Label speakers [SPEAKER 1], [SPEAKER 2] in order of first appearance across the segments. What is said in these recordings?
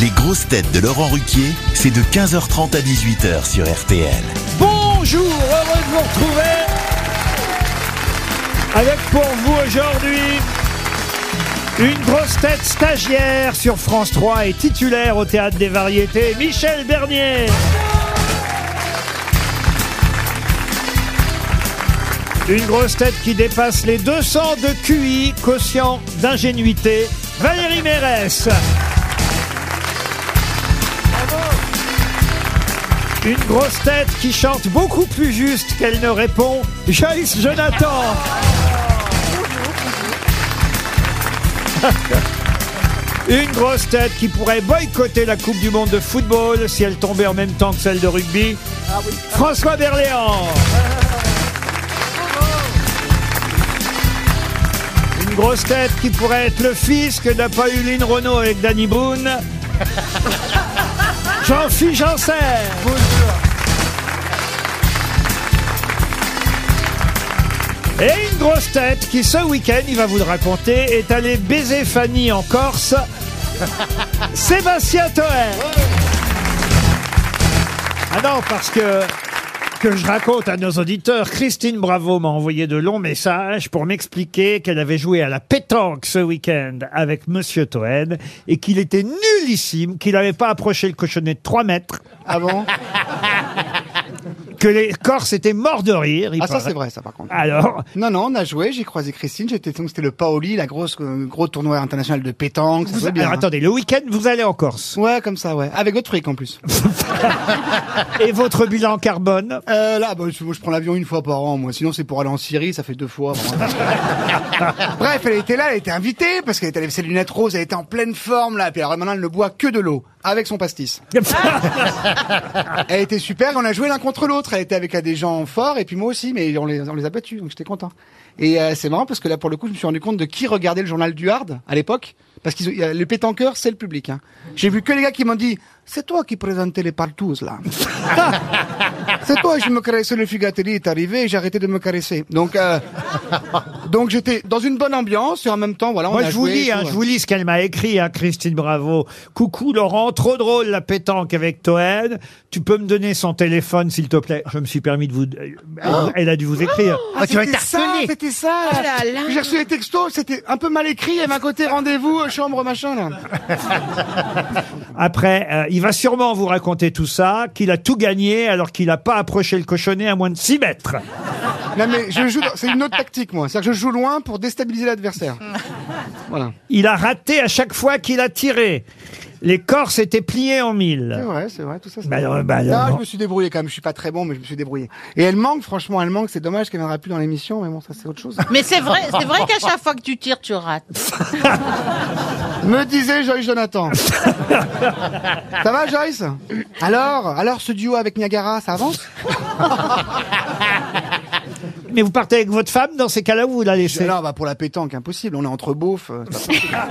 [SPEAKER 1] Les grosses têtes de Laurent Ruquier, c'est de 15h30 à 18h sur RTL.
[SPEAKER 2] Bonjour, heureux de vous retrouver avec pour vous aujourd'hui une grosse tête stagiaire sur France 3 et titulaire au Théâtre des Variétés, Michel Bernier. Une grosse tête qui dépasse les 200 de QI, quotient d'ingénuité, Valérie Mérès. Une grosse tête qui chante beaucoup plus juste qu'elle ne répond, Joyce Jonathan. Une grosse tête qui pourrait boycotter la Coupe du Monde de football si elle tombait en même temps que celle de rugby, François Berléand. Une grosse tête qui pourrait être le fils que n'a pas eu Lynn Renault avec Danny Boone, Jean-Philippe Janssen. Et une grosse tête qui, ce week-end, il va vous le raconter, est allée baiser Fanny en Corse, Sébastien Toer. Ah non, parce que que je raconte à nos auditeurs, Christine Bravo m'a envoyé de longs messages pour m'expliquer qu'elle avait joué à la pétanque ce week-end avec Monsieur Toen et qu'il était nullissime, qu'il n'avait pas approché le cochonnet de 3 mètres. Ah bon Que les Corses étaient morts de rire. il
[SPEAKER 3] Ah, ça,
[SPEAKER 2] paraît.
[SPEAKER 3] c'est vrai, ça, par contre.
[SPEAKER 2] Alors
[SPEAKER 3] Non, non, on a joué, j'ai croisé Christine, j'étais, donc c'était le Paoli, la grosse, euh, gros tournoi international de pétanque, ça
[SPEAKER 2] Vous-
[SPEAKER 3] se voit bien. hein.
[SPEAKER 2] alors, attendez, le week-end, vous allez en Corse.
[SPEAKER 3] Ouais, comme ça, ouais. Avec votre fric, en plus.
[SPEAKER 2] Et votre bilan carbone
[SPEAKER 3] Euh, là, bah, je, je prends l'avion une fois par an, moi. Sinon, c'est pour aller en Syrie, ça fait deux fois. vraiment. Bref, elle était là, elle était invitée, parce qu'elle était avec ses lunettes roses, elle était en pleine forme, là. Puis alors, maintenant, elle ne boit que de l'eau, avec son pastis. Elle était super, on a joué l'un contre l'autre. Elle était avec euh, des gens forts, et puis moi aussi, mais on les, on les a battus, donc j'étais content. Et euh, c'est marrant, parce que là, pour le coup, je me suis rendu compte de qui regardait le journal du Hard, à l'époque. Parce que les pétanqueurs, c'est le public. Hein. J'ai vu que les gars qui m'ont dit, c'est toi qui présentais les partous, là. C'est toi, je me caressais, le figatelli est arrivé et j'ai arrêté de me caresser. Donc, euh, donc j'étais dans une bonne ambiance et en même temps, voilà, on
[SPEAKER 2] Moi,
[SPEAKER 3] a
[SPEAKER 2] je vous
[SPEAKER 3] joué et
[SPEAKER 2] lis, hein,
[SPEAKER 3] tout,
[SPEAKER 2] je
[SPEAKER 3] ouais.
[SPEAKER 2] vous lis ce qu'elle m'a écrit, hein, Christine Bravo. Coucou Laurent, trop drôle la pétanque avec Toen. Tu peux me donner son téléphone, s'il te plaît. Je me suis permis de vous. euh, Elle a dû vous écrire.
[SPEAKER 3] Oh. Ah, c'était ça, c'était ça.
[SPEAKER 4] Oh là là.
[SPEAKER 3] J'ai reçu les textos, c'était un peu mal écrit. Il y avait un côté rendez-vous, euh, chambre, machin. Là.
[SPEAKER 2] Après, euh, il va sûrement vous raconter tout ça, qu'il a tout gagné alors qu'il n'a pas approché le cochonnet à moins de 6 mètres.
[SPEAKER 3] Non mais je joue, dans- c'est une autre tactique moi. C'est-à-dire que je joue loin pour déstabiliser l'adversaire. Voilà.
[SPEAKER 2] Il a raté à chaque fois qu'il a tiré. Les Corses étaient pliés en
[SPEAKER 3] C'est
[SPEAKER 2] mille.
[SPEAKER 3] vrai, c'est vrai, tout ça. c'est
[SPEAKER 2] Bah
[SPEAKER 3] vrai.
[SPEAKER 2] alors, bah
[SPEAKER 3] Non,
[SPEAKER 2] alors.
[SPEAKER 3] je me suis débrouillé quand même. Je suis pas très bon, mais je me suis débrouillé. Et elle manque, franchement, elle manque. C'est dommage qu'elle viendra plus dans l'émission, mais bon, ça c'est autre chose.
[SPEAKER 4] Mais c'est vrai, c'est vrai qu'à chaque fois que tu tires, tu rates.
[SPEAKER 3] Me disait Joyce Jonathan. ça va, Joyce Alors, alors ce duo avec Niagara, ça avance
[SPEAKER 2] Mais vous partez avec votre femme dans ces cas-là où vous la laissez
[SPEAKER 3] Non, bah pour la pétanque, impossible. On est entre beaufs. euh, ça va.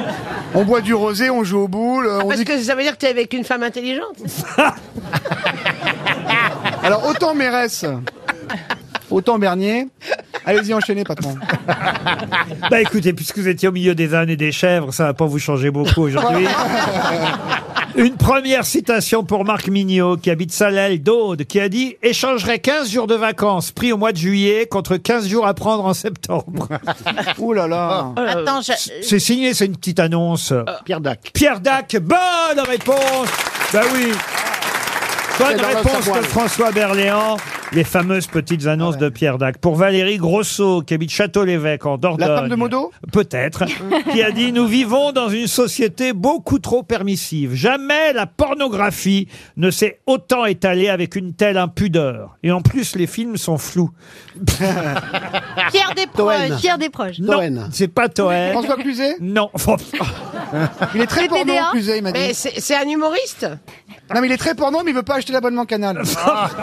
[SPEAKER 3] on boit du rosé, on joue aux boules. euh, on
[SPEAKER 5] Parce
[SPEAKER 3] dit-
[SPEAKER 5] que ça veut dire que t'es avec une femme intelligente.
[SPEAKER 3] Alors autant Mérès, autant Bernier. Allez-y, enchaînez, patron.
[SPEAKER 2] Bah écoutez, puisque vous étiez au milieu des ânes et des chèvres, ça va pas vous changer beaucoup aujourd'hui. Une première citation pour Marc Mignot, qui habite Salel d'Aude, qui a dit « Échangerai 15 jours de vacances pris au mois de juillet contre 15 jours à prendre en septembre
[SPEAKER 3] Ouh là là. Euh.
[SPEAKER 4] Attends, je... ».
[SPEAKER 2] C'est signé, c'est une petite annonce.
[SPEAKER 3] Pierre Dac.
[SPEAKER 2] Pierre Dac, bonne réponse Bah oui Bonne
[SPEAKER 3] C'est dans le
[SPEAKER 2] réponse
[SPEAKER 3] savoir.
[SPEAKER 2] de François Berléand. Les fameuses petites annonces de Pierre Dac. Pour Valérie Grosso, qui habite Château-l'Évêque en Dordogne.
[SPEAKER 3] Ah La femme de Modo
[SPEAKER 2] Peut-être. qui a dit Nous vivons dans une société beaucoup trop permissive. Jamais la pornographie ne s'est autant étalée avec une telle impudeur. Et en plus, les films sont flous.
[SPEAKER 4] Pierre Desproges. Pierre Desproges.
[SPEAKER 2] Non, c'est pas Toen.
[SPEAKER 3] François Cluzet
[SPEAKER 2] Non.
[SPEAKER 3] Il est très porno,
[SPEAKER 6] PDA.
[SPEAKER 3] Cluzet, il m'a
[SPEAKER 5] Mais
[SPEAKER 3] dit.
[SPEAKER 5] c'est c'est un humoriste
[SPEAKER 3] Non, mais il est très porno, mais il veut pas acheter l'abonnement canal.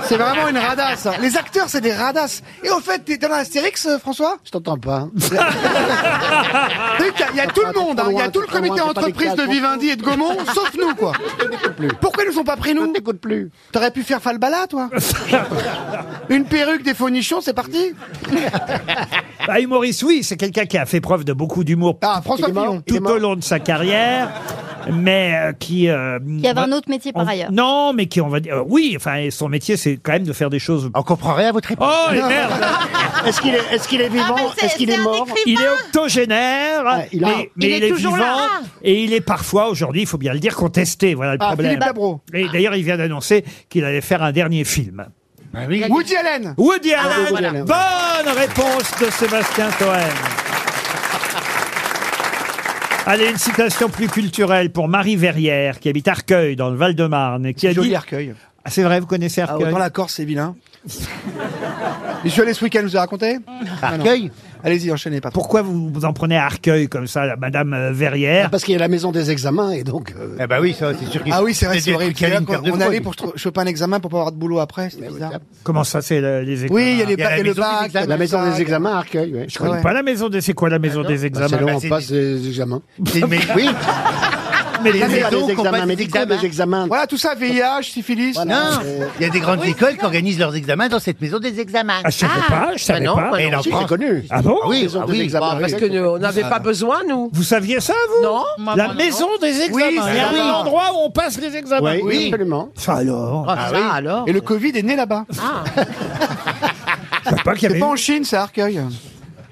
[SPEAKER 3] C'est vraiment une radasse. hein. Les acteurs, c'est des radasses. Et au fait, t'es dans Astérix, euh, François Je t'entends pas. Il y, a- il y a tout le monde, hein. il y a tout le comité entreprise de Vivendi et de Gaumont, sauf nous, quoi. Pourquoi ils nous ont pas pris, nous Je t'écoute plus. T'aurais pu faire Falbala, toi Une perruque, des fonichons, c'est parti
[SPEAKER 2] Bah, humoriste, oui, c'est quelqu'un qui a fait preuve de beaucoup d'humour
[SPEAKER 3] Ah, François Fillon.
[SPEAKER 2] tout au long de sa carrière. mais euh, qui... euh,
[SPEAKER 6] Il y avait un autre métier par
[SPEAKER 2] on-
[SPEAKER 6] ailleurs.
[SPEAKER 2] Non, mais qui, on va dire... euh, oui, enfin, et son métier, c'est quand même de faire des choses...
[SPEAKER 7] On comprend rien à votre réponse.
[SPEAKER 2] Oh, les merdes
[SPEAKER 7] Est-ce qu'il est, est-ce qu'il est vivant
[SPEAKER 4] mais c'est-
[SPEAKER 7] Est-ce qu'il
[SPEAKER 4] c'est
[SPEAKER 7] est
[SPEAKER 4] un
[SPEAKER 7] mort
[SPEAKER 4] écrivain.
[SPEAKER 2] Il est octogénaire,
[SPEAKER 7] Ah, il a-
[SPEAKER 2] mais, mais
[SPEAKER 5] il est toujours
[SPEAKER 2] vivant
[SPEAKER 5] là.
[SPEAKER 2] et il est parfois, aujourd'hui, il faut bien le dire, contesté. Voilà le
[SPEAKER 3] Ah,
[SPEAKER 2] problème.
[SPEAKER 3] Philippe Labro.
[SPEAKER 2] Et d'ailleurs, il vient d'annoncer qu'il allait faire un dernier film.
[SPEAKER 3] Woody Allen
[SPEAKER 2] Woody Allen.
[SPEAKER 7] Woody Allen,
[SPEAKER 2] Bonne réponse de Sébastien Toen. Allez, une citation plus culturelle pour Marie Verrière, qui habite Arcueil, dans le Val-de-Marne, et qui a
[SPEAKER 3] Joli
[SPEAKER 2] dit...
[SPEAKER 3] Arcueil.
[SPEAKER 2] Ah, c'est vrai, vous connaissez
[SPEAKER 3] Ah,
[SPEAKER 2] Arcueil
[SPEAKER 3] autant la Corse, c'est vilain. Je suis allé ce week-end, je vous ai raconté
[SPEAKER 7] Arcueil
[SPEAKER 3] Allez-y, enchaînez, patron.
[SPEAKER 2] Pourquoi vous vous en prenez à Arcueil comme ça, la Madame euh, Verrière
[SPEAKER 7] Parce qu'il y a la maison des examens et donc. euh,
[SPEAKER 8] Eh bah oui, ça, c'est sûr qu'il
[SPEAKER 3] Ah oui, c'est vrai, c'est
[SPEAKER 8] des
[SPEAKER 3] horrible.
[SPEAKER 8] trucs à
[SPEAKER 3] Là,
[SPEAKER 8] l'intérieur
[SPEAKER 3] on
[SPEAKER 8] de
[SPEAKER 3] allait
[SPEAKER 8] vous.
[SPEAKER 3] pour tr- choper un examen pour pas avoir de boulot après, c'est bizarre.
[SPEAKER 2] Comment ça, c'est le- les examens
[SPEAKER 3] Oui, il y a les
[SPEAKER 8] Il y a
[SPEAKER 3] bacs, le
[SPEAKER 8] la maison des
[SPEAKER 3] bac,
[SPEAKER 8] examens.
[SPEAKER 7] La maison
[SPEAKER 3] bac.
[SPEAKER 7] des examens, à Arcueil, ouais.
[SPEAKER 2] Je connais
[SPEAKER 3] Ouais.
[SPEAKER 2] pas la maison des... C'est quoi la maison des
[SPEAKER 7] Bah, c'est
[SPEAKER 2] examens
[SPEAKER 7] là où
[SPEAKER 8] bah,
[SPEAKER 7] on
[SPEAKER 8] c'est-
[SPEAKER 7] passe les examens.
[SPEAKER 8] C'est- mais-
[SPEAKER 7] Oui,
[SPEAKER 2] Mais
[SPEAKER 7] les
[SPEAKER 8] mais
[SPEAKER 7] examens,
[SPEAKER 8] donc, on
[SPEAKER 7] les examens
[SPEAKER 8] passe les
[SPEAKER 7] médicaux, les examens.
[SPEAKER 3] Voilà, tout ça, VIH, syphilis.
[SPEAKER 7] Voilà.
[SPEAKER 8] Non, Euh, il y a des grandes écoles qui organisent leurs examens dans cette maison des examens.
[SPEAKER 2] Ah, je savais pas, je savais
[SPEAKER 5] non,
[SPEAKER 2] pas.
[SPEAKER 5] bah
[SPEAKER 8] Et
[SPEAKER 7] Si, c'est connu.
[SPEAKER 2] Ah bon
[SPEAKER 8] Ah oui,
[SPEAKER 7] Ils ont
[SPEAKER 8] ah
[SPEAKER 7] des
[SPEAKER 8] oui,
[SPEAKER 7] examens.
[SPEAKER 8] bah,
[SPEAKER 5] Parce que nous, on n'avait pas besoin, nous.
[SPEAKER 2] Vous saviez ça, vous
[SPEAKER 5] Non.
[SPEAKER 2] La maison des
[SPEAKER 3] Oui,
[SPEAKER 2] examens. il y a
[SPEAKER 3] c'est
[SPEAKER 2] un
[SPEAKER 3] ça.
[SPEAKER 2] endroit où on passe les examens.
[SPEAKER 7] Oui, absolument.
[SPEAKER 2] Ça alors
[SPEAKER 5] Ah, ça, alors. Ah.
[SPEAKER 3] Et le Covid est né là-bas.
[SPEAKER 2] Je savais pas qu'il y
[SPEAKER 3] C'est
[SPEAKER 2] avait
[SPEAKER 3] pas en Chine, c'est à Arcueil.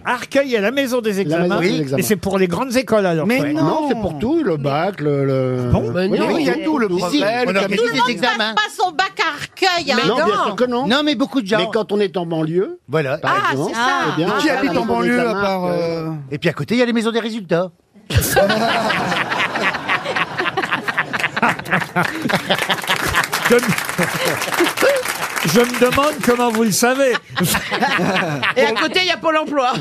[SPEAKER 2] Arcueil à la maison des examens.
[SPEAKER 7] maison des
[SPEAKER 2] Oui,
[SPEAKER 7] examens.
[SPEAKER 2] Mais c'est pour les grandes écoles alors.
[SPEAKER 3] Mais
[SPEAKER 2] ouais.
[SPEAKER 3] non.
[SPEAKER 7] Non, c'est pour tout, le bac, le. le-
[SPEAKER 2] Ah Bon
[SPEAKER 5] Mais
[SPEAKER 7] Oui,
[SPEAKER 5] non,
[SPEAKER 7] oui,
[SPEAKER 3] Il y a
[SPEAKER 7] oui.
[SPEAKER 3] tout, le
[SPEAKER 7] Oui, si.
[SPEAKER 3] brevet, le
[SPEAKER 8] On
[SPEAKER 3] camion.
[SPEAKER 8] organise des examens.
[SPEAKER 4] Passe pas son bac à Arcueil, hein.
[SPEAKER 5] Mais
[SPEAKER 7] Non,
[SPEAKER 5] non.
[SPEAKER 7] bien sûr que non.
[SPEAKER 8] Non, mais beaucoup de gens.
[SPEAKER 7] Mais quand on est en banlieue,
[SPEAKER 8] Voilà.
[SPEAKER 7] par
[SPEAKER 4] Ah,
[SPEAKER 7] exemple,
[SPEAKER 4] c'est ça.
[SPEAKER 7] eh bien,
[SPEAKER 3] Qui
[SPEAKER 7] on
[SPEAKER 3] habite
[SPEAKER 7] a la
[SPEAKER 3] en
[SPEAKER 7] maison des
[SPEAKER 3] banlieue à
[SPEAKER 7] examens,
[SPEAKER 3] part.
[SPEAKER 7] Arcueil.
[SPEAKER 3] euh,
[SPEAKER 8] Et puis à côté, il y a les maisons des résultats.
[SPEAKER 2] Je, me... Je me demande comment vous le savez.
[SPEAKER 5] Et à côté, il y a Pôle emploi.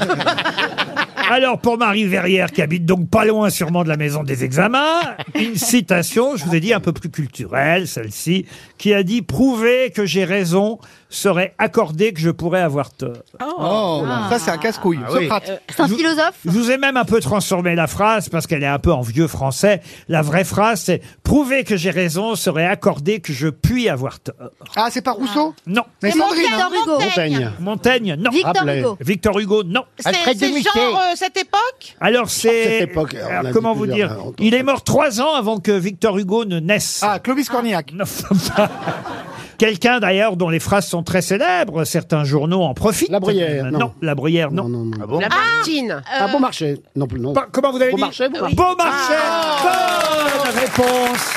[SPEAKER 2] Alors pour Marie Verrière qui habite donc pas loin sûrement de la maison des examens, une citation, je vous ai dit un peu plus culturelle, celle-ci, qui a dit prouver que j'ai raison serait accorder que je pourrais avoir tort. Ah
[SPEAKER 3] Oh, ça c'est un casse-couille.
[SPEAKER 8] oui.
[SPEAKER 3] Socrate.
[SPEAKER 6] C'est un philosophe
[SPEAKER 2] Je vous ai même un peu transformé la phrase parce qu'elle est un peu en vieux français. La vraie phrase, c'est prouver que j'ai raison serait accorder que je puis avoir tort.
[SPEAKER 3] Ah, c'est pas Rousseau
[SPEAKER 2] Non.
[SPEAKER 3] Mais Sandrine. hein.
[SPEAKER 6] Victor Hugo.
[SPEAKER 7] Montaigne.
[SPEAKER 2] Montaigne, non.
[SPEAKER 6] Victor
[SPEAKER 7] Rabelais.
[SPEAKER 6] Hugo.
[SPEAKER 2] Victor Hugo, non.
[SPEAKER 4] C'est
[SPEAKER 8] Alfred de
[SPEAKER 4] c'est
[SPEAKER 8] Musset.
[SPEAKER 4] genre euh, cette époque
[SPEAKER 2] Alors c'est.
[SPEAKER 7] Cette époque, on
[SPEAKER 2] Alors,
[SPEAKER 7] l'a
[SPEAKER 2] comment
[SPEAKER 7] dit
[SPEAKER 2] vous
[SPEAKER 7] plusieurs
[SPEAKER 2] dire
[SPEAKER 7] fois, on entend
[SPEAKER 2] Il est mort trois ans avant que Victor Hugo ne naisse.
[SPEAKER 3] Ah, Clovis Cornillac.
[SPEAKER 2] Non. Quelqu'un d'ailleurs dont les phrases sont très célèbres, certains journaux en profitent.
[SPEAKER 7] La Bruyère, non.
[SPEAKER 2] non. La Bruyère, non.
[SPEAKER 7] Non, non, non.
[SPEAKER 5] La Martine.
[SPEAKER 7] Ah, bon marché. Non plus, non.
[SPEAKER 2] Pas- Comment vous avez dit
[SPEAKER 7] Beaumarchais, Beaumarchais.
[SPEAKER 2] Beaumarchais. Bonne réponse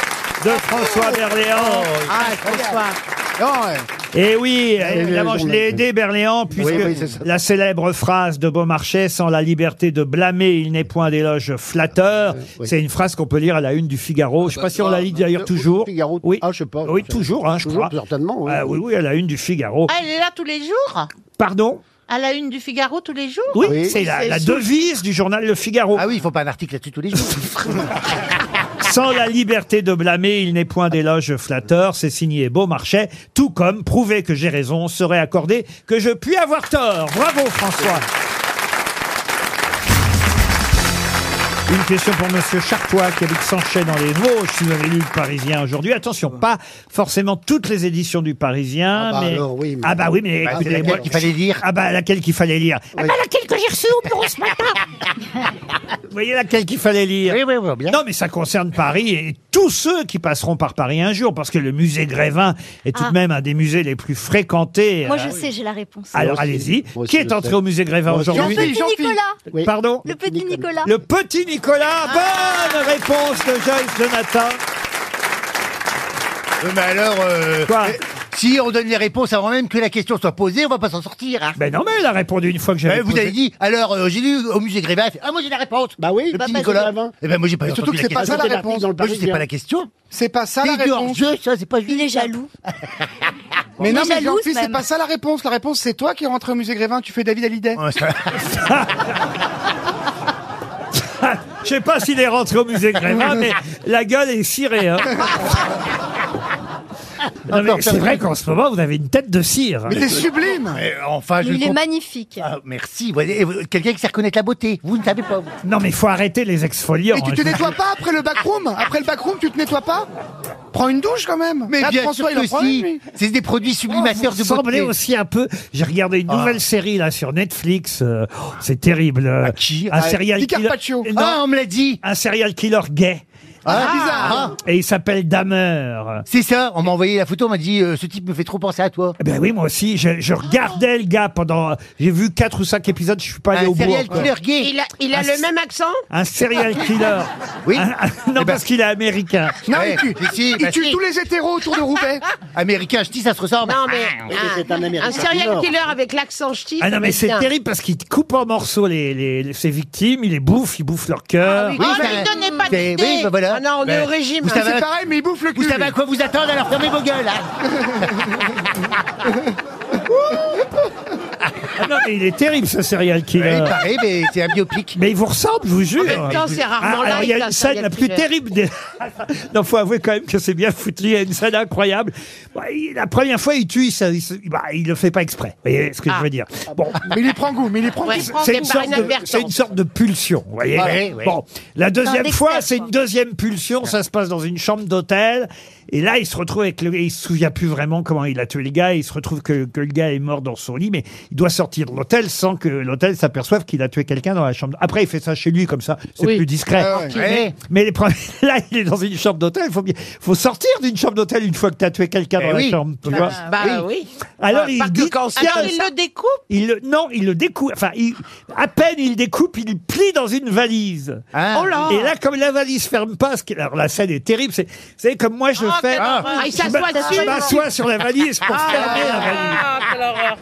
[SPEAKER 2] de François Berléand.
[SPEAKER 5] Ah, François.
[SPEAKER 3] Non, ouais.
[SPEAKER 2] Et Eh oui,
[SPEAKER 7] Eh oui,
[SPEAKER 2] évidemment,
[SPEAKER 7] oui,
[SPEAKER 2] je
[SPEAKER 7] oui.
[SPEAKER 2] l'ai aidé, Berléand, puisque
[SPEAKER 7] oui, c'est ça.
[SPEAKER 2] la célèbre phrase de Beaumarchais, sans la liberté de blâmer, il n'est point d'éloge flatteur,
[SPEAKER 7] oui. Ah bah
[SPEAKER 2] c'est une phrase qu'on peut lire à la une du Figaro. Je sais pas si on la lit d'ailleurs toujours.
[SPEAKER 7] Figaro.
[SPEAKER 2] Oui.
[SPEAKER 7] Ah, je sais pas.
[SPEAKER 2] Oui, toujours, hein, je
[SPEAKER 7] Toujours,
[SPEAKER 2] crois.
[SPEAKER 7] certainement, oui.
[SPEAKER 2] Ah oui, oui, à la une du Figaro.
[SPEAKER 4] Ah, Elle est là tous les jours
[SPEAKER 2] Pardon
[SPEAKER 4] À la une du Figaro tous les jours
[SPEAKER 2] Oui,
[SPEAKER 7] Oui.
[SPEAKER 2] c'est la, la devise du journal Le Figaro.
[SPEAKER 8] Ah oui, ils font pas un article là-dessus tous les jours.
[SPEAKER 2] Sans la liberté de blâmer, il n'est point d'éloge flatteur, c'est signé Beaumarchais, tout comme prouver que j'ai raison serait accordé que je puis avoir tort. Bravo François. Une question pour Monsieur Chartois qui habite Sanchez dans les Vosges, si vous avez lu le Parisien aujourd'hui. Attention, pas forcément toutes les éditions du Parisien,
[SPEAKER 7] Ah bah
[SPEAKER 2] mais...
[SPEAKER 7] alors, oui, mais-
[SPEAKER 2] ah bah oui, mais
[SPEAKER 8] Bah, c'est
[SPEAKER 2] écoutez,
[SPEAKER 8] laquelle
[SPEAKER 2] moi-
[SPEAKER 8] qu'il fallait lire
[SPEAKER 2] Ah bah laquelle qu'il fallait lire. Ah bah laquelle que j'ai reçue au bureau ce matin. Vous voyez laquelle qu'il fallait lire.
[SPEAKER 8] Oui, oui, oui, bien.
[SPEAKER 2] Non, mais ça concerne Paris et tous ceux qui passeront par Paris un jour, parce que le musée Grévin est tout de
[SPEAKER 6] Ah.
[SPEAKER 2] même un des musées les plus fréquentés.
[SPEAKER 6] Moi
[SPEAKER 2] Euh,
[SPEAKER 6] je sais, j'ai la réponse.
[SPEAKER 2] Alors
[SPEAKER 7] Ah Moi aussi.
[SPEAKER 2] allez-y.
[SPEAKER 7] Moi aussi,
[SPEAKER 2] Qui est
[SPEAKER 7] je
[SPEAKER 2] entré
[SPEAKER 7] sais.
[SPEAKER 2] au musée Grévin
[SPEAKER 7] Moi aussi.
[SPEAKER 6] Le
[SPEAKER 2] aujourd'hui
[SPEAKER 3] Jean-Philippe.
[SPEAKER 6] petit
[SPEAKER 3] Jean-Philippe.
[SPEAKER 6] Nicolas.
[SPEAKER 7] Oui.
[SPEAKER 2] Pardon
[SPEAKER 6] Le petit
[SPEAKER 7] Nicolas.
[SPEAKER 6] Nicolas.
[SPEAKER 2] Le petit Nicolas.
[SPEAKER 6] Ah.
[SPEAKER 2] Bonne réponse de Joyce Jonathan.
[SPEAKER 8] Oui, mais alors, euh,
[SPEAKER 2] Quoi
[SPEAKER 8] euh, si on donne les réponses avant même que la question soit posée, on va pas s'en sortir. hein.
[SPEAKER 2] Ben non, mais elle a répondu une fois que j'avais.
[SPEAKER 8] Euh, vous
[SPEAKER 2] posé.
[SPEAKER 8] avez dit, alors euh, j'ai lu au musée Grévin, elle fait, ah moi j'ai la réponse.
[SPEAKER 7] Bah oui,
[SPEAKER 8] le
[SPEAKER 7] bah,
[SPEAKER 8] petit
[SPEAKER 7] pas
[SPEAKER 8] Nicolas.
[SPEAKER 7] Grévin.
[SPEAKER 8] Eh ben moi j'ai pas
[SPEAKER 3] surtout
[SPEAKER 8] entendu
[SPEAKER 3] que c'est
[SPEAKER 8] la
[SPEAKER 3] pas ça
[SPEAKER 8] question.
[SPEAKER 3] la
[SPEAKER 7] C'était
[SPEAKER 3] réponse.
[SPEAKER 7] dans le
[SPEAKER 8] Moi je sais
[SPEAKER 7] Parisien.
[SPEAKER 8] pas la question.
[SPEAKER 3] C'est pas ça la
[SPEAKER 8] C'est hors
[SPEAKER 3] réponse.
[SPEAKER 8] jeu, ça c'est pas juste.
[SPEAKER 6] Il est jaloux.
[SPEAKER 3] Mais
[SPEAKER 6] Il
[SPEAKER 3] non,
[SPEAKER 6] est
[SPEAKER 3] mais
[SPEAKER 6] jalouse,
[SPEAKER 3] Jean-Philippe, c'est
[SPEAKER 6] même.
[SPEAKER 3] pas ça la réponse. La réponse, c'est toi qui es rentré au musée Grévin, tu fais David Hallyday.
[SPEAKER 8] Ouais, ça-
[SPEAKER 2] Je sais pas s'il est rentré au musée Grévin, mais la gueule est cirée. hein. Non, mais c'est vrai qu'en ce moment, vous avez une tête de cire.
[SPEAKER 3] Mais t'es sublime
[SPEAKER 8] Eh, enfin, je
[SPEAKER 6] Mais il est
[SPEAKER 8] comprends-
[SPEAKER 6] magnifique.
[SPEAKER 8] Ah, merci. Voilà, et vous- Quelqu'un qui sait reconnaître la beauté. Vous ne savez pas. vous.
[SPEAKER 2] Non, mais il faut arrêter les exfoliants.
[SPEAKER 8] Ah,
[SPEAKER 3] Et tu
[SPEAKER 2] hein,
[SPEAKER 3] te
[SPEAKER 2] je vous
[SPEAKER 3] nettoies pas après le backroom Après le backroom, tu te nettoies pas Prends une douche quand même
[SPEAKER 8] Mais
[SPEAKER 3] Là,
[SPEAKER 8] bien
[SPEAKER 3] François, il
[SPEAKER 8] sûr
[SPEAKER 3] en
[SPEAKER 8] que
[SPEAKER 3] prend une,
[SPEAKER 8] si.
[SPEAKER 3] lui.
[SPEAKER 8] C'est des produits sublimateurs de
[SPEAKER 2] Oh, Vous ressemblez
[SPEAKER 8] beauté. Ah.
[SPEAKER 2] aussi un peu. J'ai regardé une nouvelle série là sur Netflix. euh, oh, c'est terrible. euh,
[SPEAKER 8] qui
[SPEAKER 2] Un
[SPEAKER 3] Ah,
[SPEAKER 2] serial
[SPEAKER 3] Di
[SPEAKER 2] killer.
[SPEAKER 3] Carpaccio.
[SPEAKER 2] Non,
[SPEAKER 8] Ah, on me l'a dit.
[SPEAKER 2] un serial killer gay.
[SPEAKER 8] Ah,
[SPEAKER 2] Ah.
[SPEAKER 8] bizarre.
[SPEAKER 2] Et il s'appelle Damer.
[SPEAKER 8] C'est ça, on m'a envoyé la photo, on m'a dit euh, ce type me fait trop penser à toi.
[SPEAKER 2] Eh Ben oui, moi aussi, je, je regardais le gars pendant. J'ai vu quatre ou cinq épisodes, je suis pas allé
[SPEAKER 8] Un
[SPEAKER 2] au bout.
[SPEAKER 8] serial
[SPEAKER 2] encore.
[SPEAKER 8] killer gay.
[SPEAKER 5] Il a, il a
[SPEAKER 2] Ah,
[SPEAKER 5] le
[SPEAKER 2] c'est-
[SPEAKER 5] même accent
[SPEAKER 2] Un serial killer.
[SPEAKER 8] Oui. Eh ben.
[SPEAKER 2] Un- un- non, parce qu'il est américain.
[SPEAKER 3] Non,
[SPEAKER 8] Ouais,
[SPEAKER 3] il tue,
[SPEAKER 8] si, si,
[SPEAKER 3] il
[SPEAKER 8] bah
[SPEAKER 3] tue
[SPEAKER 8] si.
[SPEAKER 3] tous les hétéros autour de Roubaix.
[SPEAKER 8] Américain, je dis ça se ressemble. Ah,
[SPEAKER 5] Non, mais
[SPEAKER 7] c'est un Américain
[SPEAKER 5] un
[SPEAKER 7] du
[SPEAKER 5] serial
[SPEAKER 7] Nord.
[SPEAKER 5] killer avec l'accent ch'ti.
[SPEAKER 2] Ah non,
[SPEAKER 5] ça
[SPEAKER 2] mais
[SPEAKER 5] me
[SPEAKER 2] c'est
[SPEAKER 5] tient.
[SPEAKER 2] terrible parce qu'il coupe en morceaux les, les- les- ses victimes, il les bouffe, il bouffe leur cœur.
[SPEAKER 5] Ah oui.
[SPEAKER 4] Oh,
[SPEAKER 8] ça-
[SPEAKER 4] lui donnez pas
[SPEAKER 8] c'est-
[SPEAKER 4] d'idée.
[SPEAKER 8] Oui, bah voilà.
[SPEAKER 5] Ah non, on est
[SPEAKER 8] Ben,
[SPEAKER 5] au régime.
[SPEAKER 8] Vous
[SPEAKER 5] hein.
[SPEAKER 8] savez,
[SPEAKER 3] C'est
[SPEAKER 8] à-
[SPEAKER 3] pareil, mais il bouffe le
[SPEAKER 8] vous
[SPEAKER 3] cul.
[SPEAKER 8] savez à quoi vous attendre, alors fermez vos gueules. hein.
[SPEAKER 2] Ah non, mais il est terrible ce serial
[SPEAKER 8] Oui,
[SPEAKER 2] killer.
[SPEAKER 8] pareil, mais c'est un biopic.
[SPEAKER 2] Mais il vous ressemble, je vous jure. Ah,
[SPEAKER 5] même temps, c'est rarement
[SPEAKER 2] alors, il y
[SPEAKER 5] live,
[SPEAKER 2] a
[SPEAKER 5] un
[SPEAKER 2] une scène
[SPEAKER 5] serial
[SPEAKER 2] la plus
[SPEAKER 5] killer.
[SPEAKER 2] terrible. Des... non, faut avouer quand même que c'est bien foutu. Il y a une scène incroyable. Bon, il- la première fois, il tue, ça, il, se- bah, il le fait pas exprès. Vous voyez ce que je veux dire Bon,
[SPEAKER 3] Mais il y prend goût, mais il y prend
[SPEAKER 5] Ah. Ouais.
[SPEAKER 3] goût.
[SPEAKER 5] prend
[SPEAKER 2] c'est
[SPEAKER 5] des
[SPEAKER 2] une,
[SPEAKER 5] par
[SPEAKER 2] sorte de-
[SPEAKER 5] inadvertance.
[SPEAKER 2] c'est une sorte de pulsion. vous voyez
[SPEAKER 8] Ouais, ouais.
[SPEAKER 2] Bon, la deuxième
[SPEAKER 6] d'expert,
[SPEAKER 2] fois, c'est
[SPEAKER 6] quoi.
[SPEAKER 2] une deuxième pulsion. Ça se passe dans une chambre d'hôtel. Et là, il se retrouve avec le. Il se souvient plus vraiment comment il a tué le gars. Il se retrouve que, que le gars est mort dans son lit, mais il doit sortir de l'hôtel sans que l'hôtel s'aperçoive qu'il a tué quelqu'un dans la chambre. Après, il fait ça chez lui comme ça. C'est
[SPEAKER 5] Oui.
[SPEAKER 2] plus discret.
[SPEAKER 3] Ah ouais.
[SPEAKER 2] Mais, mais les premiers- là, il est dans une chambre d'hôtel. Il faut, bien- faut sortir d'une chambre d'hôtel une fois que tu as tué quelqu'un
[SPEAKER 8] Eh
[SPEAKER 2] dans
[SPEAKER 8] oui.
[SPEAKER 2] la chambre.
[SPEAKER 4] Ah
[SPEAKER 2] tu vois.
[SPEAKER 5] Bah oui.
[SPEAKER 2] Alors,
[SPEAKER 5] Pas
[SPEAKER 2] il
[SPEAKER 5] que
[SPEAKER 2] dit,
[SPEAKER 5] quand c'est-
[SPEAKER 2] Tiens,
[SPEAKER 4] Alors, il le découpe.
[SPEAKER 2] il le- non, il le découpe. Enfin, il- à peine il découpe, il plie dans une valise.
[SPEAKER 8] Hein
[SPEAKER 5] Oh là
[SPEAKER 2] Et là, comme la valise ferme pas, ce qui- alors la scène est terrible. C'est, vous savez, comme moi je
[SPEAKER 4] Ah,
[SPEAKER 2] fais.
[SPEAKER 4] quelle horreur.
[SPEAKER 5] Ah, il
[SPEAKER 2] je m'a-
[SPEAKER 5] s'assoit dessus.
[SPEAKER 2] je m'assois sur la valise pour fermer la valise.
[SPEAKER 4] Ah, quelle horreur.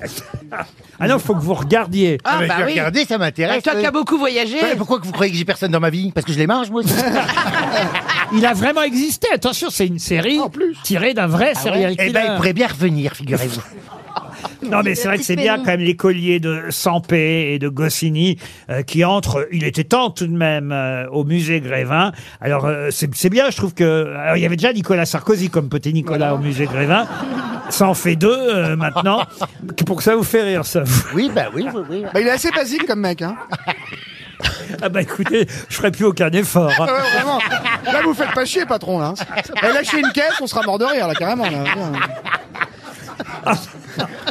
[SPEAKER 2] Ah non, faut que vous regardiez.
[SPEAKER 5] Ah,
[SPEAKER 8] mais
[SPEAKER 5] bah
[SPEAKER 8] je vais
[SPEAKER 5] oui.
[SPEAKER 8] regarder, ça
[SPEAKER 5] Ah,
[SPEAKER 8] m'intéresse.
[SPEAKER 5] Toi qui as
[SPEAKER 8] Ouais,
[SPEAKER 5] beaucoup voyagé.
[SPEAKER 8] pourquoi que vous croyez que j'ai personne dans ma vie Parce que je les mange, moi aussi.
[SPEAKER 2] Il a vraiment existé. Attention, c'est une série tirée d'un vrai serial
[SPEAKER 8] Eh
[SPEAKER 2] killer.
[SPEAKER 8] ben, il pourrait bien revenir, figurez-vous.
[SPEAKER 2] Non, mais c'est vrai que c'est bien quand même l'écolier de Sampé et de Goscinny euh, qui entrent. Il était temps tout de même euh, au musée Grévin. Alors euh, c'est c'est bien, je trouve que. Alors il y avait déjà Nicolas Sarkozy comme petit Nicolas au musée Grévin. Ça en fait deux euh, maintenant. Pour que ça vous fait rire, ça.
[SPEAKER 8] Oui, bah oui, oui, oui.
[SPEAKER 3] Bah, il est assez basique comme mec. Hein.
[SPEAKER 2] Ah bah écoutez, je ferai plus aucun effort. hein.
[SPEAKER 3] Ah ouais, vraiment. Là, vous faites pas chier, patron. Là. Bah, lâchez une caisse, on sera mort de rire, là, carrément. Là.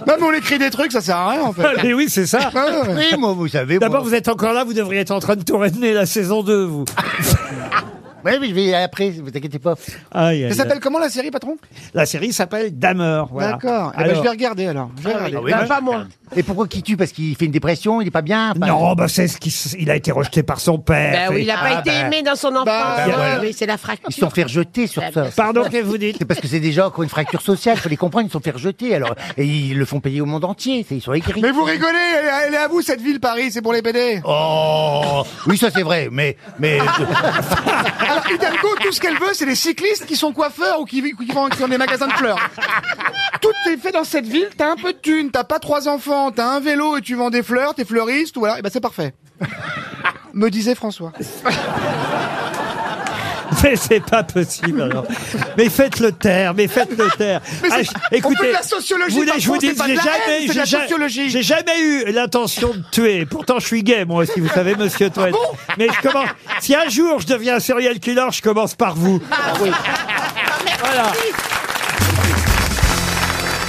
[SPEAKER 3] Même on écrit des trucs, ça sert à rien, en fait.
[SPEAKER 2] Ah, mais oui, c'est ça.
[SPEAKER 3] Ouais, ouais, ouais.
[SPEAKER 8] Oui, moi, vous savez. moi.
[SPEAKER 2] D'abord, vous êtes encore là, vous devriez être en train de tourner la saison 2, vous.
[SPEAKER 8] Oui, mais je vais après, vous inquiétez pas.
[SPEAKER 2] Aïe, aïe,
[SPEAKER 3] Ça
[SPEAKER 2] aïe.
[SPEAKER 3] s'appelle comment la série, patron
[SPEAKER 2] La série s'appelle Damer. Voilà.
[SPEAKER 3] D'accord. Eh ben, je
[SPEAKER 2] Alors-
[SPEAKER 3] vais regarder alors. Je vais regarder.
[SPEAKER 8] Ah oui, bah,
[SPEAKER 5] pas moi.
[SPEAKER 8] Et pourquoi qui tue Parce qu'il fait une dépression, il est pas bien enfin-
[SPEAKER 2] Non, bah c'est ce qu'il s- il a été rejeté par son père.
[SPEAKER 5] Bah oui, il n'a pas
[SPEAKER 8] Ah,
[SPEAKER 5] été
[SPEAKER 8] bah.
[SPEAKER 5] aimé dans son enfance.
[SPEAKER 3] Bah,
[SPEAKER 5] Ah,
[SPEAKER 8] voilà.
[SPEAKER 5] Oui, c'est la
[SPEAKER 8] Ils se sont
[SPEAKER 5] fracture.
[SPEAKER 8] fait rejeter sur ça.
[SPEAKER 2] Pardon, qu'est-ce que vous dites
[SPEAKER 8] C'est parce que c'est des gens qui ont une fracture sociale, faut les comprendre, ils se sont fait rejeter. Alors, et ils le font payer au monde entier, c'est- ils sont écrits.
[SPEAKER 3] Mais vous rigolez, elle est, elle est à vous cette ville, Paris, c'est pour les PD.
[SPEAKER 8] Oh Oui, ça c'est vrai, mais. mais
[SPEAKER 3] Alors, Hidalgo, tout ce qu'elle veut, c'est les cyclistes qui sont coiffeurs ou qui, qui, vendent- qui ont des magasins de fleurs. Tout est fait dans cette ville, t'as un peu de thunes, t'as pas trois enfants, t'as un vélo et tu vends des fleurs, t'es fleuriste, ou alors, eh ben c'est parfait. Me disait François.
[SPEAKER 2] Mais c'est pas possible alors. Mais faites le taire, mais faites le taire.
[SPEAKER 3] Mais c'est-
[SPEAKER 2] je-
[SPEAKER 3] on fait de la sociologie,
[SPEAKER 2] voulez que
[SPEAKER 3] par
[SPEAKER 2] je vous
[SPEAKER 3] contre, c'est
[SPEAKER 2] dise,
[SPEAKER 3] pas de
[SPEAKER 2] j'ai
[SPEAKER 3] la haine,
[SPEAKER 2] jamais,
[SPEAKER 3] c'est de
[SPEAKER 2] j'ai
[SPEAKER 3] la
[SPEAKER 2] ja-
[SPEAKER 3] sociologie.
[SPEAKER 2] j'ai jamais eu l'intention de tuer. Pourtant, je suis gay, moi aussi, vous savez,
[SPEAKER 3] Ah
[SPEAKER 2] monsieur Toen. mais je commence. Si un jour je deviens un serial killer, je commence par vous.
[SPEAKER 3] Ah,
[SPEAKER 2] Voilà.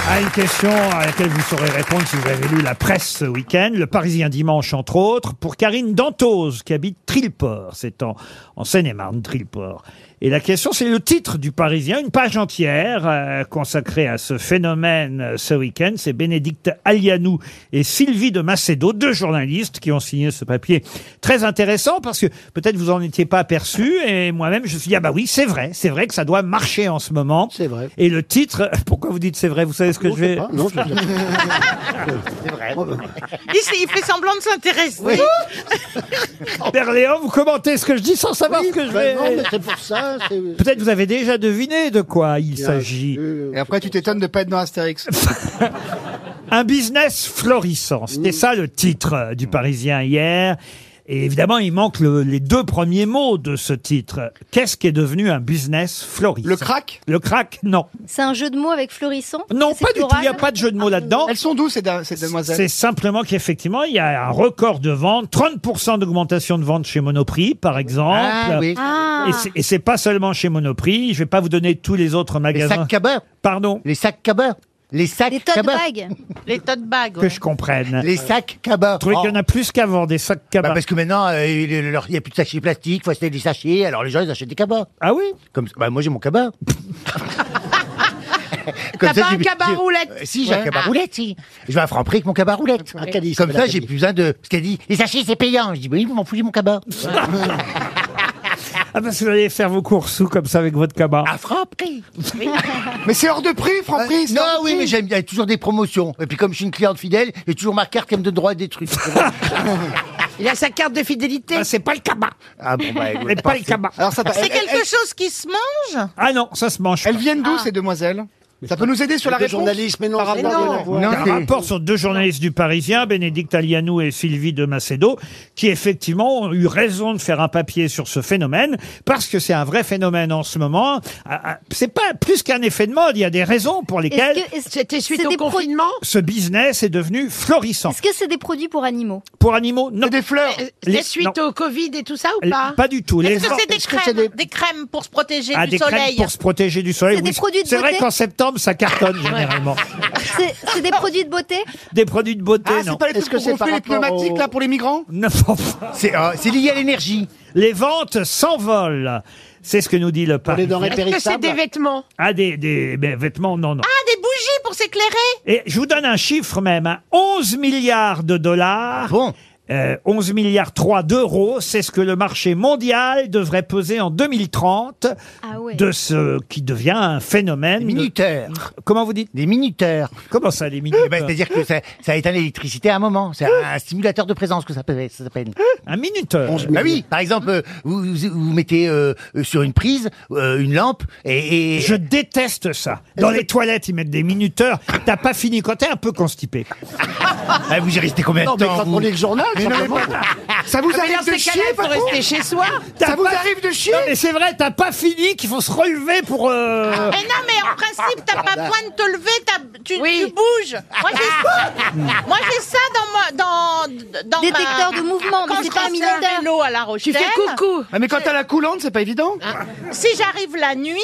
[SPEAKER 2] À une question à laquelle vous saurez répondre si vous avez lu la presse ce week-end, le Parisien dimanche entre autres, pour Karine Dantose qui habite Trilport, c'est en, en Seine-et-Marne, Trilport. Et la question c'est le titre du Parisien, une page entière euh, consacrée à ce phénomène euh, ce week-end, c'est Bénédicte Alianou et Sylvie de Macedo, deux journalistes qui ont signé ce papier très intéressant parce que peut-être vous en étiez pas aperçu et moi-même je me suis dit ah bah oui c'est vrai, c'est vrai que ça doit marcher en ce moment.
[SPEAKER 7] C'est vrai.
[SPEAKER 2] Et le titre, pourquoi vous dites c'est vrai Vous savez ce que
[SPEAKER 7] Non,
[SPEAKER 2] je vais.
[SPEAKER 7] sais pas. Non, je sais pas.
[SPEAKER 4] Il, s- il fait semblant de s'intéresser.
[SPEAKER 2] Berléand, vous commentez ce que je dis sans savoir ce que je vais.
[SPEAKER 7] Ben non, mais c'est pour ça. c'est-
[SPEAKER 2] Peut-être vous avez déjà deviné de quoi il s'agit.
[SPEAKER 7] Euh,
[SPEAKER 3] Et après, tu t'étonnes de pas être dans Astérix.
[SPEAKER 2] Un business florissant. C'était ça le titre euh, du Parisien hier. Et évidemment, il manque le- les deux premiers mots de ce titre. Qu'est-ce qui est devenu un business florissant
[SPEAKER 3] Le crack
[SPEAKER 2] Le crack, non.
[SPEAKER 6] C'est un jeu de mots avec florissant
[SPEAKER 2] Non,
[SPEAKER 6] C'est Ah.
[SPEAKER 2] pas du tout. Il n'y a
[SPEAKER 6] floral
[SPEAKER 2] pas de jeu de mots là-dedans.
[SPEAKER 3] Elles sont douces, ces, da- ces demoiselles.
[SPEAKER 2] C'est simplement qu'effectivement, il y a un record de ventes, 30% d'augmentation de ventes chez Monoprix, par exemple.
[SPEAKER 8] ah oui.
[SPEAKER 6] Ah.
[SPEAKER 2] Et c'est- Et c'est pas seulement chez Monoprix. Je vais pas vous donner tous les autres
[SPEAKER 8] Les
[SPEAKER 2] magasins.
[SPEAKER 8] sacs cabas
[SPEAKER 2] Pardon.
[SPEAKER 8] Les sacs cabas Les sacs
[SPEAKER 6] Des tote
[SPEAKER 8] cabas.
[SPEAKER 6] bags.
[SPEAKER 5] Les tote bags.
[SPEAKER 2] que je comprenne.
[SPEAKER 8] Les sacs cabas.
[SPEAKER 2] Vous trouvez qu'il y en a plus qu'avant, des sacs cabas
[SPEAKER 8] Bah, parce que maintenant, euh, il il- leur- il n'y a plus de sachets plastiques, faut acheter des sachets, alors les gens, ils achètent des cabas.
[SPEAKER 2] Ah oui
[SPEAKER 8] Comme, bah, moi, j'ai mon cabas. Comme
[SPEAKER 5] T'as pas
[SPEAKER 8] j'ai
[SPEAKER 5] un
[SPEAKER 8] plus-
[SPEAKER 5] cabas
[SPEAKER 8] j'ai-
[SPEAKER 5] roulette
[SPEAKER 8] Euh, Si, j'ai un
[SPEAKER 7] Ouais.
[SPEAKER 8] cabas roulette, si. Je vais à Franprix avec mon cabas roulette.
[SPEAKER 7] Un caddie,
[SPEAKER 8] Comme
[SPEAKER 7] c'est
[SPEAKER 8] ça,
[SPEAKER 7] pas
[SPEAKER 8] j'ai
[SPEAKER 7] la
[SPEAKER 8] plus besoin de. Parce qu'elle dit, les sachets, c'est payant. Je dis, bah oui, vous m'en foutez mon cabas.
[SPEAKER 2] Ah parce que vous allez faire vos courses ou comme ça avec votre cabas.
[SPEAKER 8] À Franprix.
[SPEAKER 3] Mais c'est hors de prix, Franprix c'est
[SPEAKER 8] Euh, non,
[SPEAKER 3] hors de
[SPEAKER 8] oui,
[SPEAKER 3] prix.
[SPEAKER 8] mais j'aime bien. Il y a toujours des promotions. Et puis, comme je suis une cliente fidèle, j'ai toujours ma carte qui me donne droit à des trucs.
[SPEAKER 5] Il a sa carte de fidélité.
[SPEAKER 2] Ah, c'est pas le cabas.
[SPEAKER 8] ah bon, bah,
[SPEAKER 2] C'est pas le cabas.
[SPEAKER 3] Alors ça,
[SPEAKER 4] C'est
[SPEAKER 3] elles,
[SPEAKER 8] Eh,
[SPEAKER 3] elles-
[SPEAKER 4] quelque chose qui se mange
[SPEAKER 2] Ah non, ça se mange.
[SPEAKER 3] elles
[SPEAKER 2] pas.
[SPEAKER 3] viennent
[SPEAKER 7] Ah.
[SPEAKER 3] d'où ces demoiselles Ça peut nous aider sur la
[SPEAKER 7] Le
[SPEAKER 3] réponse
[SPEAKER 7] journaliste, mais non,
[SPEAKER 3] Par
[SPEAKER 7] c'est
[SPEAKER 3] rapport
[SPEAKER 7] pas
[SPEAKER 3] à-
[SPEAKER 7] de la voix.
[SPEAKER 8] Non,
[SPEAKER 2] Il y a
[SPEAKER 8] c'est-
[SPEAKER 2] un rapport sur deux journalistes du Parisien, Bénédicte Alianou et Sylvie de Macedo, qui effectivement ont eu raison de faire un papier sur ce phénomène, parce que c'est un vrai phénomène en ce moment. Ah, ah, C'est pas plus qu'un effet de mode, il y a des raisons pour lesquelles
[SPEAKER 6] Est-ce que est-ce-
[SPEAKER 5] C'était
[SPEAKER 6] c'est
[SPEAKER 5] suite au
[SPEAKER 6] des pro-
[SPEAKER 5] confinement
[SPEAKER 2] ce business est devenu florissant.
[SPEAKER 6] Est-ce que c'est des produits pour animaux
[SPEAKER 2] Pour animaux, non.
[SPEAKER 3] C'est des fleurs
[SPEAKER 5] C'était
[SPEAKER 2] Les-
[SPEAKER 5] suite au Covid et tout ça ou
[SPEAKER 2] Les-
[SPEAKER 5] pas
[SPEAKER 2] du tout. Les
[SPEAKER 4] Est-ce que
[SPEAKER 2] gens-
[SPEAKER 4] c'est des
[SPEAKER 7] Est-ce que
[SPEAKER 4] crèmes
[SPEAKER 7] c'est des-
[SPEAKER 4] Des crèmes pour se protéger
[SPEAKER 2] Ah,
[SPEAKER 4] du
[SPEAKER 2] des crèmes
[SPEAKER 4] soleil
[SPEAKER 2] pour se protéger du soleil.
[SPEAKER 6] C'est des
[SPEAKER 2] oui.
[SPEAKER 6] produits de
[SPEAKER 2] C'est vrai
[SPEAKER 6] beauté
[SPEAKER 2] qu'en septembre, ça cartonne généralement.
[SPEAKER 6] C'est c'est des produits de beauté
[SPEAKER 2] Des produits de beauté,
[SPEAKER 3] Ah,
[SPEAKER 2] non.
[SPEAKER 3] c'est pas les
[SPEAKER 7] Est-ce
[SPEAKER 3] trucs
[SPEAKER 7] que
[SPEAKER 3] pour
[SPEAKER 7] c'est par
[SPEAKER 3] gonfler les
[SPEAKER 7] rapport
[SPEAKER 3] pneumatiques
[SPEAKER 7] au-
[SPEAKER 3] là pour les migrants
[SPEAKER 2] Non, enfin,
[SPEAKER 8] C'est euh, c'est lié à l'énergie.
[SPEAKER 2] Les ventes s'envolent. C'est ce que nous dit le
[SPEAKER 7] Pour les denrées
[SPEAKER 2] Parisien.
[SPEAKER 5] Est-ce que c'est
[SPEAKER 7] périssables.
[SPEAKER 5] des vêtements
[SPEAKER 2] Ah, des, des ben, vêtements, non, non.
[SPEAKER 4] Ah, des bougies pour s'éclairer
[SPEAKER 2] Et je vous donne un chiffre même, hein. 11 milliards de dollars.
[SPEAKER 8] Bon.
[SPEAKER 2] Euh, 11 milliards 3 d'euros, c'est ce que le marché mondial devrait peser en 2030
[SPEAKER 6] Ah ouais.
[SPEAKER 2] de ce qui devient un phénomène.
[SPEAKER 8] Des
[SPEAKER 2] de-
[SPEAKER 8] minuteurs.
[SPEAKER 2] Comment vous dites
[SPEAKER 8] Des minuteurs.
[SPEAKER 2] Comment ça, les
[SPEAKER 8] Eh
[SPEAKER 2] minuteurs
[SPEAKER 8] ben, C'est-à-dire que ça, ça éteint l'électricité à un moment. C'est un, un stimulateur de présence que ça peut- ça s'appelle.
[SPEAKER 2] Un minuteur.
[SPEAKER 8] Bah oui, par exemple, euh, vous, vous, vous mettez euh, euh, sur une prise euh, une lampe et, et-
[SPEAKER 2] Je déteste ça. Dans les toilettes, ils mettent des minuteurs. T'as pas fini quand t'es un peu constipé. Eh,
[SPEAKER 8] Ah, vous y restez combien de
[SPEAKER 7] Non, mais
[SPEAKER 8] temps
[SPEAKER 7] quand
[SPEAKER 8] vous
[SPEAKER 7] on lit le journal, simplement.
[SPEAKER 3] Ça vous
[SPEAKER 5] Ah, Mais dans
[SPEAKER 3] arrive de
[SPEAKER 5] ces
[SPEAKER 3] chier,
[SPEAKER 5] cas-là, il faut
[SPEAKER 3] patron
[SPEAKER 5] rester chez soi.
[SPEAKER 2] T'as
[SPEAKER 3] Ça vous
[SPEAKER 2] pas-
[SPEAKER 3] arrive de chier
[SPEAKER 2] Non, mais c'est vrai, t'as pas fini qu'il faut se relever pour. euh,
[SPEAKER 4] Ah, Mais non, mais en principe, t'as pas besoin de te lever, t'as- tu,
[SPEAKER 5] Oui.
[SPEAKER 4] tu bouges. Moi,
[SPEAKER 2] Ah.
[SPEAKER 4] j'ai ça,
[SPEAKER 2] Hmm.
[SPEAKER 4] Moi, j'ai ça dans, ma, dans, dans
[SPEAKER 6] Détecteur
[SPEAKER 4] ma-
[SPEAKER 6] de mouvement, mais
[SPEAKER 4] Quand
[SPEAKER 6] c'est
[SPEAKER 4] je
[SPEAKER 6] pas un
[SPEAKER 4] passe
[SPEAKER 6] minuteur.
[SPEAKER 4] le vélo à La
[SPEAKER 5] Tu
[SPEAKER 4] Rochelle,
[SPEAKER 5] fais coucou.
[SPEAKER 3] Ah, mais quand t'as la coulante, c'est pas évident.
[SPEAKER 4] si j'arrive la nuit,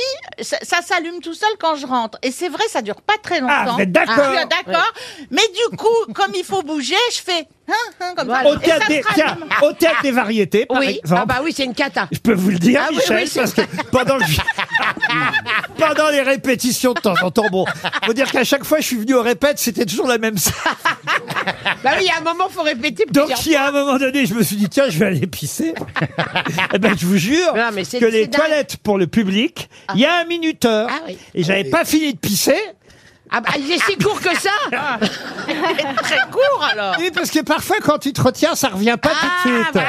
[SPEAKER 4] ça, ça s'allume tout seul quand je rentre. Et c'est vrai, ça dure pas très longtemps.
[SPEAKER 2] Ah, vous êtes d'accord.
[SPEAKER 4] Je suis d'accord. Mais du coup, comme il faut bouger, je fais hein, hein, comme ça.
[SPEAKER 2] Au
[SPEAKER 4] Et ça
[SPEAKER 2] théâtre, des,
[SPEAKER 4] se
[SPEAKER 2] Oh, tiens,
[SPEAKER 4] rallume.
[SPEAKER 2] au théâtre des variétés, par
[SPEAKER 5] Oui.
[SPEAKER 2] exemple.
[SPEAKER 5] Ah bah oui, c'est une cata.
[SPEAKER 2] Je peux vous le dire,
[SPEAKER 5] Ah oui,
[SPEAKER 2] Michel,
[SPEAKER 5] oui, c'est-
[SPEAKER 2] parce que pendant, le- pendant les répétitions de temps en temps, bon, faut dire qu'à chaque fois je suis venu au répète, c'était toujours la même salle.
[SPEAKER 5] Bah oui, il y a un moment, faut répéter plusieurs
[SPEAKER 2] Donc si à un moment donné je me suis dit tiens je vais aller pisser, eh ben je vous jure
[SPEAKER 5] Non, mais c'est-
[SPEAKER 2] que les
[SPEAKER 5] c'est dingue.
[SPEAKER 2] toilettes pour le public, il y a un minuteur
[SPEAKER 5] Ah oui.
[SPEAKER 2] et j'avais pas fini de pisser,
[SPEAKER 5] Ah bah, il est si court que ça
[SPEAKER 4] Très court alors.
[SPEAKER 2] oui parce que parfois quand tu te retiens ça revient pas
[SPEAKER 5] Ah,
[SPEAKER 2] tout de suite.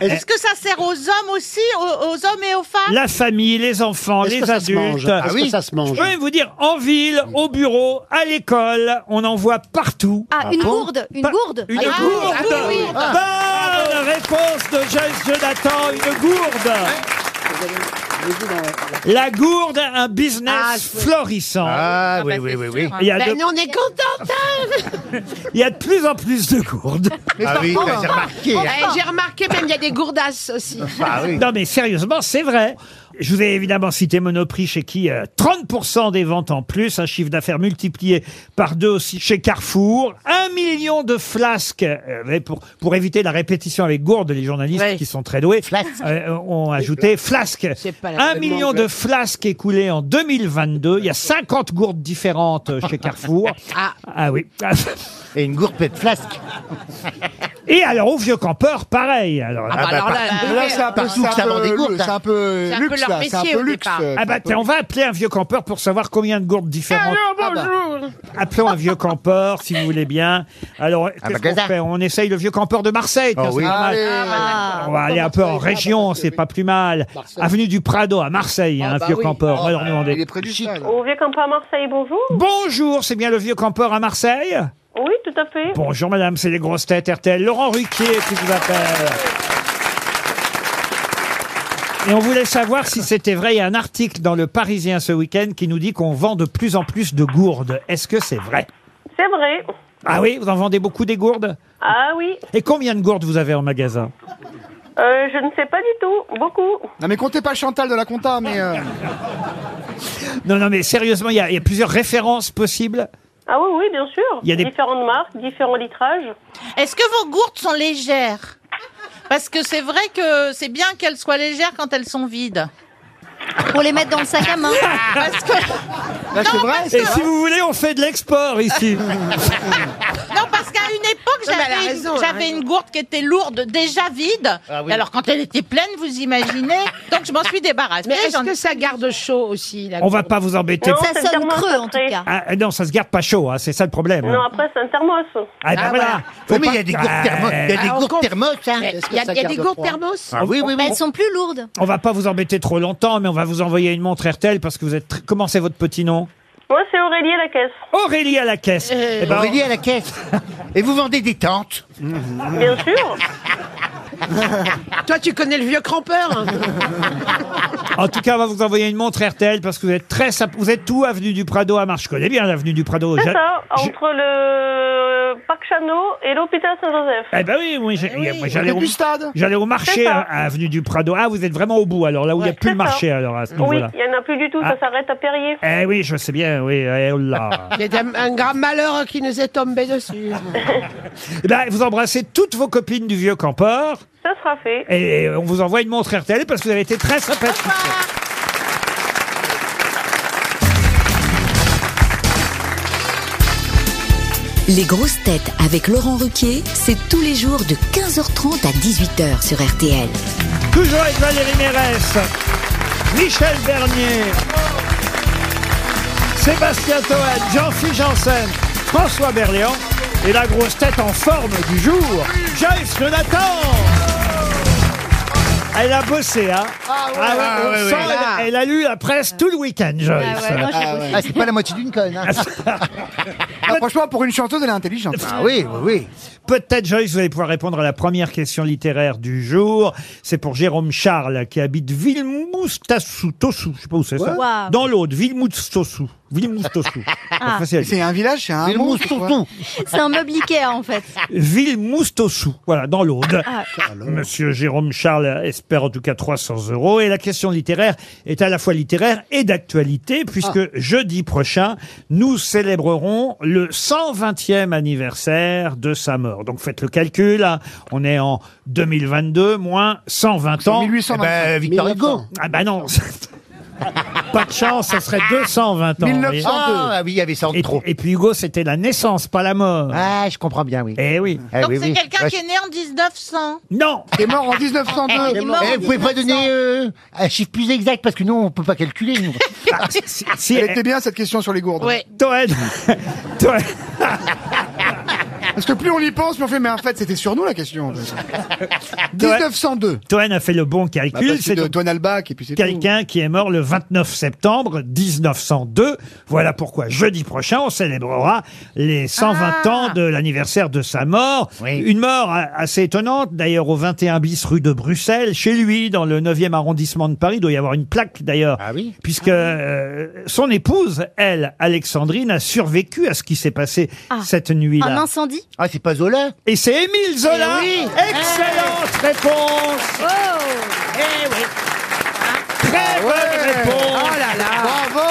[SPEAKER 4] Est-ce que ça sert aux hommes aussi, aux, aux hommes et aux femmes
[SPEAKER 2] La famille, les enfants,
[SPEAKER 7] Est-ce
[SPEAKER 2] les
[SPEAKER 7] que ça se mange
[SPEAKER 2] adultes. Ah
[SPEAKER 7] Est-ce que ça se mange
[SPEAKER 2] Je peux même vous dire en ville, au bureau, à l'école, on en voit partout.
[SPEAKER 6] Ah, une gourde Une
[SPEAKER 2] Pas-
[SPEAKER 6] gourde
[SPEAKER 2] Une
[SPEAKER 6] Ah,
[SPEAKER 2] gourde
[SPEAKER 5] oui, oui, oui.
[SPEAKER 2] Bonne réponse de Joyce Jonathan, une gourde La gourde, un business
[SPEAKER 5] Ah, je-
[SPEAKER 2] florissant.
[SPEAKER 8] Ah, oui, oui, oui, oui.
[SPEAKER 2] Il y, a
[SPEAKER 5] Ben
[SPEAKER 2] de,
[SPEAKER 5] nous, on est contente
[SPEAKER 2] il y a de plus en plus de gourdes.
[SPEAKER 8] Ah oui, bah,
[SPEAKER 6] Eh,
[SPEAKER 8] j'ai remarqué. hein.
[SPEAKER 5] eh, J'ai remarqué, même, il y a des gourdasses aussi.
[SPEAKER 8] Ah oui.
[SPEAKER 2] Non mais sérieusement, c'est vrai. Je vous ai évidemment cité Monoprix chez qui euh, 30% des ventes en plus, un chiffre d'affaires multiplié par deux aussi chez Carrefour, un million de flasques euh, mais pour pour éviter la répétition avec gourde, les journalistes
[SPEAKER 5] Ouais.
[SPEAKER 2] qui sont très doués
[SPEAKER 8] Flasques.
[SPEAKER 2] euh, ont ajouté flasques.
[SPEAKER 5] C'est pas la
[SPEAKER 2] Un
[SPEAKER 5] bonne
[SPEAKER 2] million de flasques écoulées en 2022. Il y a 50 gourdes différentes euh, chez Carrefour.
[SPEAKER 5] Ah.
[SPEAKER 2] ah oui.
[SPEAKER 8] Et une gourde de flasque.
[SPEAKER 2] Et alors au vieux campeur, pareil. Alors là,
[SPEAKER 5] Ah bah,
[SPEAKER 8] bah,
[SPEAKER 5] alors là,
[SPEAKER 3] Mais là, c'est un peu,
[SPEAKER 8] Partout
[SPEAKER 3] c'est un
[SPEAKER 8] que ça vend des
[SPEAKER 3] peu,
[SPEAKER 8] gourdes,
[SPEAKER 3] le-
[SPEAKER 8] hein.
[SPEAKER 3] c'est un peu
[SPEAKER 5] C'est un peu
[SPEAKER 3] luxe,
[SPEAKER 5] leur
[SPEAKER 3] là, c'est un
[SPEAKER 5] métier
[SPEAKER 3] peu
[SPEAKER 5] au
[SPEAKER 3] luxe.
[SPEAKER 5] départ.
[SPEAKER 2] Ah bah tiens, on va appeler un vieux campeur pour savoir combien de gourdes différentes. Ah, bah. Appelons un vieux campeur si vous voulez bien. Alors qu'est-ce
[SPEAKER 8] bah,
[SPEAKER 2] qu'on
[SPEAKER 8] gaza.
[SPEAKER 2] fait On essaye le vieux campeur de Marseille. tiens,
[SPEAKER 8] Oh oui. Ah,
[SPEAKER 2] c'est pas mal.
[SPEAKER 5] bah,
[SPEAKER 6] Ah.
[SPEAKER 2] On va aller un peu en
[SPEAKER 8] bah,
[SPEAKER 2] région, c'est pas plus mal.
[SPEAKER 7] Marseille.
[SPEAKER 2] Avenue du Prado à Marseille, un
[SPEAKER 5] bah
[SPEAKER 2] vieux
[SPEAKER 5] oui.
[SPEAKER 2] campeur. On
[SPEAKER 8] Ah,
[SPEAKER 2] va leur demander.
[SPEAKER 3] Il est près du stade.
[SPEAKER 9] Au vieux campement à Marseille, bonjour.
[SPEAKER 2] Bonjour, c'est bien le vieux campeur à Marseille
[SPEAKER 9] Oui, tout à fait.
[SPEAKER 2] Bonjour madame, c'est les grosses têtes RTL. Laurent Ruquier qui vous appelle. Et on voulait savoir si c'était vrai. Il y a un article dans Le Parisien ce week-end qui nous dit qu'on vend de plus en plus de gourdes. Est-ce que c'est vrai
[SPEAKER 9] C'est vrai.
[SPEAKER 2] Ah oui, vous en vendez beaucoup des gourdes
[SPEAKER 9] Ah oui,
[SPEAKER 2] Et combien de gourdes vous avez en magasin
[SPEAKER 9] Euh, je ne sais pas du tout, beaucoup.
[SPEAKER 3] Non mais comptez pas Chantal de la compta, mais... euh,
[SPEAKER 2] Non, non, mais sérieusement, il y, a- il y a plusieurs références possibles.
[SPEAKER 9] Ah oui, oui, bien sûr.
[SPEAKER 2] Il y a des-
[SPEAKER 9] Différentes marques, différents litrages.
[SPEAKER 4] Est-ce que vos gourdes sont légères Parce que c'est vrai que c'est bien qu'elles soient légères quand elles sont vides.
[SPEAKER 6] Pour les mettre dans le sac à main.
[SPEAKER 4] Parce que...
[SPEAKER 5] Bah,
[SPEAKER 3] Là Bah, c'est vrai,
[SPEAKER 2] Et
[SPEAKER 3] c'est
[SPEAKER 2] si vous voulez, on fait de l'export ici.
[SPEAKER 4] Non, parce qu'à une époque,
[SPEAKER 5] Non, mais elle a
[SPEAKER 4] j'avais une,
[SPEAKER 5] raison, elle a
[SPEAKER 4] j'avais
[SPEAKER 5] raison.
[SPEAKER 4] une gourde qui était lourde, déjà vide.
[SPEAKER 7] Ah oui.
[SPEAKER 4] Et Alors, quand elle était pleine, vous imaginez. Donc, je m'en suis débarrassée.
[SPEAKER 5] Mais est-ce
[SPEAKER 4] J'en-
[SPEAKER 5] que ça garde chaud aussi la
[SPEAKER 2] on va
[SPEAKER 5] gourde
[SPEAKER 2] pas vous embêter.
[SPEAKER 9] Non,
[SPEAKER 6] Ça
[SPEAKER 9] c'est
[SPEAKER 6] sonne
[SPEAKER 9] thermos
[SPEAKER 6] creux en tout
[SPEAKER 9] après.
[SPEAKER 6] cas.
[SPEAKER 2] Ah, non, ça se garde pas chaud, hein, c'est ça le problème.
[SPEAKER 9] Non, après, c'est un thermos.
[SPEAKER 2] Ah, ben
[SPEAKER 5] Ah,
[SPEAKER 2] voilà.
[SPEAKER 5] voilà.
[SPEAKER 2] Faut
[SPEAKER 8] Oui, mais il
[SPEAKER 2] pas-
[SPEAKER 8] y a des gourdes thermos. Il y a
[SPEAKER 5] Ah,
[SPEAKER 8] des
[SPEAKER 5] on
[SPEAKER 8] gourdes
[SPEAKER 5] compte.
[SPEAKER 8] thermos, hein.
[SPEAKER 5] Mais
[SPEAKER 7] Est-ce que
[SPEAKER 5] Il y a,
[SPEAKER 7] ça
[SPEAKER 5] il y a
[SPEAKER 7] garde
[SPEAKER 5] des gourdes
[SPEAKER 7] froid
[SPEAKER 5] thermos
[SPEAKER 8] Ah oui, oui,
[SPEAKER 6] Mais
[SPEAKER 8] oui.
[SPEAKER 6] elles sont plus lourdes.
[SPEAKER 2] On va pas vous embêter trop longtemps, mais on va vous envoyer une montre RTL parce que vous êtes. tr- Comment c'est votre petit nom
[SPEAKER 9] Moi, c'est Aurélie à la caisse.
[SPEAKER 2] Aurélie à la caisse. Eh ben,
[SPEAKER 8] Euh, Aurélie à la caisse. Et vous vendez des tentes.
[SPEAKER 9] Bien sûr.
[SPEAKER 5] Toi, tu connais le vieux crampeur hein
[SPEAKER 2] En tout cas, on va vous envoyer une montre RTL parce que vous êtes très. sap- Vous êtes tout avenue du Prado à Marche. Je connais bien l'avenue du Prado.
[SPEAKER 9] C'est
[SPEAKER 2] J'a-
[SPEAKER 9] ça,
[SPEAKER 2] je-
[SPEAKER 9] entre le parc Chano et l'hôpital Saint-Joseph.
[SPEAKER 2] Eh ben oui, oui, j'ai- moi, j'allais
[SPEAKER 3] c'est
[SPEAKER 2] au,
[SPEAKER 3] du stade.
[SPEAKER 2] j'allais au marché
[SPEAKER 9] C'est ça.
[SPEAKER 2] à, à avenue du Prado. Ah, vous êtes vraiment au bout alors là où il n'y a plus le
[SPEAKER 9] c'est
[SPEAKER 2] marché alors à ce
[SPEAKER 9] Oui,
[SPEAKER 2] niveau-là.
[SPEAKER 9] il n'y en a plus du tout,
[SPEAKER 2] Ah.
[SPEAKER 9] ça s'arrête à Perrier.
[SPEAKER 2] Eh oui, je sais bien. Oui, eh, oh là.
[SPEAKER 5] C'est un, un grand malheur qui nous est tombé dessus.
[SPEAKER 2] Eh ben, vous embrassez toutes vos copines du vieux campeur
[SPEAKER 9] Ça sera fait.
[SPEAKER 2] et on vous envoie une montre RTL parce que vous avez été très sympathique.
[SPEAKER 10] Les grosses têtes avec Laurent Ruquier, c'est tous les jours de 15h30 à 18h sur RTL.
[SPEAKER 2] Toujours avec Valérie Mérès, Michel Bernier, Sébastien Toen, Jean-Philippe Janssen, François Berléand et la grosse tête en forme du jour, Joyce Jonathan. Elle a bossé, hein Ah ouais, on
[SPEAKER 8] ouais,
[SPEAKER 2] sent,
[SPEAKER 8] ouais.
[SPEAKER 2] Elle, elle a lu la presse tout le week-end, Joyce.
[SPEAKER 6] Ah ouais, moi, j'ai
[SPEAKER 3] Ah
[SPEAKER 6] bossé.
[SPEAKER 3] ouais.
[SPEAKER 8] Ah, c'est pas la moitié d'une conne. hein.
[SPEAKER 3] Ah, franchement, pour une chanteuse, elle est intelligente.
[SPEAKER 8] Ah oui, oui, oui.
[SPEAKER 2] Peut-être, Joyce, vous allez pouvoir répondre à la première question littéraire du jour. C'est pour Jérôme Charles, qui habite Villemoustassou, Tossou, je sais pas où c'est ça.
[SPEAKER 6] Waouh.
[SPEAKER 2] Dans l'Aude, Villemoustassou. Villemoustassou. Pas facile.
[SPEAKER 3] C'est un village, c'est un
[SPEAKER 8] Et le
[SPEAKER 3] hameau,
[SPEAKER 8] mousse
[SPEAKER 3] c'est quoi
[SPEAKER 8] surtout.
[SPEAKER 6] C'est un meuble Ikea en fait.
[SPEAKER 2] Villemoustassou. Voilà, dans l'Aude.
[SPEAKER 6] Ah.
[SPEAKER 2] Monsieur Jérôme Charles espère en tout cas 300 euros. Et la question littéraire est à la fois littéraire et d'actualité, puisque jeudi prochain, nous célébrerons le 120e anniversaire de sa mort. Donc faites le calcul. hein. On est en 2022, moins 120 ans.
[SPEAKER 3] 1825.
[SPEAKER 8] Eh ben, Victor Hugo.
[SPEAKER 2] Ah bah non Pas de chance, ça serait 220 ans. vous voyez.
[SPEAKER 3] 1900.
[SPEAKER 8] Ah, ah oui, il y avait ça en
[SPEAKER 2] Et,
[SPEAKER 8] trop.
[SPEAKER 2] et puis Hugo, c'était la naissance, pas la mort.
[SPEAKER 8] Ah, je comprends bien, oui.
[SPEAKER 2] Eh oui.
[SPEAKER 8] Ah,
[SPEAKER 4] Donc,
[SPEAKER 8] oui,
[SPEAKER 4] c'est
[SPEAKER 8] oui.
[SPEAKER 4] quelqu'un
[SPEAKER 8] Ouais,
[SPEAKER 4] qui est né en 1900.
[SPEAKER 2] Non
[SPEAKER 3] Il est mort en 1902.
[SPEAKER 6] mort
[SPEAKER 8] Eh,
[SPEAKER 6] en
[SPEAKER 8] vous pouvez
[SPEAKER 6] 1900.
[SPEAKER 8] pas donner euh, un chiffre plus exact parce que nous on peut pas calculer nous.
[SPEAKER 2] Si- eh.
[SPEAKER 3] Elle était bien cette question sur les gourdes.
[SPEAKER 4] Ouais.
[SPEAKER 2] Toen. Toen.
[SPEAKER 3] Parce que plus on y pense, plus on fait, mais en fait, c'était sur nous la question. en fait. 1902.
[SPEAKER 2] Toen a fait le bon
[SPEAKER 3] Bah,
[SPEAKER 2] calcul.
[SPEAKER 3] c'est
[SPEAKER 2] C'est
[SPEAKER 3] de
[SPEAKER 2] donc
[SPEAKER 3] Don Albac et puis c'est tout.
[SPEAKER 2] quelqu'un qui est mort le 29 septembre 1902. Voilà pourquoi jeudi prochain, on célébrera les 120 ans de l'anniversaire de sa mort.
[SPEAKER 8] Oui.
[SPEAKER 2] Une mort a- assez étonnante, d'ailleurs, au 21 bis rue de Bruxelles, chez lui, dans le 9e arrondissement de Paris. Il doit y avoir une plaque, d'ailleurs.
[SPEAKER 8] Ah oui.
[SPEAKER 2] Puisque euh, son épouse, elle, Alexandrine, a survécu à ce qui s'est passé
[SPEAKER 6] Ah.
[SPEAKER 2] cette
[SPEAKER 6] Un
[SPEAKER 2] nuit-là.
[SPEAKER 6] incendie
[SPEAKER 8] Ah c'est pas Zola.
[SPEAKER 2] Et c'est Émile Zola.
[SPEAKER 8] Eh oui.
[SPEAKER 2] Excellente réponse.
[SPEAKER 5] Oh.
[SPEAKER 2] Eh,
[SPEAKER 5] Ah,
[SPEAKER 2] Très bonne réponse
[SPEAKER 5] Oh là là
[SPEAKER 3] Bravo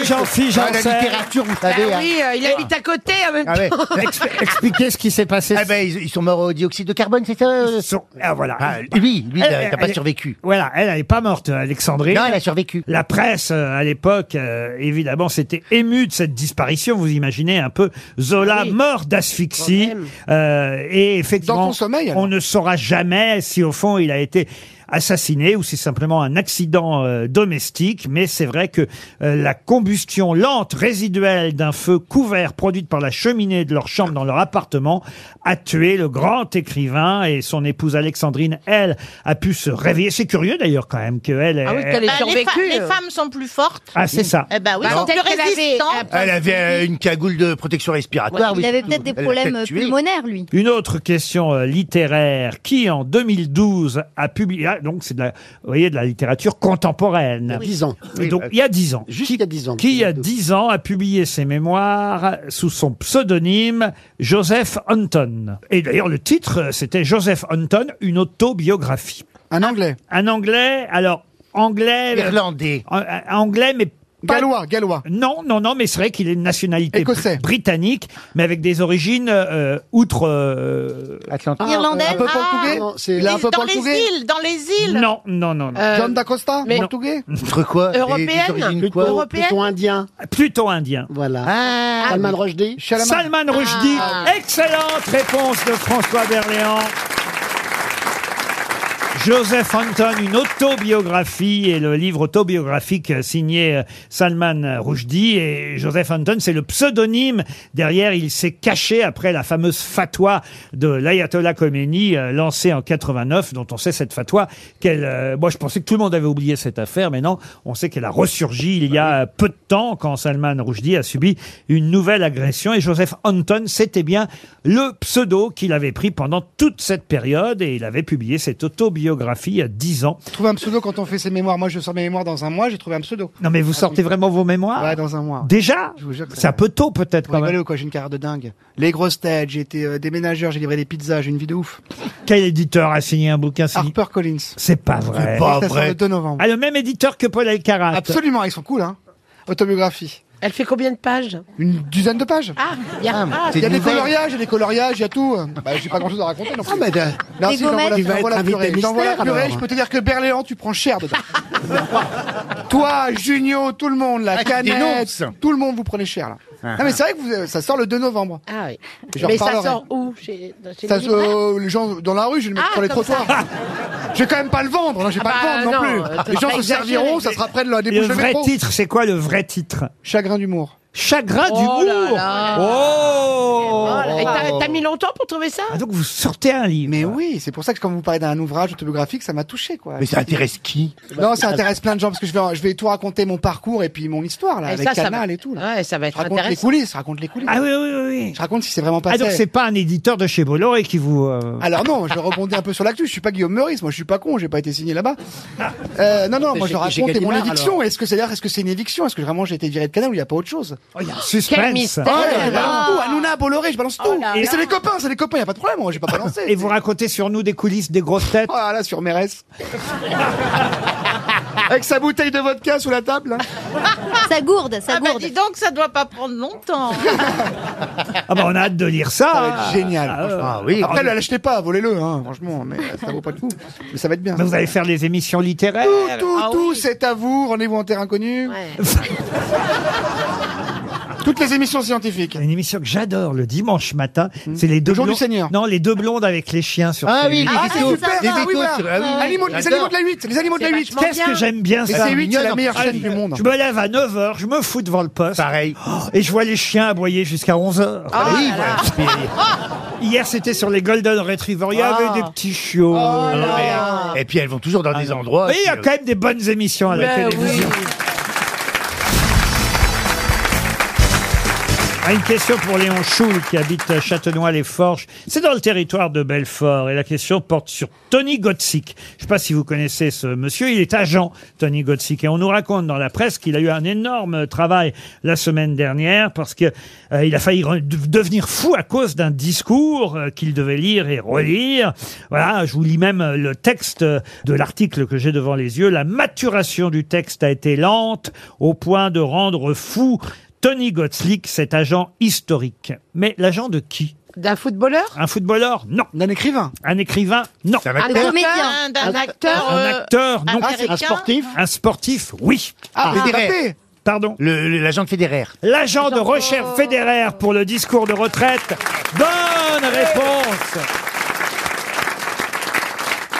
[SPEAKER 2] de Jean-Philippe
[SPEAKER 8] Ah, la
[SPEAKER 2] Janssen.
[SPEAKER 8] littérature, vous
[SPEAKER 5] Ah
[SPEAKER 8] savez. hein.
[SPEAKER 5] oui, euh, il habite à côté en même temps.
[SPEAKER 8] Ah, ouais.
[SPEAKER 2] Expli- Expliquez ce qui s'est passé.
[SPEAKER 8] Ah ben ils, ils sont morts au dioxyde de carbone, c'est ça euh,
[SPEAKER 2] Son- Ah, voilà.
[SPEAKER 8] Ah, lui, lui,
[SPEAKER 2] Elle-
[SPEAKER 8] t'as
[SPEAKER 2] elle-
[SPEAKER 8] pas
[SPEAKER 2] elle-
[SPEAKER 8] survécu.
[SPEAKER 2] Voilà, elle n'est pas morte, euh, Alexandrine.
[SPEAKER 8] Non, elle a survécu.
[SPEAKER 2] La presse, euh, à l'époque, euh, évidemment, s'était émue de cette disparition. Vous imaginez un peu Zola
[SPEAKER 5] Oui.
[SPEAKER 2] mort d'asphyxie.
[SPEAKER 5] Quand même.
[SPEAKER 2] Euh, et effectivement,
[SPEAKER 3] Dans ton sommeil, alors.
[SPEAKER 2] on ne saura jamais si au fond il a été assassiné ou si simplement un accident euh, domestique. Mais c'est vrai que euh, la combustion lente résiduelle d'un feu couvert produite par la cheminée de leur chambre dans leur appartement a tué le grand écrivain et son épouse Alexandrine, elle, a pu se réveiller. C'est curieux d'ailleurs quand même qu'elle...
[SPEAKER 5] Ah oui, qu'elle ait
[SPEAKER 4] Bah, les,
[SPEAKER 5] survécu.
[SPEAKER 4] fa- les
[SPEAKER 5] euh.
[SPEAKER 4] femmes sont plus fortes.
[SPEAKER 2] Ah, c'est ça.
[SPEAKER 4] Eh ben oui,
[SPEAKER 5] Bah,
[SPEAKER 4] sont plus
[SPEAKER 5] peut-être qu'elle avait-
[SPEAKER 4] résistantes.
[SPEAKER 8] Elle avait euh, une cagoule de protection respiratoire. oui,
[SPEAKER 6] Il avait
[SPEAKER 8] surtout.
[SPEAKER 6] peut-être des
[SPEAKER 8] Elle l'a
[SPEAKER 6] problèmes
[SPEAKER 8] peut-être tué.
[SPEAKER 6] pulmonaires lui.
[SPEAKER 2] Une autre question euh, littéraire. Qui, en 2012, a publié... ah, donc c'est de la, vous voyez, de la littérature contemporaine.
[SPEAKER 7] Il y a 10 ans.
[SPEAKER 2] Et
[SPEAKER 8] bah,
[SPEAKER 2] donc, il y a 10 ans.
[SPEAKER 7] Juste il y a 10 ans.
[SPEAKER 2] Qui, il y a 10 ans, a publié ses mémoires sous son pseudonyme Joseph Hunton. Et d'ailleurs, le titre, euh, c'était Joseph Hunton, une autobiographie.
[SPEAKER 3] Un anglais
[SPEAKER 2] Un anglais, alors, anglais...
[SPEAKER 8] Irlandais.
[SPEAKER 2] Un- un Anglais, mais... pas-
[SPEAKER 3] Gallois, gallois.
[SPEAKER 2] Non, non, non, mais c'est vrai qu'il est de nationalité
[SPEAKER 3] Écossais.
[SPEAKER 2] br- britannique, mais avec des origines euh, outre... euh,
[SPEAKER 8] Atlantique.
[SPEAKER 6] Irlandais
[SPEAKER 3] Un peu
[SPEAKER 4] Ah.
[SPEAKER 3] portugais
[SPEAKER 7] Non, c'est-
[SPEAKER 3] Il a un peu
[SPEAKER 4] Dans les
[SPEAKER 3] portugais
[SPEAKER 4] îles, dans les îles.
[SPEAKER 2] Non, non, non, non.
[SPEAKER 5] Euh,
[SPEAKER 3] John d'Acosta
[SPEAKER 5] mais-
[SPEAKER 3] Portugais
[SPEAKER 8] Entre quoi Des- des
[SPEAKER 5] Européenne.
[SPEAKER 8] origines
[SPEAKER 7] Plutôt,
[SPEAKER 8] quoi
[SPEAKER 5] Europe- Européenne
[SPEAKER 7] plutôt indien.
[SPEAKER 2] Plutôt indien.
[SPEAKER 7] Voilà.
[SPEAKER 8] Ah,
[SPEAKER 7] Salman Rushdie. Ah.
[SPEAKER 3] Chalamet
[SPEAKER 2] Salman Rushdie. Excellente réponse de François Berléand. Joseph Anton, une autobiographie et le livre autobiographique euh, signé euh, Salman Rushdie. Et Joseph Anton, c'est le pseudonyme. Derrière, il s'est caché après la fameuse fatwa de l'ayatollah Khomeini euh, lancée en 89, dont on sait cette fatwa qu'elle... euh, moi, je pensais que tout le monde avait oublié cette affaire, mais non, on sait qu'elle a ressurgi il y a euh, peu de temps quand Salman Rushdie a subi une nouvelle agression. Et Joseph Anton, c'était bien le pseudo qu'il avait pris pendant toute cette période. Et il avait publié cette autobiographie il y a 10 ans.
[SPEAKER 3] Trouve un pseudo quand on fait ses mémoires. Moi, je sors mes mémoires dans un mois, j'ai trouvé un pseudo.
[SPEAKER 2] Non, mais vous sortez vraiment vos mémoires
[SPEAKER 3] Ah, Ouais, dans un mois.
[SPEAKER 2] Déjà
[SPEAKER 3] Je vous jure que
[SPEAKER 2] C'est un peu tôt peut-être
[SPEAKER 3] Pour
[SPEAKER 2] quand même.
[SPEAKER 3] rigoler ou quoi, j'ai une carrière de dingue. Les grosses têtes, j'ai été euh, déménageur, j'ai livré des pizzas, j'ai une vie de ouf.
[SPEAKER 2] Quel éditeur a Ah, signé un bouquin signé-
[SPEAKER 3] Harper Collins.
[SPEAKER 2] C'est pas vrai.
[SPEAKER 8] pas
[SPEAKER 3] Ça sort
[SPEAKER 8] vrai.
[SPEAKER 3] le 2 novembre.
[SPEAKER 2] Ah, le même éditeur que Paul Alcarat.
[SPEAKER 3] Absolument, ils sont cool, hein. Autobiographie.
[SPEAKER 5] Elle fait combien de pages
[SPEAKER 3] Une dizaine de pages.
[SPEAKER 5] Ah, il y a- ah,
[SPEAKER 8] c'est
[SPEAKER 3] Il y a des
[SPEAKER 8] nouvelle.
[SPEAKER 3] coloriages, il y a des coloriages, il y a tout. Bah, j'ai pas grand chose à raconter non plus.
[SPEAKER 7] Ah, mais de-
[SPEAKER 3] Non,
[SPEAKER 6] Des
[SPEAKER 3] si, j'envoie la-
[SPEAKER 6] gommettes.
[SPEAKER 3] j'envoie la
[SPEAKER 7] Il va être
[SPEAKER 3] purée.
[SPEAKER 7] invité
[SPEAKER 3] J'envoie la
[SPEAKER 7] mystère,
[SPEAKER 3] purée,
[SPEAKER 7] alors.
[SPEAKER 3] je peux te dire que Berléand, tu prends cher dedans. Toi, Junio, tout le monde, la
[SPEAKER 8] Ah, qui
[SPEAKER 3] canette,
[SPEAKER 8] dénonce.
[SPEAKER 3] tout le monde, vous prenez cher là. Non, mais c'est vrai que vous- euh, ça sort le 2 novembre.
[SPEAKER 5] ah oui.
[SPEAKER 3] J'en
[SPEAKER 5] Mais ça
[SPEAKER 3] reparlerai.
[SPEAKER 5] sort où Chez, chez
[SPEAKER 3] Ça,
[SPEAKER 5] les libraires
[SPEAKER 3] euh, les gens dans la rue, je vais le mettre
[SPEAKER 5] Ah,
[SPEAKER 3] sur les
[SPEAKER 5] comme
[SPEAKER 3] trottoirs. Je vais quand même pas le vendre, hein, je vais
[SPEAKER 5] Ah
[SPEAKER 3] pas le
[SPEAKER 5] bah,
[SPEAKER 3] vendre non,
[SPEAKER 5] non, euh,
[SPEAKER 3] plus. Les
[SPEAKER 5] t'as
[SPEAKER 3] gens
[SPEAKER 5] pas
[SPEAKER 3] se serviront,
[SPEAKER 5] exagéré.
[SPEAKER 3] ça sera près de la
[SPEAKER 2] Le
[SPEAKER 3] débouche de
[SPEAKER 2] vrai
[SPEAKER 3] métro.
[SPEAKER 2] titre, c'est quoi le vrai titre
[SPEAKER 3] Chagrin d'humour.
[SPEAKER 2] Chagrin
[SPEAKER 5] Oh
[SPEAKER 2] d'humour.
[SPEAKER 5] là là. Oh
[SPEAKER 2] Oh
[SPEAKER 5] là- et t'as- T'as mis longtemps pour trouver ça
[SPEAKER 2] Ah, donc vous sortez un livre.
[SPEAKER 3] Mais oui, c'est pour ça que quand vous parlez d'un ouvrage autobiographique, ça m'a touché quoi.
[SPEAKER 8] Mais ça intéresse qui
[SPEAKER 3] Non, ça intéresse plein de gens parce que je vais, je vais tout raconter mon parcours et puis mon histoire là,
[SPEAKER 5] Et
[SPEAKER 3] avec
[SPEAKER 5] ça, ça va-
[SPEAKER 3] Canal et tout. Là.
[SPEAKER 5] Ouais, ça va
[SPEAKER 3] Je
[SPEAKER 5] être
[SPEAKER 3] raconte les
[SPEAKER 5] intéressant.
[SPEAKER 3] coulisses, je raconte les coulisses.
[SPEAKER 2] Ah oui, oui, oui, oui.
[SPEAKER 3] Je raconte si c'est vraiment
[SPEAKER 2] Ah
[SPEAKER 3] passé.
[SPEAKER 2] donc c'est pas un éditeur de chez Bolloré qui vous... euh,
[SPEAKER 3] Alors non, je vais rebondir un peu sur l'actu. Je suis pas Guillaume Meurice, moi je suis pas con, j'ai pas été signé là-bas. Euh, non, non, moi je
[SPEAKER 7] chez- chez
[SPEAKER 3] raconte et mon
[SPEAKER 7] Gallimard,
[SPEAKER 3] éviction.
[SPEAKER 7] alors.
[SPEAKER 3] Est-ce que c'est d'ailleurs, est-ce que c'est une éviction Est-ce que vraiment j'ai été viré de Canal ou il y a pas autre chose
[SPEAKER 2] Oh, il y a un
[SPEAKER 5] Quel
[SPEAKER 2] suspense. Oh
[SPEAKER 5] mystère.
[SPEAKER 3] Ah, je balance tout, Hanouna, Bolloré, je balance tout.
[SPEAKER 2] là
[SPEAKER 3] Mais
[SPEAKER 2] là.
[SPEAKER 3] c'est les copains, c'est les copains, y a pas de problème, moi j'ai pas balancé.
[SPEAKER 2] Et vous racontez sur nous des coulisses, des grosses têtes.
[SPEAKER 3] Ah là, sur Mérès. Avec sa bouteille de vodka sous la table. hein.
[SPEAKER 6] Ça gourde, ça
[SPEAKER 4] Ah bah
[SPEAKER 6] gourde.
[SPEAKER 4] dis donc, ça doit pas prendre longtemps.
[SPEAKER 2] Ah bah on a hâte de lire ça.
[SPEAKER 3] Ça va
[SPEAKER 2] hein.
[SPEAKER 3] être génial.
[SPEAKER 2] Ah,
[SPEAKER 3] franchement.
[SPEAKER 8] Ah oui.
[SPEAKER 3] Après, ne l'achetez pas, volez-le, hein, franchement, mais ça vaut pas le coup. Mais ça va être bien.
[SPEAKER 2] Mais vous allez faire les émissions littéraires.
[SPEAKER 3] Tout, tout,
[SPEAKER 5] Ah
[SPEAKER 3] tout,
[SPEAKER 5] oui.
[SPEAKER 3] c'est à vous. Rendez-vous en terre inconnue.
[SPEAKER 5] Ouais.
[SPEAKER 3] Toutes les émissions scientifiques. Hmm.
[SPEAKER 2] Il y a Une émission que j'adore le dimanche matin, c'est les deux
[SPEAKER 3] Le jour du
[SPEAKER 2] blondes-
[SPEAKER 3] Seigneur.
[SPEAKER 2] Non, les deux blondes avec les chiens sur
[SPEAKER 8] Ah
[SPEAKER 2] C8.
[SPEAKER 8] oui, les
[SPEAKER 3] Ah, c'est
[SPEAKER 8] échos.
[SPEAKER 3] super,
[SPEAKER 8] les
[SPEAKER 3] ça, oui,
[SPEAKER 8] échos
[SPEAKER 3] voilà.
[SPEAKER 8] sur- ah oui, oui,
[SPEAKER 3] Animaux- les animaux
[SPEAKER 8] j'adore.
[SPEAKER 3] de la 8, les animaux de la
[SPEAKER 5] C'est
[SPEAKER 3] 8.
[SPEAKER 5] vachement
[SPEAKER 2] Qu'est-ce que
[SPEAKER 5] bien.
[SPEAKER 2] j'aime bien
[SPEAKER 3] Et
[SPEAKER 2] ça.
[SPEAKER 3] c'est 8, c'est la
[SPEAKER 8] mignonne,
[SPEAKER 3] meilleure
[SPEAKER 8] ah,
[SPEAKER 3] chaîne
[SPEAKER 8] je-
[SPEAKER 3] du monde.
[SPEAKER 2] Je me lève à 9h, je me fous devant le poste Oh,
[SPEAKER 8] Pareil.
[SPEAKER 2] et je vois les chiens aboyer jusqu'à 11h.
[SPEAKER 3] Ah
[SPEAKER 8] oui, voilà.
[SPEAKER 2] Hier, c'était sur les Golden Retrievers, il y
[SPEAKER 5] Ah.
[SPEAKER 2] avait des petits
[SPEAKER 3] Oh
[SPEAKER 2] chiots. Ah.
[SPEAKER 8] Et puis elles vont toujours dans des endroits.
[SPEAKER 2] Mais il y a
[SPEAKER 8] qui- euh,
[SPEAKER 2] quand même des bonnes émissions à la
[SPEAKER 5] Ben
[SPEAKER 2] télévision. Ah, Une question pour Léon Choul qui habite Châtenois-les-Forges. C'est dans le territoire de Belfort et la question porte sur Tony Gottsick. Je ne sais pas si vous connaissez ce monsieur, il est agent Tony Gottsick et on nous raconte dans la presse qu'il a eu un énorme travail la semaine dernière parce que euh, il a failli re- de- devenir fou à cause d'un discours euh, qu'il devait lire et relire. Voilà, je vous lis même euh, le texte euh, de l'article que j'ai devant les yeux. La maturation du texte a été lente au point de rendre fou Tony Gottslick, cet agent historique. Mais l'agent de qui
[SPEAKER 5] D'un footballeur
[SPEAKER 2] Un footballeur Non.
[SPEAKER 3] D'un écrivain.
[SPEAKER 2] Un écrivain Non.
[SPEAKER 8] Ça va
[SPEAKER 5] Un
[SPEAKER 8] être
[SPEAKER 6] comédien.
[SPEAKER 4] D'un d'un acteur.
[SPEAKER 2] Un
[SPEAKER 4] euh,
[SPEAKER 2] acteur Non.
[SPEAKER 4] américain.
[SPEAKER 7] Un sportif.
[SPEAKER 2] Un sportif Oui.
[SPEAKER 3] Ah,
[SPEAKER 8] Ah,
[SPEAKER 3] Mbappé.
[SPEAKER 8] Federer.
[SPEAKER 2] Pardon.
[SPEAKER 8] le- le- l'agent de Federer.
[SPEAKER 2] L'agent de recherche Federer pour le discours de retraite. Bonne réponse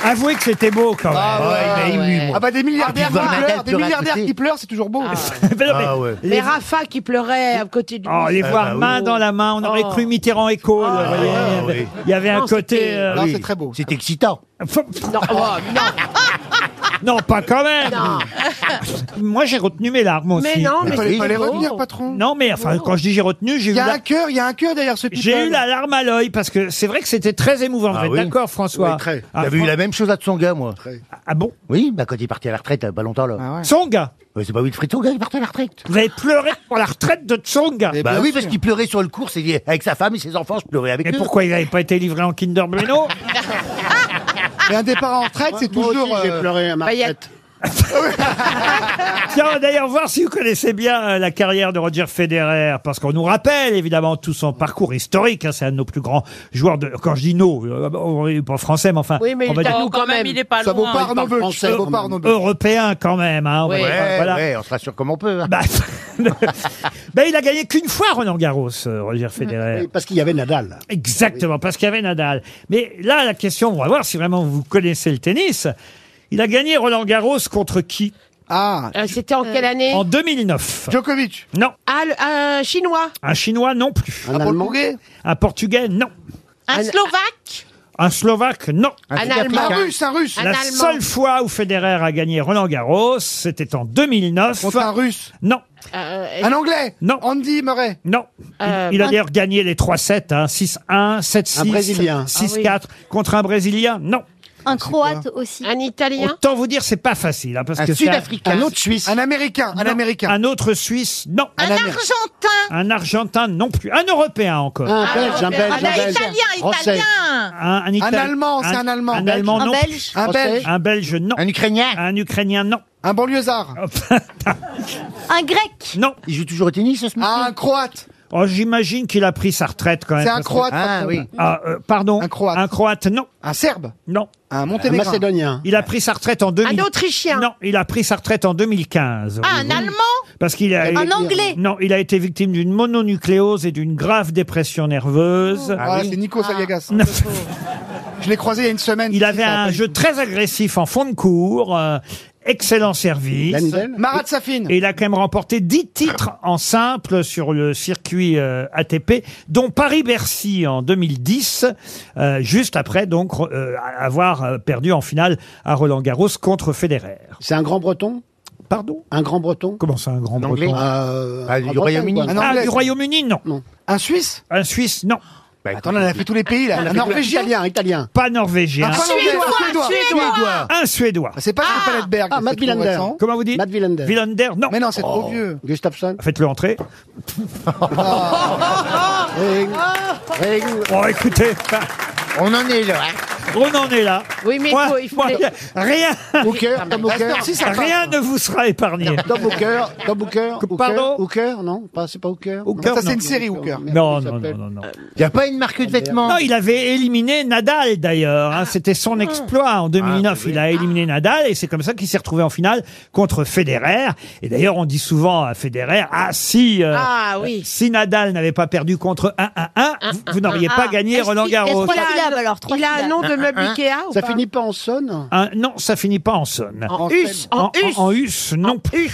[SPEAKER 2] Avouez que c'était beau quand même.
[SPEAKER 8] Ah ouais, il m'a ému, moi.
[SPEAKER 3] Ah bah des milliardaires
[SPEAKER 8] Ah,
[SPEAKER 3] qui
[SPEAKER 8] Bernadette
[SPEAKER 3] pleurent, des
[SPEAKER 8] pleure à
[SPEAKER 3] milliardaires
[SPEAKER 8] côté.
[SPEAKER 3] qui pleurent, c'est toujours beau.
[SPEAKER 2] Mais non, mais
[SPEAKER 8] Ah ouais.
[SPEAKER 2] les-
[SPEAKER 5] Mais Rafa qui pleurait à côté du.
[SPEAKER 2] Oh, les
[SPEAKER 3] Eh
[SPEAKER 8] Ah
[SPEAKER 2] voir
[SPEAKER 3] ben
[SPEAKER 8] bah oui.
[SPEAKER 2] main dans la main, on aurait
[SPEAKER 5] Oh.
[SPEAKER 2] cru Mitterrand et Kohl.
[SPEAKER 5] Ah,
[SPEAKER 2] vous voyez.
[SPEAKER 8] ah
[SPEAKER 2] Il y avait-
[SPEAKER 8] oui.
[SPEAKER 2] Il y avait un
[SPEAKER 5] Non,
[SPEAKER 2] côté...
[SPEAKER 5] c'était-
[SPEAKER 2] euh,
[SPEAKER 3] Non,
[SPEAKER 8] Oui.
[SPEAKER 3] c'est très beau.
[SPEAKER 8] C'est excitant.
[SPEAKER 5] Non, oh, non.
[SPEAKER 2] Non, pas quand même.
[SPEAKER 5] Non.
[SPEAKER 2] Moi, j'ai retenu mes larmes aussi.
[SPEAKER 5] Mais non, mais Fallait c'est pas les beau. retenir,
[SPEAKER 2] patron. Non, mais enfin, quand je dis j'ai retenu, j'ai eu
[SPEAKER 3] Il y a
[SPEAKER 2] la-
[SPEAKER 3] un cœur, il y a un cœur derrière ce people.
[SPEAKER 2] J'ai eu la larme à l'œil parce que c'est vrai que c'était très émouvant.
[SPEAKER 8] Ah
[SPEAKER 2] vous êtes
[SPEAKER 8] oui.
[SPEAKER 2] d'accord, François
[SPEAKER 8] Oui, très.
[SPEAKER 2] Ah,
[SPEAKER 8] J'avais
[SPEAKER 2] Fran-
[SPEAKER 8] eu la même chose à Tsonga, moi.
[SPEAKER 2] Ah bon
[SPEAKER 8] Oui, bah quand il est parti à la retraite, il y a pas longtemps là.
[SPEAKER 2] Tsonga
[SPEAKER 8] Ouais, C'est pas Wilfried Tsonga, il est parti à la retraite.
[SPEAKER 2] Vous avez pleuré pour la retraite de Tsonga
[SPEAKER 8] Bah
[SPEAKER 2] bien
[SPEAKER 8] oui,
[SPEAKER 2] sûr.
[SPEAKER 8] parce qu'il pleurait sur le cours, c'est- avec sa femme et ses enfants, je pleurais avec
[SPEAKER 2] Et
[SPEAKER 8] eux.
[SPEAKER 2] pourquoi il n'avait pas été livré en Kinder Bueno
[SPEAKER 3] Et un départ en retraite, c'est
[SPEAKER 7] Moi aussi,
[SPEAKER 3] toujours.
[SPEAKER 7] j'ai
[SPEAKER 3] euh,
[SPEAKER 7] pleuré à ma retraite.
[SPEAKER 2] Tiens, d'ailleurs, voir si vous connaissez bien euh, la carrière de Roger Federer, parce qu'on nous rappelle évidemment tout son parcours historique. hein, c'est un de nos plus grands joueurs de. Quand je dis nos, euh, on est pas français, mais enfin,
[SPEAKER 5] Oui, mais
[SPEAKER 2] on
[SPEAKER 5] il
[SPEAKER 2] va
[SPEAKER 5] t'a-
[SPEAKER 2] dire
[SPEAKER 5] Oh, quand même,
[SPEAKER 4] il est pas
[SPEAKER 3] Ça vaut
[SPEAKER 4] loin.
[SPEAKER 3] pas Arnaud Beuch,
[SPEAKER 7] français,
[SPEAKER 3] Ça vaut
[SPEAKER 7] quand
[SPEAKER 3] pas
[SPEAKER 7] même.
[SPEAKER 3] Arnaud Beuch.
[SPEAKER 2] européen quand même. Hein, on va
[SPEAKER 5] Oui.
[SPEAKER 2] dire,
[SPEAKER 8] Ouais,
[SPEAKER 2] voilà.
[SPEAKER 8] ouais, on se rassure comme on peut. hein.
[SPEAKER 2] Bah, ben, il a gagné qu'une fois Roland Garros, euh, Roger Federer.
[SPEAKER 7] Oui, Parce qu'il y avait Nadal. Ah
[SPEAKER 2] Exactement, parce qu'il y avait Nadal. Mais là, la question, on va voir si vraiment vous connaissez le tennis. Il a gagné Roland Garros contre qui
[SPEAKER 3] Ah,
[SPEAKER 5] Euh, C'était en quelle année
[SPEAKER 2] En 2009.
[SPEAKER 3] Djokovic.
[SPEAKER 2] Non.
[SPEAKER 5] Ah, le- un chinois.
[SPEAKER 2] Un Chinois, non plus.
[SPEAKER 7] Un
[SPEAKER 3] Un
[SPEAKER 7] Allemand.
[SPEAKER 3] Portugais.
[SPEAKER 2] Un Portugais, non.
[SPEAKER 4] Un Slovaque
[SPEAKER 2] Un Slovaque, non.
[SPEAKER 5] Un
[SPEAKER 3] Un
[SPEAKER 5] Allemand.
[SPEAKER 3] russe, un russe.
[SPEAKER 5] Un
[SPEAKER 2] La
[SPEAKER 5] Allemand.
[SPEAKER 2] seule fois où Federer a gagné Roland Garros, c'était en 2009.
[SPEAKER 3] Contre un russe.
[SPEAKER 2] Non,
[SPEAKER 5] Euh,
[SPEAKER 3] Un anglais.
[SPEAKER 2] Non.
[SPEAKER 3] Andy Murray.
[SPEAKER 2] non. Il,
[SPEAKER 5] Euh,
[SPEAKER 2] il a
[SPEAKER 6] un-
[SPEAKER 2] d'ailleurs gagné les 3-7, hein, 6-1, 7-6.
[SPEAKER 7] Un Brésilien.
[SPEAKER 5] Ah
[SPEAKER 2] 6-4. Contre un Brésilien, non.
[SPEAKER 6] Un croate aussi.
[SPEAKER 5] Un italien.
[SPEAKER 2] Autant vous dire, c'est pas facile. hein, parce
[SPEAKER 8] Un
[SPEAKER 2] que c'est
[SPEAKER 8] Sud-Africain.
[SPEAKER 7] Un autre Suisse.
[SPEAKER 3] Un américain. Un
[SPEAKER 2] Non.
[SPEAKER 3] américain.
[SPEAKER 2] Un autre Suisse, non.
[SPEAKER 4] Un Argentin Ah,
[SPEAKER 2] Un Argentin, non plus. Un Européen encore.
[SPEAKER 7] Un belge, un belge, un
[SPEAKER 4] Un
[SPEAKER 7] belge.
[SPEAKER 4] Italien,
[SPEAKER 7] Français.
[SPEAKER 4] Italien
[SPEAKER 2] Un, Italien-
[SPEAKER 3] Allemand, c'est un Allemand.
[SPEAKER 2] Un
[SPEAKER 3] Belge.
[SPEAKER 2] Allemand,
[SPEAKER 6] Un
[SPEAKER 2] non.
[SPEAKER 6] belge.
[SPEAKER 3] Un
[SPEAKER 7] Français.
[SPEAKER 3] belge.
[SPEAKER 2] Un Belge, non.
[SPEAKER 8] Un Ukrainien.
[SPEAKER 2] Un Ukrainien, non.
[SPEAKER 3] Un banlieusard.
[SPEAKER 6] Un grec.
[SPEAKER 2] Non. Ah,
[SPEAKER 8] Il joue toujours au tennis, ce mec
[SPEAKER 3] Un croate.
[SPEAKER 2] Oh, j'imagine qu'il a pris sa retraite quand même.
[SPEAKER 3] C'est un
[SPEAKER 2] parce que-
[SPEAKER 3] croate.
[SPEAKER 8] Ah,
[SPEAKER 3] patron.
[SPEAKER 8] oui.
[SPEAKER 2] Ah, euh, pardon.
[SPEAKER 3] Un Croate.
[SPEAKER 2] Un Croate, non.
[SPEAKER 3] Un serbe.
[SPEAKER 2] Non.
[SPEAKER 3] Un
[SPEAKER 7] Un
[SPEAKER 3] monténégrin.
[SPEAKER 7] macédonien.
[SPEAKER 2] Il a pris sa retraite en 2000.
[SPEAKER 5] Un Autrichien.
[SPEAKER 2] Non, il a pris sa retraite en 2015.
[SPEAKER 4] Ah, un Allemand
[SPEAKER 2] Parce qu'il a.
[SPEAKER 6] Un anglais.
[SPEAKER 2] Non, il a été victime d'une mononucléose et d'une grave dépression nerveuse.
[SPEAKER 3] Ah,
[SPEAKER 8] oui.
[SPEAKER 3] c'est Nico Saliagas. Je l'ai croisé il y a une semaine.
[SPEAKER 2] Il avait un jeu très agressif en fond de cours, euh, excellent service.
[SPEAKER 7] Lendl.
[SPEAKER 3] Marat Safin.
[SPEAKER 2] Et il a quand même remporté 10 titres en simple sur le circuit euh, ATP, dont Paris-Bercy en 2010, euh, juste après donc euh, avoir euh, perdu en finale à Roland Garros contre Federer.
[SPEAKER 7] C'est un grand breton
[SPEAKER 2] Pardon
[SPEAKER 7] Un grand breton
[SPEAKER 2] Comment ça, un grand
[SPEAKER 8] Un Anglais
[SPEAKER 2] breton
[SPEAKER 7] Euh,
[SPEAKER 8] Ah,
[SPEAKER 7] un
[SPEAKER 8] du
[SPEAKER 7] Breton,
[SPEAKER 8] Royaume-Uni.
[SPEAKER 7] quoi.
[SPEAKER 3] Un
[SPEAKER 2] Ah,
[SPEAKER 3] anglais.
[SPEAKER 2] du Royaume-Uni, non.
[SPEAKER 3] Un suisse.
[SPEAKER 2] Un Suisse, non.
[SPEAKER 8] Bah, écoute,
[SPEAKER 3] Attends, on a fait tous les pays là. Un norvégien.
[SPEAKER 7] Italien, italien.
[SPEAKER 2] Pas norvégien.
[SPEAKER 3] Un Finlandais, un Suédois.
[SPEAKER 7] Suédois.
[SPEAKER 2] Un Suédois.
[SPEAKER 3] Ah, C'est pas Jean Paletberg.
[SPEAKER 7] Ah, Matt Wilander.
[SPEAKER 2] Comment vous dites
[SPEAKER 7] Matt Wilander.
[SPEAKER 2] Wilander, non.
[SPEAKER 3] Mais non, c'est
[SPEAKER 8] Oh.
[SPEAKER 3] trop vieux.
[SPEAKER 7] Gustafsson.
[SPEAKER 2] Faites-le entrer. Oh,
[SPEAKER 5] Oh.
[SPEAKER 7] Ring. Ring.
[SPEAKER 2] Bon, écoutez,
[SPEAKER 8] on en est là. hein.
[SPEAKER 2] on en est là.
[SPEAKER 5] Oui, mais il
[SPEAKER 2] Moi-
[SPEAKER 5] faut- il faut
[SPEAKER 2] moi,
[SPEAKER 5] les-
[SPEAKER 2] Rien,
[SPEAKER 7] Hooker, Tom Hooker.
[SPEAKER 2] rien ne vous sera épargné.
[SPEAKER 7] Tom Hooker, Tom Hooker, Hooker,
[SPEAKER 2] Pardon
[SPEAKER 7] Hooker, non, pas, c'est pas Hooker. non.
[SPEAKER 2] Hooker,
[SPEAKER 3] Ça, c'est
[SPEAKER 2] non.
[SPEAKER 3] une série, Hooker.
[SPEAKER 2] Non,
[SPEAKER 7] Merde, il
[SPEAKER 2] non, non,
[SPEAKER 7] s'appelle.
[SPEAKER 2] non, non.
[SPEAKER 8] Il n'y a pas une marque de vêtements.
[SPEAKER 2] Non, il avait éliminé Nadal d'ailleurs. hein. C'était son exploit en 2009.
[SPEAKER 8] Ah, oui.
[SPEAKER 2] Il a éliminé Nadal et c'est comme ça qu'il s'est retrouvé en finale contre Federer. Et d'ailleurs, on dit souvent à Federer Ah, si, euh,
[SPEAKER 5] Ah oui.
[SPEAKER 2] si Nadal n'avait pas perdu contre 1-1-1, vous, vous n'auriez
[SPEAKER 5] un,
[SPEAKER 2] pas
[SPEAKER 5] un.
[SPEAKER 2] gagné
[SPEAKER 5] Ah, Est-ce
[SPEAKER 2] Roland
[SPEAKER 5] qu'il- est-ce
[SPEAKER 2] Garros.
[SPEAKER 5] qu'il a-
[SPEAKER 6] Trois syllabes, alors, trois
[SPEAKER 5] Il a un
[SPEAKER 6] syllabes.
[SPEAKER 5] nom de meuble Ikea ou
[SPEAKER 7] Ça
[SPEAKER 5] pas
[SPEAKER 7] finit pas en sonne
[SPEAKER 2] Hein, non, ça finit pas en sonne.
[SPEAKER 5] En us. En us.
[SPEAKER 2] en us, non plus.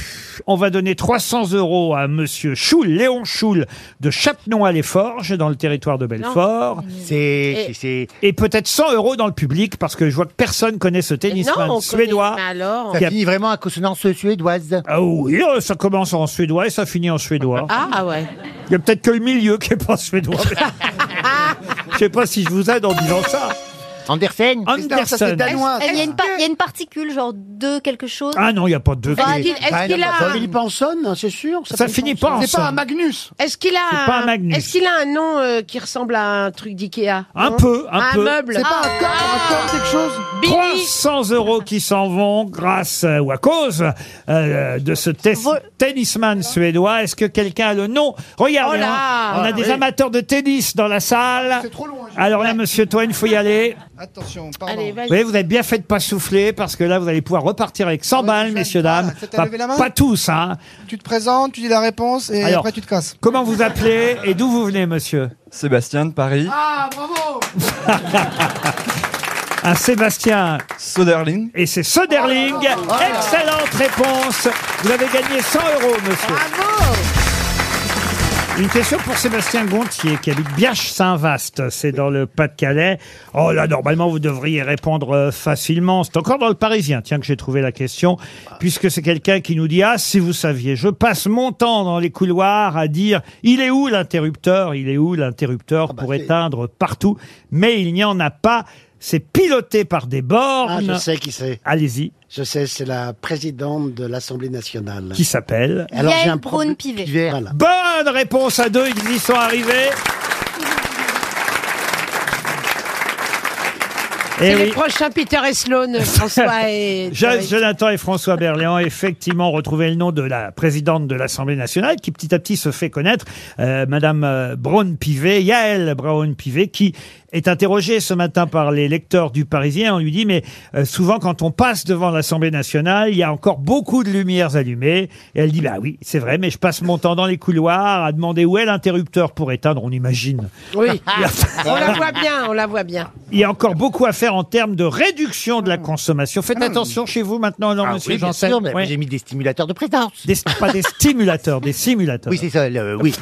[SPEAKER 2] On va donner 300 euros à Monsieur Choul, Léon Choul, de Châtenon-à-les-Forges, dans le territoire de Belfort.
[SPEAKER 8] C'est, c'est, c'est-
[SPEAKER 2] Et peut-être 100 euros dans le public, parce que je vois que personne connaît ce
[SPEAKER 5] Non,
[SPEAKER 2] tennisman
[SPEAKER 5] on
[SPEAKER 2] suédois.
[SPEAKER 5] connaît- mais alors.
[SPEAKER 8] ça
[SPEAKER 2] Il y a-
[SPEAKER 8] finit vraiment à consonance suédoise.
[SPEAKER 2] Ah oui, euh, ça commence en suédois et ça finit en suédois.
[SPEAKER 5] Ah, ah ouais.
[SPEAKER 2] Il y a peut-être que le milieu qui est pas suédois. Je sais pas si je vous aide en disant ça.
[SPEAKER 8] Andersen.
[SPEAKER 3] Non, ça, c'est
[SPEAKER 2] Anderson.
[SPEAKER 3] danois.
[SPEAKER 6] Il y, a une par- il y a une particule, genre deux quelque chose.
[SPEAKER 2] Ah non, il n'y a pas de deux.
[SPEAKER 6] Van-
[SPEAKER 5] Est-ce qu'il-
[SPEAKER 8] Ah,
[SPEAKER 5] Est-ce qu'il
[SPEAKER 8] non,
[SPEAKER 5] a
[SPEAKER 7] Ça
[SPEAKER 5] un-
[SPEAKER 7] finit pas en sonne, c'est sûr
[SPEAKER 2] Ça finit pas en
[SPEAKER 3] C'est pas un
[SPEAKER 2] sonne.
[SPEAKER 3] Magnus.
[SPEAKER 5] Est-ce qu'il a
[SPEAKER 2] C'est pas un
[SPEAKER 5] un-
[SPEAKER 2] Magnus.
[SPEAKER 5] Est-ce qu'il a un nom euh, qui ressemble à un truc d'Ikea
[SPEAKER 2] Un
[SPEAKER 5] non
[SPEAKER 2] peu, un peu.
[SPEAKER 5] meuble. Ah.
[SPEAKER 3] C'est pas un corps, un corps, quelque chose.
[SPEAKER 5] Billy.
[SPEAKER 2] 300 euros qui s'en vont grâce euh, ou à cause euh, de ce tes- tennisman suédois. Est-ce que quelqu'un a le nom Regardez,
[SPEAKER 5] Oh là
[SPEAKER 2] hein, on a des amateurs de tennis dans la salle.
[SPEAKER 3] C'est trop loin. je-
[SPEAKER 2] Alors là, monsieur Toine, il faut y aller.
[SPEAKER 3] Attention,
[SPEAKER 5] Allez,
[SPEAKER 3] pardon.
[SPEAKER 2] Vous
[SPEAKER 5] vas-y.
[SPEAKER 2] voyez, vous avez bien fait de pas souffler parce que là, vous allez pouvoir repartir avec 100 balles,
[SPEAKER 3] je-
[SPEAKER 2] messieurs,
[SPEAKER 3] Ah,
[SPEAKER 2] dames.
[SPEAKER 3] ça, t'as
[SPEAKER 2] Pas,
[SPEAKER 3] levé la main
[SPEAKER 2] pas tous, hein.
[SPEAKER 3] Tu te présentes, tu dis la réponse et
[SPEAKER 2] Alors.
[SPEAKER 3] après tu te casses.
[SPEAKER 2] Comment vous appelez et d'où vous venez, monsieur
[SPEAKER 11] Sébastien de Paris,
[SPEAKER 3] Ah, bravo
[SPEAKER 2] Un Sébastien
[SPEAKER 11] Soderling.
[SPEAKER 2] et c'est Soderling. Excellente réponse. Vous avez gagné 100 euros, monsieur.
[SPEAKER 5] Bravo
[SPEAKER 2] Une question pour Sébastien Gontier qui habite Biache-Saint-Vaast, c'est dans le Pas-de-Calais. Oh là, normalement, vous devriez répondre euh, facilement. C'est encore dans le Parisien, tiens, que j'ai trouvé la question, puisque c'est quelqu'un qui nous dit Ah, si vous saviez, je passe mon temps dans les couloirs à dire Il est où l'interrupteur Il est où l'interrupteur
[SPEAKER 7] Ah bah,
[SPEAKER 2] pour éteindre partout, mais il n'y en a pas. C'est piloté par des bornes.
[SPEAKER 7] Ah, je sais qui c'est.
[SPEAKER 2] Allez-y.
[SPEAKER 7] Je sais, c'est la présidente de l'Assemblée nationale.
[SPEAKER 2] Qui s'appelle
[SPEAKER 7] Alors j'ai un
[SPEAKER 6] Braun
[SPEAKER 7] problème.
[SPEAKER 6] Pivet.
[SPEAKER 7] Voilà.
[SPEAKER 2] Bonne réponse à deux, ils y sont arrivés.
[SPEAKER 5] C'est
[SPEAKER 2] Eh
[SPEAKER 5] les
[SPEAKER 2] oui.
[SPEAKER 5] prochains Peter et Sloan, François et...
[SPEAKER 2] Jean- Jonathan et François Berléand, effectivement, retrouvé le nom de la présidente de l'Assemblée nationale, qui petit à petit se fait connaître, euh, Madame euh, Braun-Pivet, Yael Braun-Pivet, qui est interrogée ce matin par les lecteurs du Parisien. On lui dit, mais euh, souvent quand on passe devant l'Assemblée nationale, il y a encore beaucoup de lumières allumées. Et elle dit, bah oui, c'est vrai, mais je passe mon temps dans les couloirs à demander où est l'interrupteur pour éteindre, on imagine.
[SPEAKER 5] Oui, on la voit bien, on la voit bien.
[SPEAKER 2] Il y a encore beaucoup à faire en termes de réduction de la consommation. Faites attention chez vous maintenant, non,
[SPEAKER 8] Hmm. Ah
[SPEAKER 2] monsieur
[SPEAKER 8] oui, bien
[SPEAKER 2] Janssen.
[SPEAKER 8] sûr, mais
[SPEAKER 2] Ouais.
[SPEAKER 8] j'ai mis des stimulateurs de présence.
[SPEAKER 2] Des- pas des stimulateurs, des simulateurs.
[SPEAKER 8] Oui, c'est ça, le- oui.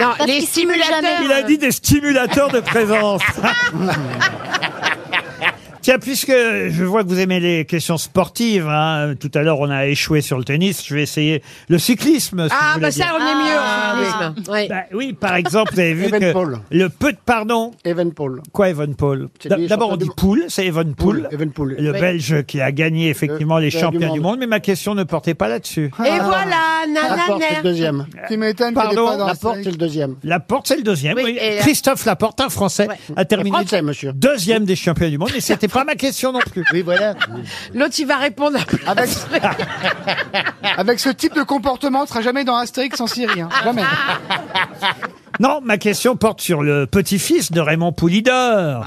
[SPEAKER 5] Non, les
[SPEAKER 6] qu'il stimule jamais.
[SPEAKER 5] simulateurs...
[SPEAKER 2] Il a dit des stimulateurs de présence. Tiens, puisque je vois que vous aimez les questions sportives, hein, tout à l'heure on a échoué sur le tennis, je vais essayer le cyclisme. si vous
[SPEAKER 5] Ah,
[SPEAKER 2] voulez
[SPEAKER 5] bah
[SPEAKER 2] bien.
[SPEAKER 5] ça, on est mieux.
[SPEAKER 12] Ah,
[SPEAKER 5] Ah, cyclisme. Oui.
[SPEAKER 2] Bah oui, par exemple, vous avez vu
[SPEAKER 7] Evan
[SPEAKER 2] que
[SPEAKER 7] Paul.
[SPEAKER 2] le peu de pardon.
[SPEAKER 7] Evenpool.
[SPEAKER 2] Quoi, Evan Paul
[SPEAKER 7] C'est
[SPEAKER 2] D'a-
[SPEAKER 7] les
[SPEAKER 2] D'abord, on
[SPEAKER 7] champions
[SPEAKER 2] dit
[SPEAKER 7] du-
[SPEAKER 2] Poul, c'est Evan Poul,
[SPEAKER 7] Evenpool.
[SPEAKER 2] le
[SPEAKER 5] Oui.
[SPEAKER 2] Belge qui a gagné effectivement
[SPEAKER 7] Le-
[SPEAKER 2] les
[SPEAKER 7] le
[SPEAKER 2] champions
[SPEAKER 7] du Ah.
[SPEAKER 2] du monde, mais ma question ne portait pas là-dessus. Euh,
[SPEAKER 5] Et voilà,
[SPEAKER 7] La porte, c'est le
[SPEAKER 5] nananer.
[SPEAKER 7] deuxième.
[SPEAKER 3] Tu m'étonnes qu'elle est
[SPEAKER 2] Pardon,
[SPEAKER 3] pas dans
[SPEAKER 7] La
[SPEAKER 3] la
[SPEAKER 7] porte, c'est
[SPEAKER 3] série.
[SPEAKER 7] le deuxième.
[SPEAKER 2] Laporte, c'est le deuxième.
[SPEAKER 5] Oui,
[SPEAKER 2] oui.
[SPEAKER 5] et la-
[SPEAKER 2] Christophe Laporte, un Français,
[SPEAKER 5] Ouais.
[SPEAKER 2] a terminé
[SPEAKER 7] Français, monsieur.
[SPEAKER 2] deuxième des champions du monde, et c'était pas ma question non plus.
[SPEAKER 7] Oui, voilà.
[SPEAKER 5] L'autre, il va répondre à-
[SPEAKER 3] Avec... Avec ce type de comportement, on ne sera jamais dans Astérix en Syrie. hein. Jamais.
[SPEAKER 2] Non, ma question porte sur le petit-fils de Raymond Poulidor.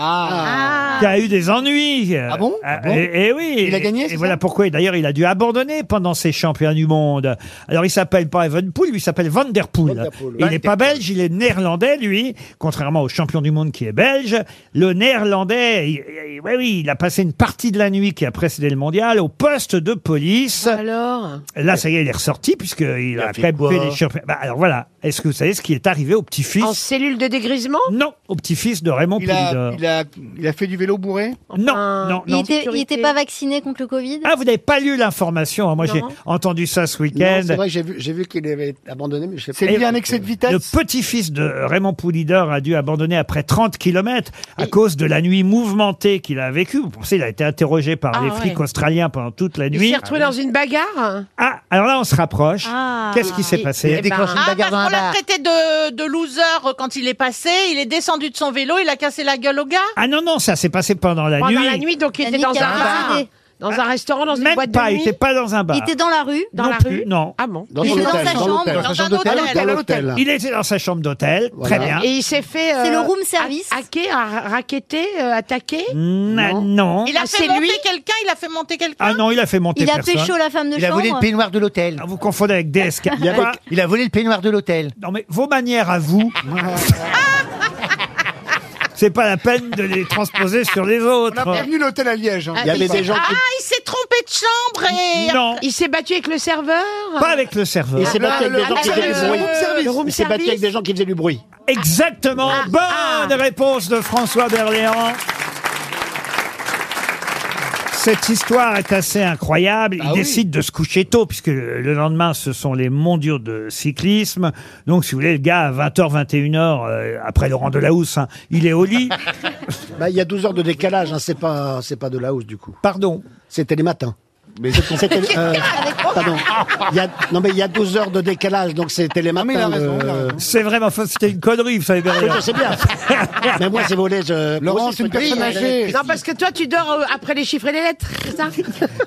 [SPEAKER 2] Qui a eu des ennuis. Ah
[SPEAKER 3] bon Ah bon
[SPEAKER 2] et, et oui.
[SPEAKER 3] Il a
[SPEAKER 2] Et-
[SPEAKER 3] gagné,
[SPEAKER 2] Et,
[SPEAKER 3] c'est
[SPEAKER 2] voilà
[SPEAKER 3] ça
[SPEAKER 2] pourquoi. Et D'ailleurs, il a dû abandonner pendant ses championnats du monde. Alors, il s'appelle pas Evenpool, lui, il s'appelle Van der Poel.
[SPEAKER 7] Van der Poel.
[SPEAKER 2] Il n'est pas belge, il est néerlandais, lui. Contrairement au champion du monde qui est belge, le néerlandais, il- il- ouais, oui, il a passé une partie de la nuit qui a précédé le mondial au poste de police.
[SPEAKER 5] Alors
[SPEAKER 2] Là, ça y est, il est ressorti puisqu'il a,
[SPEAKER 8] a fait
[SPEAKER 2] quand même
[SPEAKER 8] quoi
[SPEAKER 2] fait les championnats. Bah, alors voilà. Est-ce que vous savez ce qui est arrivé au petit-fils
[SPEAKER 5] En cellule de dégrisement
[SPEAKER 2] Non, au petit-fils de Raymond
[SPEAKER 3] Il a,
[SPEAKER 2] Poulidor.
[SPEAKER 3] il, a, il a fait du vélo bourré.
[SPEAKER 2] Non, non,
[SPEAKER 6] Il
[SPEAKER 2] non.
[SPEAKER 6] était, il
[SPEAKER 5] sécurité.
[SPEAKER 6] était pas vacciné contre le Covid
[SPEAKER 2] Ah, vous n'avez pas lu l'information. hein. Moi, j'ai
[SPEAKER 5] Non.
[SPEAKER 2] entendu ça ce
[SPEAKER 7] Non,
[SPEAKER 2] week-end.
[SPEAKER 7] c'est vrai que j'ai vu, j'ai vu qu'il avait abandonné, mais je sais pas.
[SPEAKER 3] C'est lié à un excès de
[SPEAKER 2] Le
[SPEAKER 3] vitesse.
[SPEAKER 2] petit-fils de Raymond Poulidor a dû abandonner après 30 km à cause de la nuit mouvementée qu'il a vécue. Vous pensez, il a été interrogé par
[SPEAKER 5] Ah,
[SPEAKER 2] les flics
[SPEAKER 5] ouais.
[SPEAKER 2] australiens pendant toute la
[SPEAKER 5] Il
[SPEAKER 2] nuit.
[SPEAKER 5] s'est retrouvé dans une bagarre
[SPEAKER 2] Ah, alors là, on se rapproche.
[SPEAKER 6] Ah.
[SPEAKER 2] Qu'est-ce qui s'est
[SPEAKER 8] Il-
[SPEAKER 2] passé
[SPEAKER 8] il
[SPEAKER 5] ben, Eh
[SPEAKER 8] a décroché une
[SPEAKER 4] Ah, parce
[SPEAKER 8] bagarre dans
[SPEAKER 4] qu'on
[SPEAKER 8] un
[SPEAKER 4] l'a
[SPEAKER 8] bar.
[SPEAKER 4] traité de, de loser quand il est passé, il est descendu de son vélo, il a cassé la gueule au gars.
[SPEAKER 2] Ah non, non, ça s'est passé pendant la
[SPEAKER 5] Pendant
[SPEAKER 2] nuit.
[SPEAKER 5] la nuit, donc il
[SPEAKER 6] La
[SPEAKER 5] était
[SPEAKER 6] nuit
[SPEAKER 5] dans
[SPEAKER 6] qui a
[SPEAKER 5] un bar,
[SPEAKER 6] précédé.
[SPEAKER 5] dans un restaurant, dans une
[SPEAKER 2] Ah, Même
[SPEAKER 5] boîte
[SPEAKER 2] pas,
[SPEAKER 5] de
[SPEAKER 2] il
[SPEAKER 5] nuit,
[SPEAKER 2] n'était pas dans un bar.
[SPEAKER 6] Il était dans la rue.
[SPEAKER 5] dans
[SPEAKER 2] non
[SPEAKER 5] la
[SPEAKER 2] plus,
[SPEAKER 5] rue.
[SPEAKER 2] non.
[SPEAKER 5] Ah bon
[SPEAKER 7] Dans
[SPEAKER 4] Il
[SPEAKER 7] son
[SPEAKER 4] était dans
[SPEAKER 7] hôtel,
[SPEAKER 4] sa
[SPEAKER 7] dans
[SPEAKER 4] chambre,
[SPEAKER 7] l'hôtel.
[SPEAKER 4] dans un hôtel.
[SPEAKER 7] Dans
[SPEAKER 4] À
[SPEAKER 7] l'hôtel.
[SPEAKER 2] Il était dans sa chambre d'hôtel,
[SPEAKER 7] Voilà.
[SPEAKER 2] très bien.
[SPEAKER 5] Et il s'est fait...
[SPEAKER 6] C'est le
[SPEAKER 5] euh,
[SPEAKER 6] room service.
[SPEAKER 5] Hacker, ra- raqueter, euh, attaquer
[SPEAKER 2] Non. non.
[SPEAKER 4] Il a
[SPEAKER 5] Ah,
[SPEAKER 4] fait
[SPEAKER 5] c'est
[SPEAKER 4] monter
[SPEAKER 5] lui
[SPEAKER 4] quelqu'un, il a fait monter quelqu'un.
[SPEAKER 2] Ah non, il a fait monter
[SPEAKER 6] Il a
[SPEAKER 2] personne.
[SPEAKER 6] pécho la femme de
[SPEAKER 8] Il a volé le
[SPEAKER 6] chambre.
[SPEAKER 8] peignoir de l'hôtel.
[SPEAKER 2] Ah, Vous confondez avec DSK.
[SPEAKER 8] Il, a- il a volé le peignoir de l'hôtel.
[SPEAKER 2] Non mais vos manières à vous. C'est pas la peine de les transposer sur les
[SPEAKER 3] On a
[SPEAKER 2] autres.
[SPEAKER 3] prévenu l'hôtel à Liège. hein.
[SPEAKER 5] Euh,
[SPEAKER 7] Il y avait des gens
[SPEAKER 4] Ah,
[SPEAKER 7] qui.
[SPEAKER 4] il s'est trompé de chambre et...
[SPEAKER 2] Non,
[SPEAKER 5] Il s'est battu avec le serveur
[SPEAKER 2] Ah,
[SPEAKER 5] Ah,
[SPEAKER 2] pas avec le
[SPEAKER 7] Il
[SPEAKER 2] serveur.
[SPEAKER 7] s'est battu avec des gens qui faisaient du
[SPEAKER 3] Ah, le-
[SPEAKER 7] bruit.
[SPEAKER 5] Le room
[SPEAKER 7] Il s'est battu avec
[SPEAKER 5] service
[SPEAKER 7] des gens qui faisaient du bruit.
[SPEAKER 2] Exactement. Bonne réponse de François Berléand. Cette histoire est assez incroyable. Il
[SPEAKER 3] oui.
[SPEAKER 2] décide de se coucher tôt, puisque le lendemain, ce sont les mondiaux de cyclisme. Donc, si vous voulez, le gars, à 20h, 21h, euh, après Laurent Delahousse, hein, il est au lit.
[SPEAKER 7] Bah, il y a 12 heures de décalage, hein, c'est pas, c'est pas de la hausse du coup.
[SPEAKER 2] Pardon.
[SPEAKER 7] C'était les matins. C'était, euh, pardon. Il y a, non mais il y a 12 heures de décalage, donc c'était les matins.
[SPEAKER 3] mais il a
[SPEAKER 7] le-
[SPEAKER 3] raison, il a raison.
[SPEAKER 2] C'est vraiment, enfin, c'était une connerie, vous savez,
[SPEAKER 7] Oui,
[SPEAKER 2] Berléand.
[SPEAKER 7] je sais bien. mais moi, si vous voulez, je...
[SPEAKER 3] Laurent,
[SPEAKER 7] moi aussi,
[SPEAKER 3] c'est une
[SPEAKER 7] je peux-
[SPEAKER 3] personne âgée.
[SPEAKER 5] Non, parce que toi, tu dors euh, après les chiffres et les lettres, c'est ça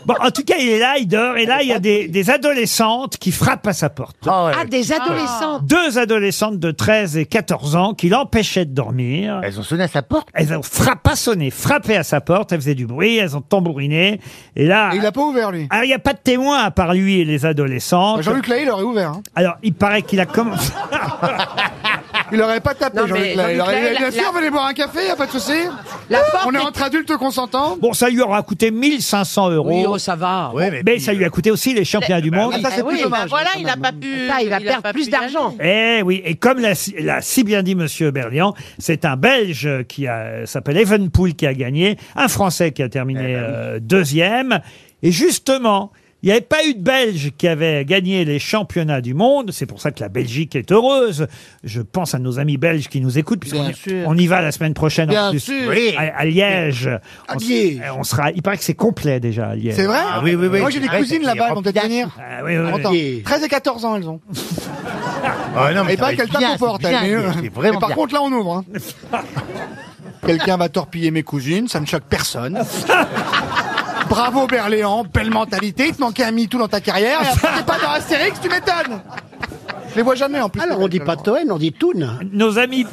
[SPEAKER 2] Bon, en tout cas, il est là, il dort, et là, il y a des, des adolescentes qui frappent à sa porte.
[SPEAKER 8] Oh,
[SPEAKER 5] Ah, des adolescentes
[SPEAKER 2] Deux adolescentes de 13 et 14 ans qui l'empêchaient de dormir.
[SPEAKER 8] Elles ont sonné à sa porte.
[SPEAKER 2] Elles ont frappé, pas sonné, frappé à sa porte, elles faisaient du bruit, elles ont tambouriné. Et là,
[SPEAKER 3] Et il n'a pas ouvert, lui. Ah,
[SPEAKER 2] alors, il n'y a pas de témoin à part
[SPEAKER 3] Bah,
[SPEAKER 2] lui et les adolescentes.
[SPEAKER 3] Jean-Luc Lahaye, il aurait ouvert. hein.
[SPEAKER 2] Alors, il paraît qu'il a commencé...
[SPEAKER 3] Il aurait pas tapé
[SPEAKER 5] Non, mais
[SPEAKER 3] Jean-Luc Lahaye. Il
[SPEAKER 5] Jean-Luc
[SPEAKER 3] aurait
[SPEAKER 5] Lahaye,
[SPEAKER 3] dit, Eh, Bien
[SPEAKER 5] la-
[SPEAKER 3] sûr,
[SPEAKER 5] la-
[SPEAKER 3] venez boire un café, y a pas de souci.
[SPEAKER 5] La
[SPEAKER 3] On
[SPEAKER 5] porte
[SPEAKER 3] est
[SPEAKER 5] est-
[SPEAKER 3] entre adultes consentants.
[SPEAKER 2] Bon, ça lui aura coûté 1500 euros.
[SPEAKER 5] Oui, oh, ça va.
[SPEAKER 2] Bon, mais ça lui a coûté aussi les championnats du monde.
[SPEAKER 4] Ah oui, bah voilà, il n'a pas pu.
[SPEAKER 5] Ça, il va perdre
[SPEAKER 4] pas
[SPEAKER 5] plus
[SPEAKER 4] pu
[SPEAKER 5] d'argent.
[SPEAKER 2] Eh oui, et comme l'a si- l'a si bien dit Monsieur Berlian, c'est un Belge qui a- s'appelle Evenpool qui a gagné, un Français qui a
[SPEAKER 3] Eh
[SPEAKER 2] terminé
[SPEAKER 3] ben
[SPEAKER 2] euh, deuxième, et justement. Il n'y avait pas eu de Belge qui avait gagné les championnats du monde. C'est pour ça que la Belgique est heureuse. Je pense à nos amis belges qui nous écoutent, puisqu'on
[SPEAKER 3] Bien
[SPEAKER 2] y-
[SPEAKER 3] sûr.
[SPEAKER 2] on y va la semaine prochaine en
[SPEAKER 3] Bien
[SPEAKER 2] plus.
[SPEAKER 3] sûr. Oui.
[SPEAKER 2] À, à Liège.
[SPEAKER 3] À
[SPEAKER 2] On s-
[SPEAKER 3] Liège.
[SPEAKER 2] On sera, il paraît que c'est complet déjà à Liège.
[SPEAKER 3] C'est vrai
[SPEAKER 2] Ah oui, oui, oui.
[SPEAKER 3] Moi j'ai des
[SPEAKER 2] Arrête,
[SPEAKER 3] cousines
[SPEAKER 2] c'est
[SPEAKER 3] là-bas, elles vont peut-être venir.
[SPEAKER 2] Ah oui, oui,
[SPEAKER 3] Attends,
[SPEAKER 2] oui.
[SPEAKER 3] 13 et 14 ans, elles ont.
[SPEAKER 8] Ah, non, mais
[SPEAKER 3] et
[SPEAKER 8] ça
[SPEAKER 3] pas
[SPEAKER 8] va
[SPEAKER 3] qu'elles
[SPEAKER 8] être
[SPEAKER 3] tapent
[SPEAKER 8] bien,
[SPEAKER 3] aux portes.
[SPEAKER 8] c'est bien,
[SPEAKER 3] elles,
[SPEAKER 8] c'est-
[SPEAKER 3] mais-
[SPEAKER 8] c'est vraiment
[SPEAKER 3] mais par
[SPEAKER 8] bien.
[SPEAKER 3] contre, là, on ouvre. hein. Quelqu'un va torpiller mes cousines, ça ne choque personne. Bravo Berléand, belle mentalité, il te manquait un MeToo dans ta carrière, et après t'es pas dans Astérix, tu m'étonnes Je les vois jamais en plus.
[SPEAKER 7] Alors on dit pas Toen, on dit Toon.
[SPEAKER 2] Nos amis,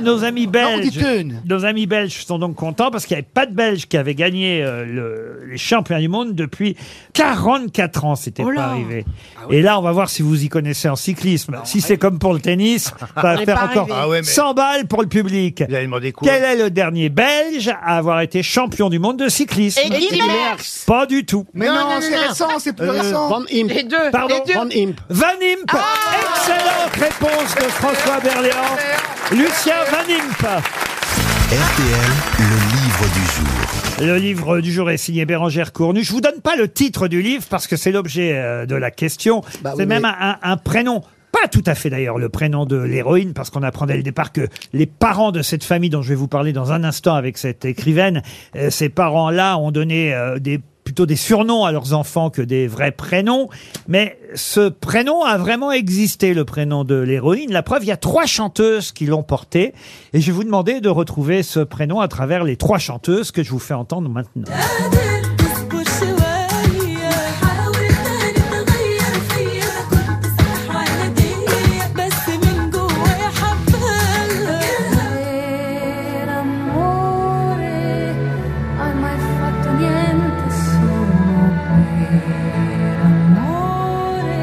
[SPEAKER 2] nos amis
[SPEAKER 3] dit
[SPEAKER 2] belges,
[SPEAKER 3] Thun.
[SPEAKER 2] nos amis belges sont donc contents parce qu'il n'y avait pas de Belges qui avaient gagné euh, le- les championnats du monde depuis 44 ans. C'était
[SPEAKER 5] Oh là.
[SPEAKER 2] pas arrivé.
[SPEAKER 7] Ah
[SPEAKER 2] Et là, on va voir si vous y connaissez en cyclisme. si c'est comme pour le tennis, ça
[SPEAKER 5] On
[SPEAKER 2] va
[SPEAKER 5] n'est
[SPEAKER 2] faire
[SPEAKER 5] pas
[SPEAKER 2] encore
[SPEAKER 5] arrivé.
[SPEAKER 8] Ah ouais, mais-
[SPEAKER 2] 100 balles pour le public.
[SPEAKER 8] Vous allez demander quoi
[SPEAKER 2] Quel est le dernier Belge à avoir été champion du monde de cyclisme
[SPEAKER 4] Et Guy Merckx.
[SPEAKER 2] Pas du tout.
[SPEAKER 3] Mais non, c'est récent, c'est plus récent.
[SPEAKER 7] Van Imp.
[SPEAKER 5] Les deux.
[SPEAKER 2] Pardon
[SPEAKER 5] les deux.
[SPEAKER 7] Van Imp.
[SPEAKER 2] Van Imp Excellente réponse de François Berléand. Lucien Van Imp
[SPEAKER 1] RTL, le livre du jour.
[SPEAKER 2] Le livre du jour est signé Bérangère Cournu. Je vous donne pas le titre du livre parce que c'est l'objet euh, de la question.
[SPEAKER 7] Bah
[SPEAKER 2] c'est
[SPEAKER 7] oui,
[SPEAKER 2] même
[SPEAKER 7] mais-
[SPEAKER 2] un, un prénom. Pas tout à fait d'ailleurs le prénom de l'héroïne, parce qu'on apprend dès le départ que les parents de cette famille dont je vais vous parler dans un instant avec cette écrivaine, euh, ces parents-là ont donné euh, des plutôt des surnoms à leurs enfants que des vrais prénoms. Mais ce prénom a vraiment existé, le prénom de l'héroïne. La preuve, il y a trois chanteuses qui l'ont porté. Et je vais vous demander de retrouver ce prénom à travers les trois chanteuses que je vous fais entendre maintenant.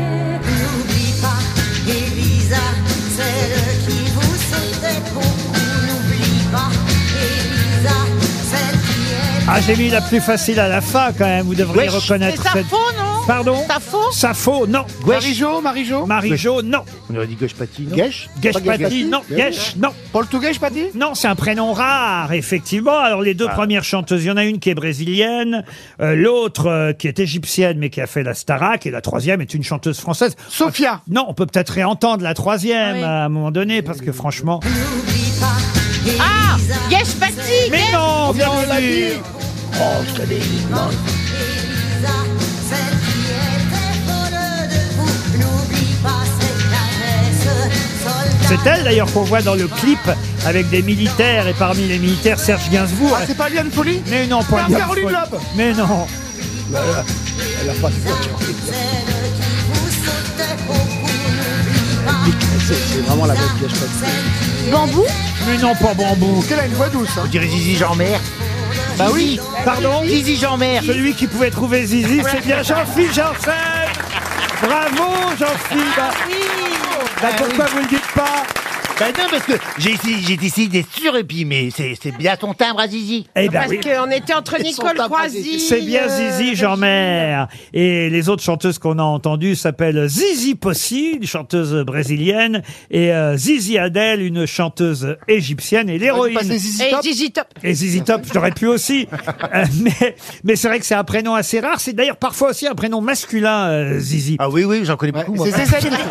[SPEAKER 12] é é
[SPEAKER 2] Ah, j'ai mis la plus facile à la fin quand même. Vous devriez
[SPEAKER 7] Wesh.
[SPEAKER 2] reconnaître
[SPEAKER 4] C'est
[SPEAKER 2] cette...
[SPEAKER 4] Sappho, non
[SPEAKER 2] Pardon
[SPEAKER 4] Sappho
[SPEAKER 2] Sappho, non.
[SPEAKER 3] Marie-Jo, Marie-Jo
[SPEAKER 2] Marie-Jo, non.
[SPEAKER 8] On aurait dit gauche patine.
[SPEAKER 7] Gesh
[SPEAKER 2] Geshpati, non. Gesh, non.
[SPEAKER 3] Eh Paul Touguet, je pas dit
[SPEAKER 2] Non, c'est un prénom rare, effectivement. Alors, les
[SPEAKER 3] Ah.
[SPEAKER 2] deux premières chanteuses, il y en a une qui est brésilienne, euh, l'autre euh, qui est égyptienne, mais qui a fait la Starac, et la troisième est une chanteuse française. Ah,
[SPEAKER 3] Sophia
[SPEAKER 2] Non, on peut peut-être réentendre la troisième
[SPEAKER 4] Ah oui.
[SPEAKER 2] à un moment donné, parce que franchement...
[SPEAKER 4] Ah Yes, Patti
[SPEAKER 2] Mais non, bien
[SPEAKER 3] on l'a
[SPEAKER 2] sûr.
[SPEAKER 3] dit.
[SPEAKER 4] Oh,
[SPEAKER 2] C'est elle d'ailleurs qu'on voit dans le clip avec des militaires, et parmi les militaires, Serge Gainsbourg.
[SPEAKER 3] Ah, c'est pas Liane Folie
[SPEAKER 2] Mais non, pas
[SPEAKER 3] C'est
[SPEAKER 2] une
[SPEAKER 3] Caroline
[SPEAKER 2] folle.
[SPEAKER 3] Loeb.
[SPEAKER 2] Mais non.
[SPEAKER 7] Euh, C'est c'est vraiment la bonne piège
[SPEAKER 6] Bambou
[SPEAKER 2] Mais non, pas bambou.
[SPEAKER 3] Parce qu'elle a une voix douce. hein.
[SPEAKER 8] On dirait Zizi Jean-Mer. Bah oui.
[SPEAKER 2] Pardon
[SPEAKER 8] Zizi Jean-Mer.
[SPEAKER 2] Celui qui pouvait trouver Zizi, c'est bien Jean-Philippe Janssen. Bravo, Jean-Philippe.
[SPEAKER 5] Ah
[SPEAKER 2] Bah, pourquoi vous le dites pas
[SPEAKER 8] Bah non, parce que j'ai essayé- j'ai essayé d'être sûr et puis, mais c'est c'est bien ton timbre à Zizi.
[SPEAKER 2] Eh ben
[SPEAKER 5] Parce
[SPEAKER 2] oui.
[SPEAKER 5] qu'on était entre
[SPEAKER 7] Ils sont
[SPEAKER 5] Nicole
[SPEAKER 7] pas
[SPEAKER 5] Croisy. euh,
[SPEAKER 7] posés.
[SPEAKER 2] C'est bien Zizi Jean-Mère. Et les autres chanteuses qu'on a entendues s'appellent Zizi Possi, une chanteuse brésilienne, et euh, Zizi Adel, une chanteuse égyptienne,
[SPEAKER 3] On va
[SPEAKER 5] Oh,
[SPEAKER 2] et
[SPEAKER 3] lui
[SPEAKER 2] l'héroïne.
[SPEAKER 3] passer Zizi
[SPEAKER 5] Et
[SPEAKER 3] Top.
[SPEAKER 5] Gigi Eh, Top.
[SPEAKER 2] Et Zizi Top, j'aurais pu aussi. Euh, mais mais c'est vrai que c'est un prénom assez rare. C'est d'ailleurs parfois aussi un prénom masculin, euh, Zizi.
[SPEAKER 8] Ah oui, oui, j'en connais
[SPEAKER 3] Ouais,
[SPEAKER 8] beaucoup. moi.
[SPEAKER 3] c'est ZZ.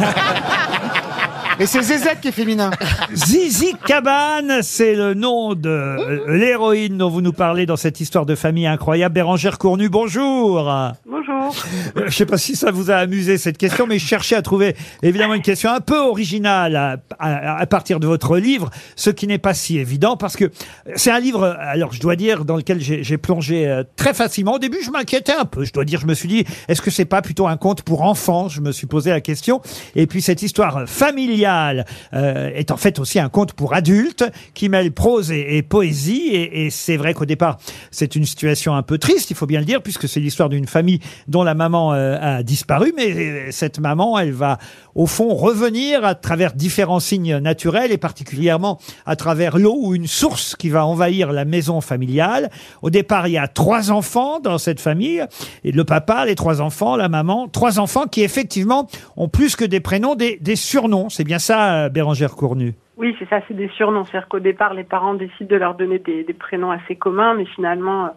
[SPEAKER 3] Et c'est ZZ qui est féminin.
[SPEAKER 2] Zizi Cabane, c'est le nom de
[SPEAKER 8] Oh.
[SPEAKER 2] euh, l'héroïne dont vous nous parlez dans cette histoire de famille incroyable. Bérangère Cournu, bonjour.
[SPEAKER 9] Bonjour.
[SPEAKER 2] Euh, Je sais pas si ça vous a amusé cette question, mais je cherchais à trouver évidemment une question un peu originale à, à- à partir de votre livre, ce qui n'est pas si évident parce que c'est un livre, euh, alors je dois dire, dans lequel j'ai j'ai plongé euh, très facilement. Au début, je m'inquiétais un peu. Je dois dire, je me suis dit, est-ce que c'est pas plutôt un conte pour enfants Je me suis posé la question. Et puis cette histoire euh, familiale euh, est en fait aussi un conte pour adultes qui mêle prose et, et poésie. Et, et c'est vrai qu'au départ, c'est une situation un peu triste, il faut bien le dire, puisque c'est l'histoire d'une famille dont la maman euh, a disparu, mais euh, cette maman, elle va au fond revenir à travers différents signes naturels et particulièrement à travers l'eau ou une source qui va envahir la maison familiale. Au départ, il y a trois enfants dans cette famille, et le papa, les trois enfants, la maman, trois enfants qui effectivement ont plus que des prénoms, des, des surnoms. C'est bien ça, euh, Bérangère Cournu.
[SPEAKER 9] Oui, c'est ça, c'est des surnoms. C'est-à-dire qu'au départ, les parents décident de leur donner des, des prénoms assez communs, mais finalement, euh,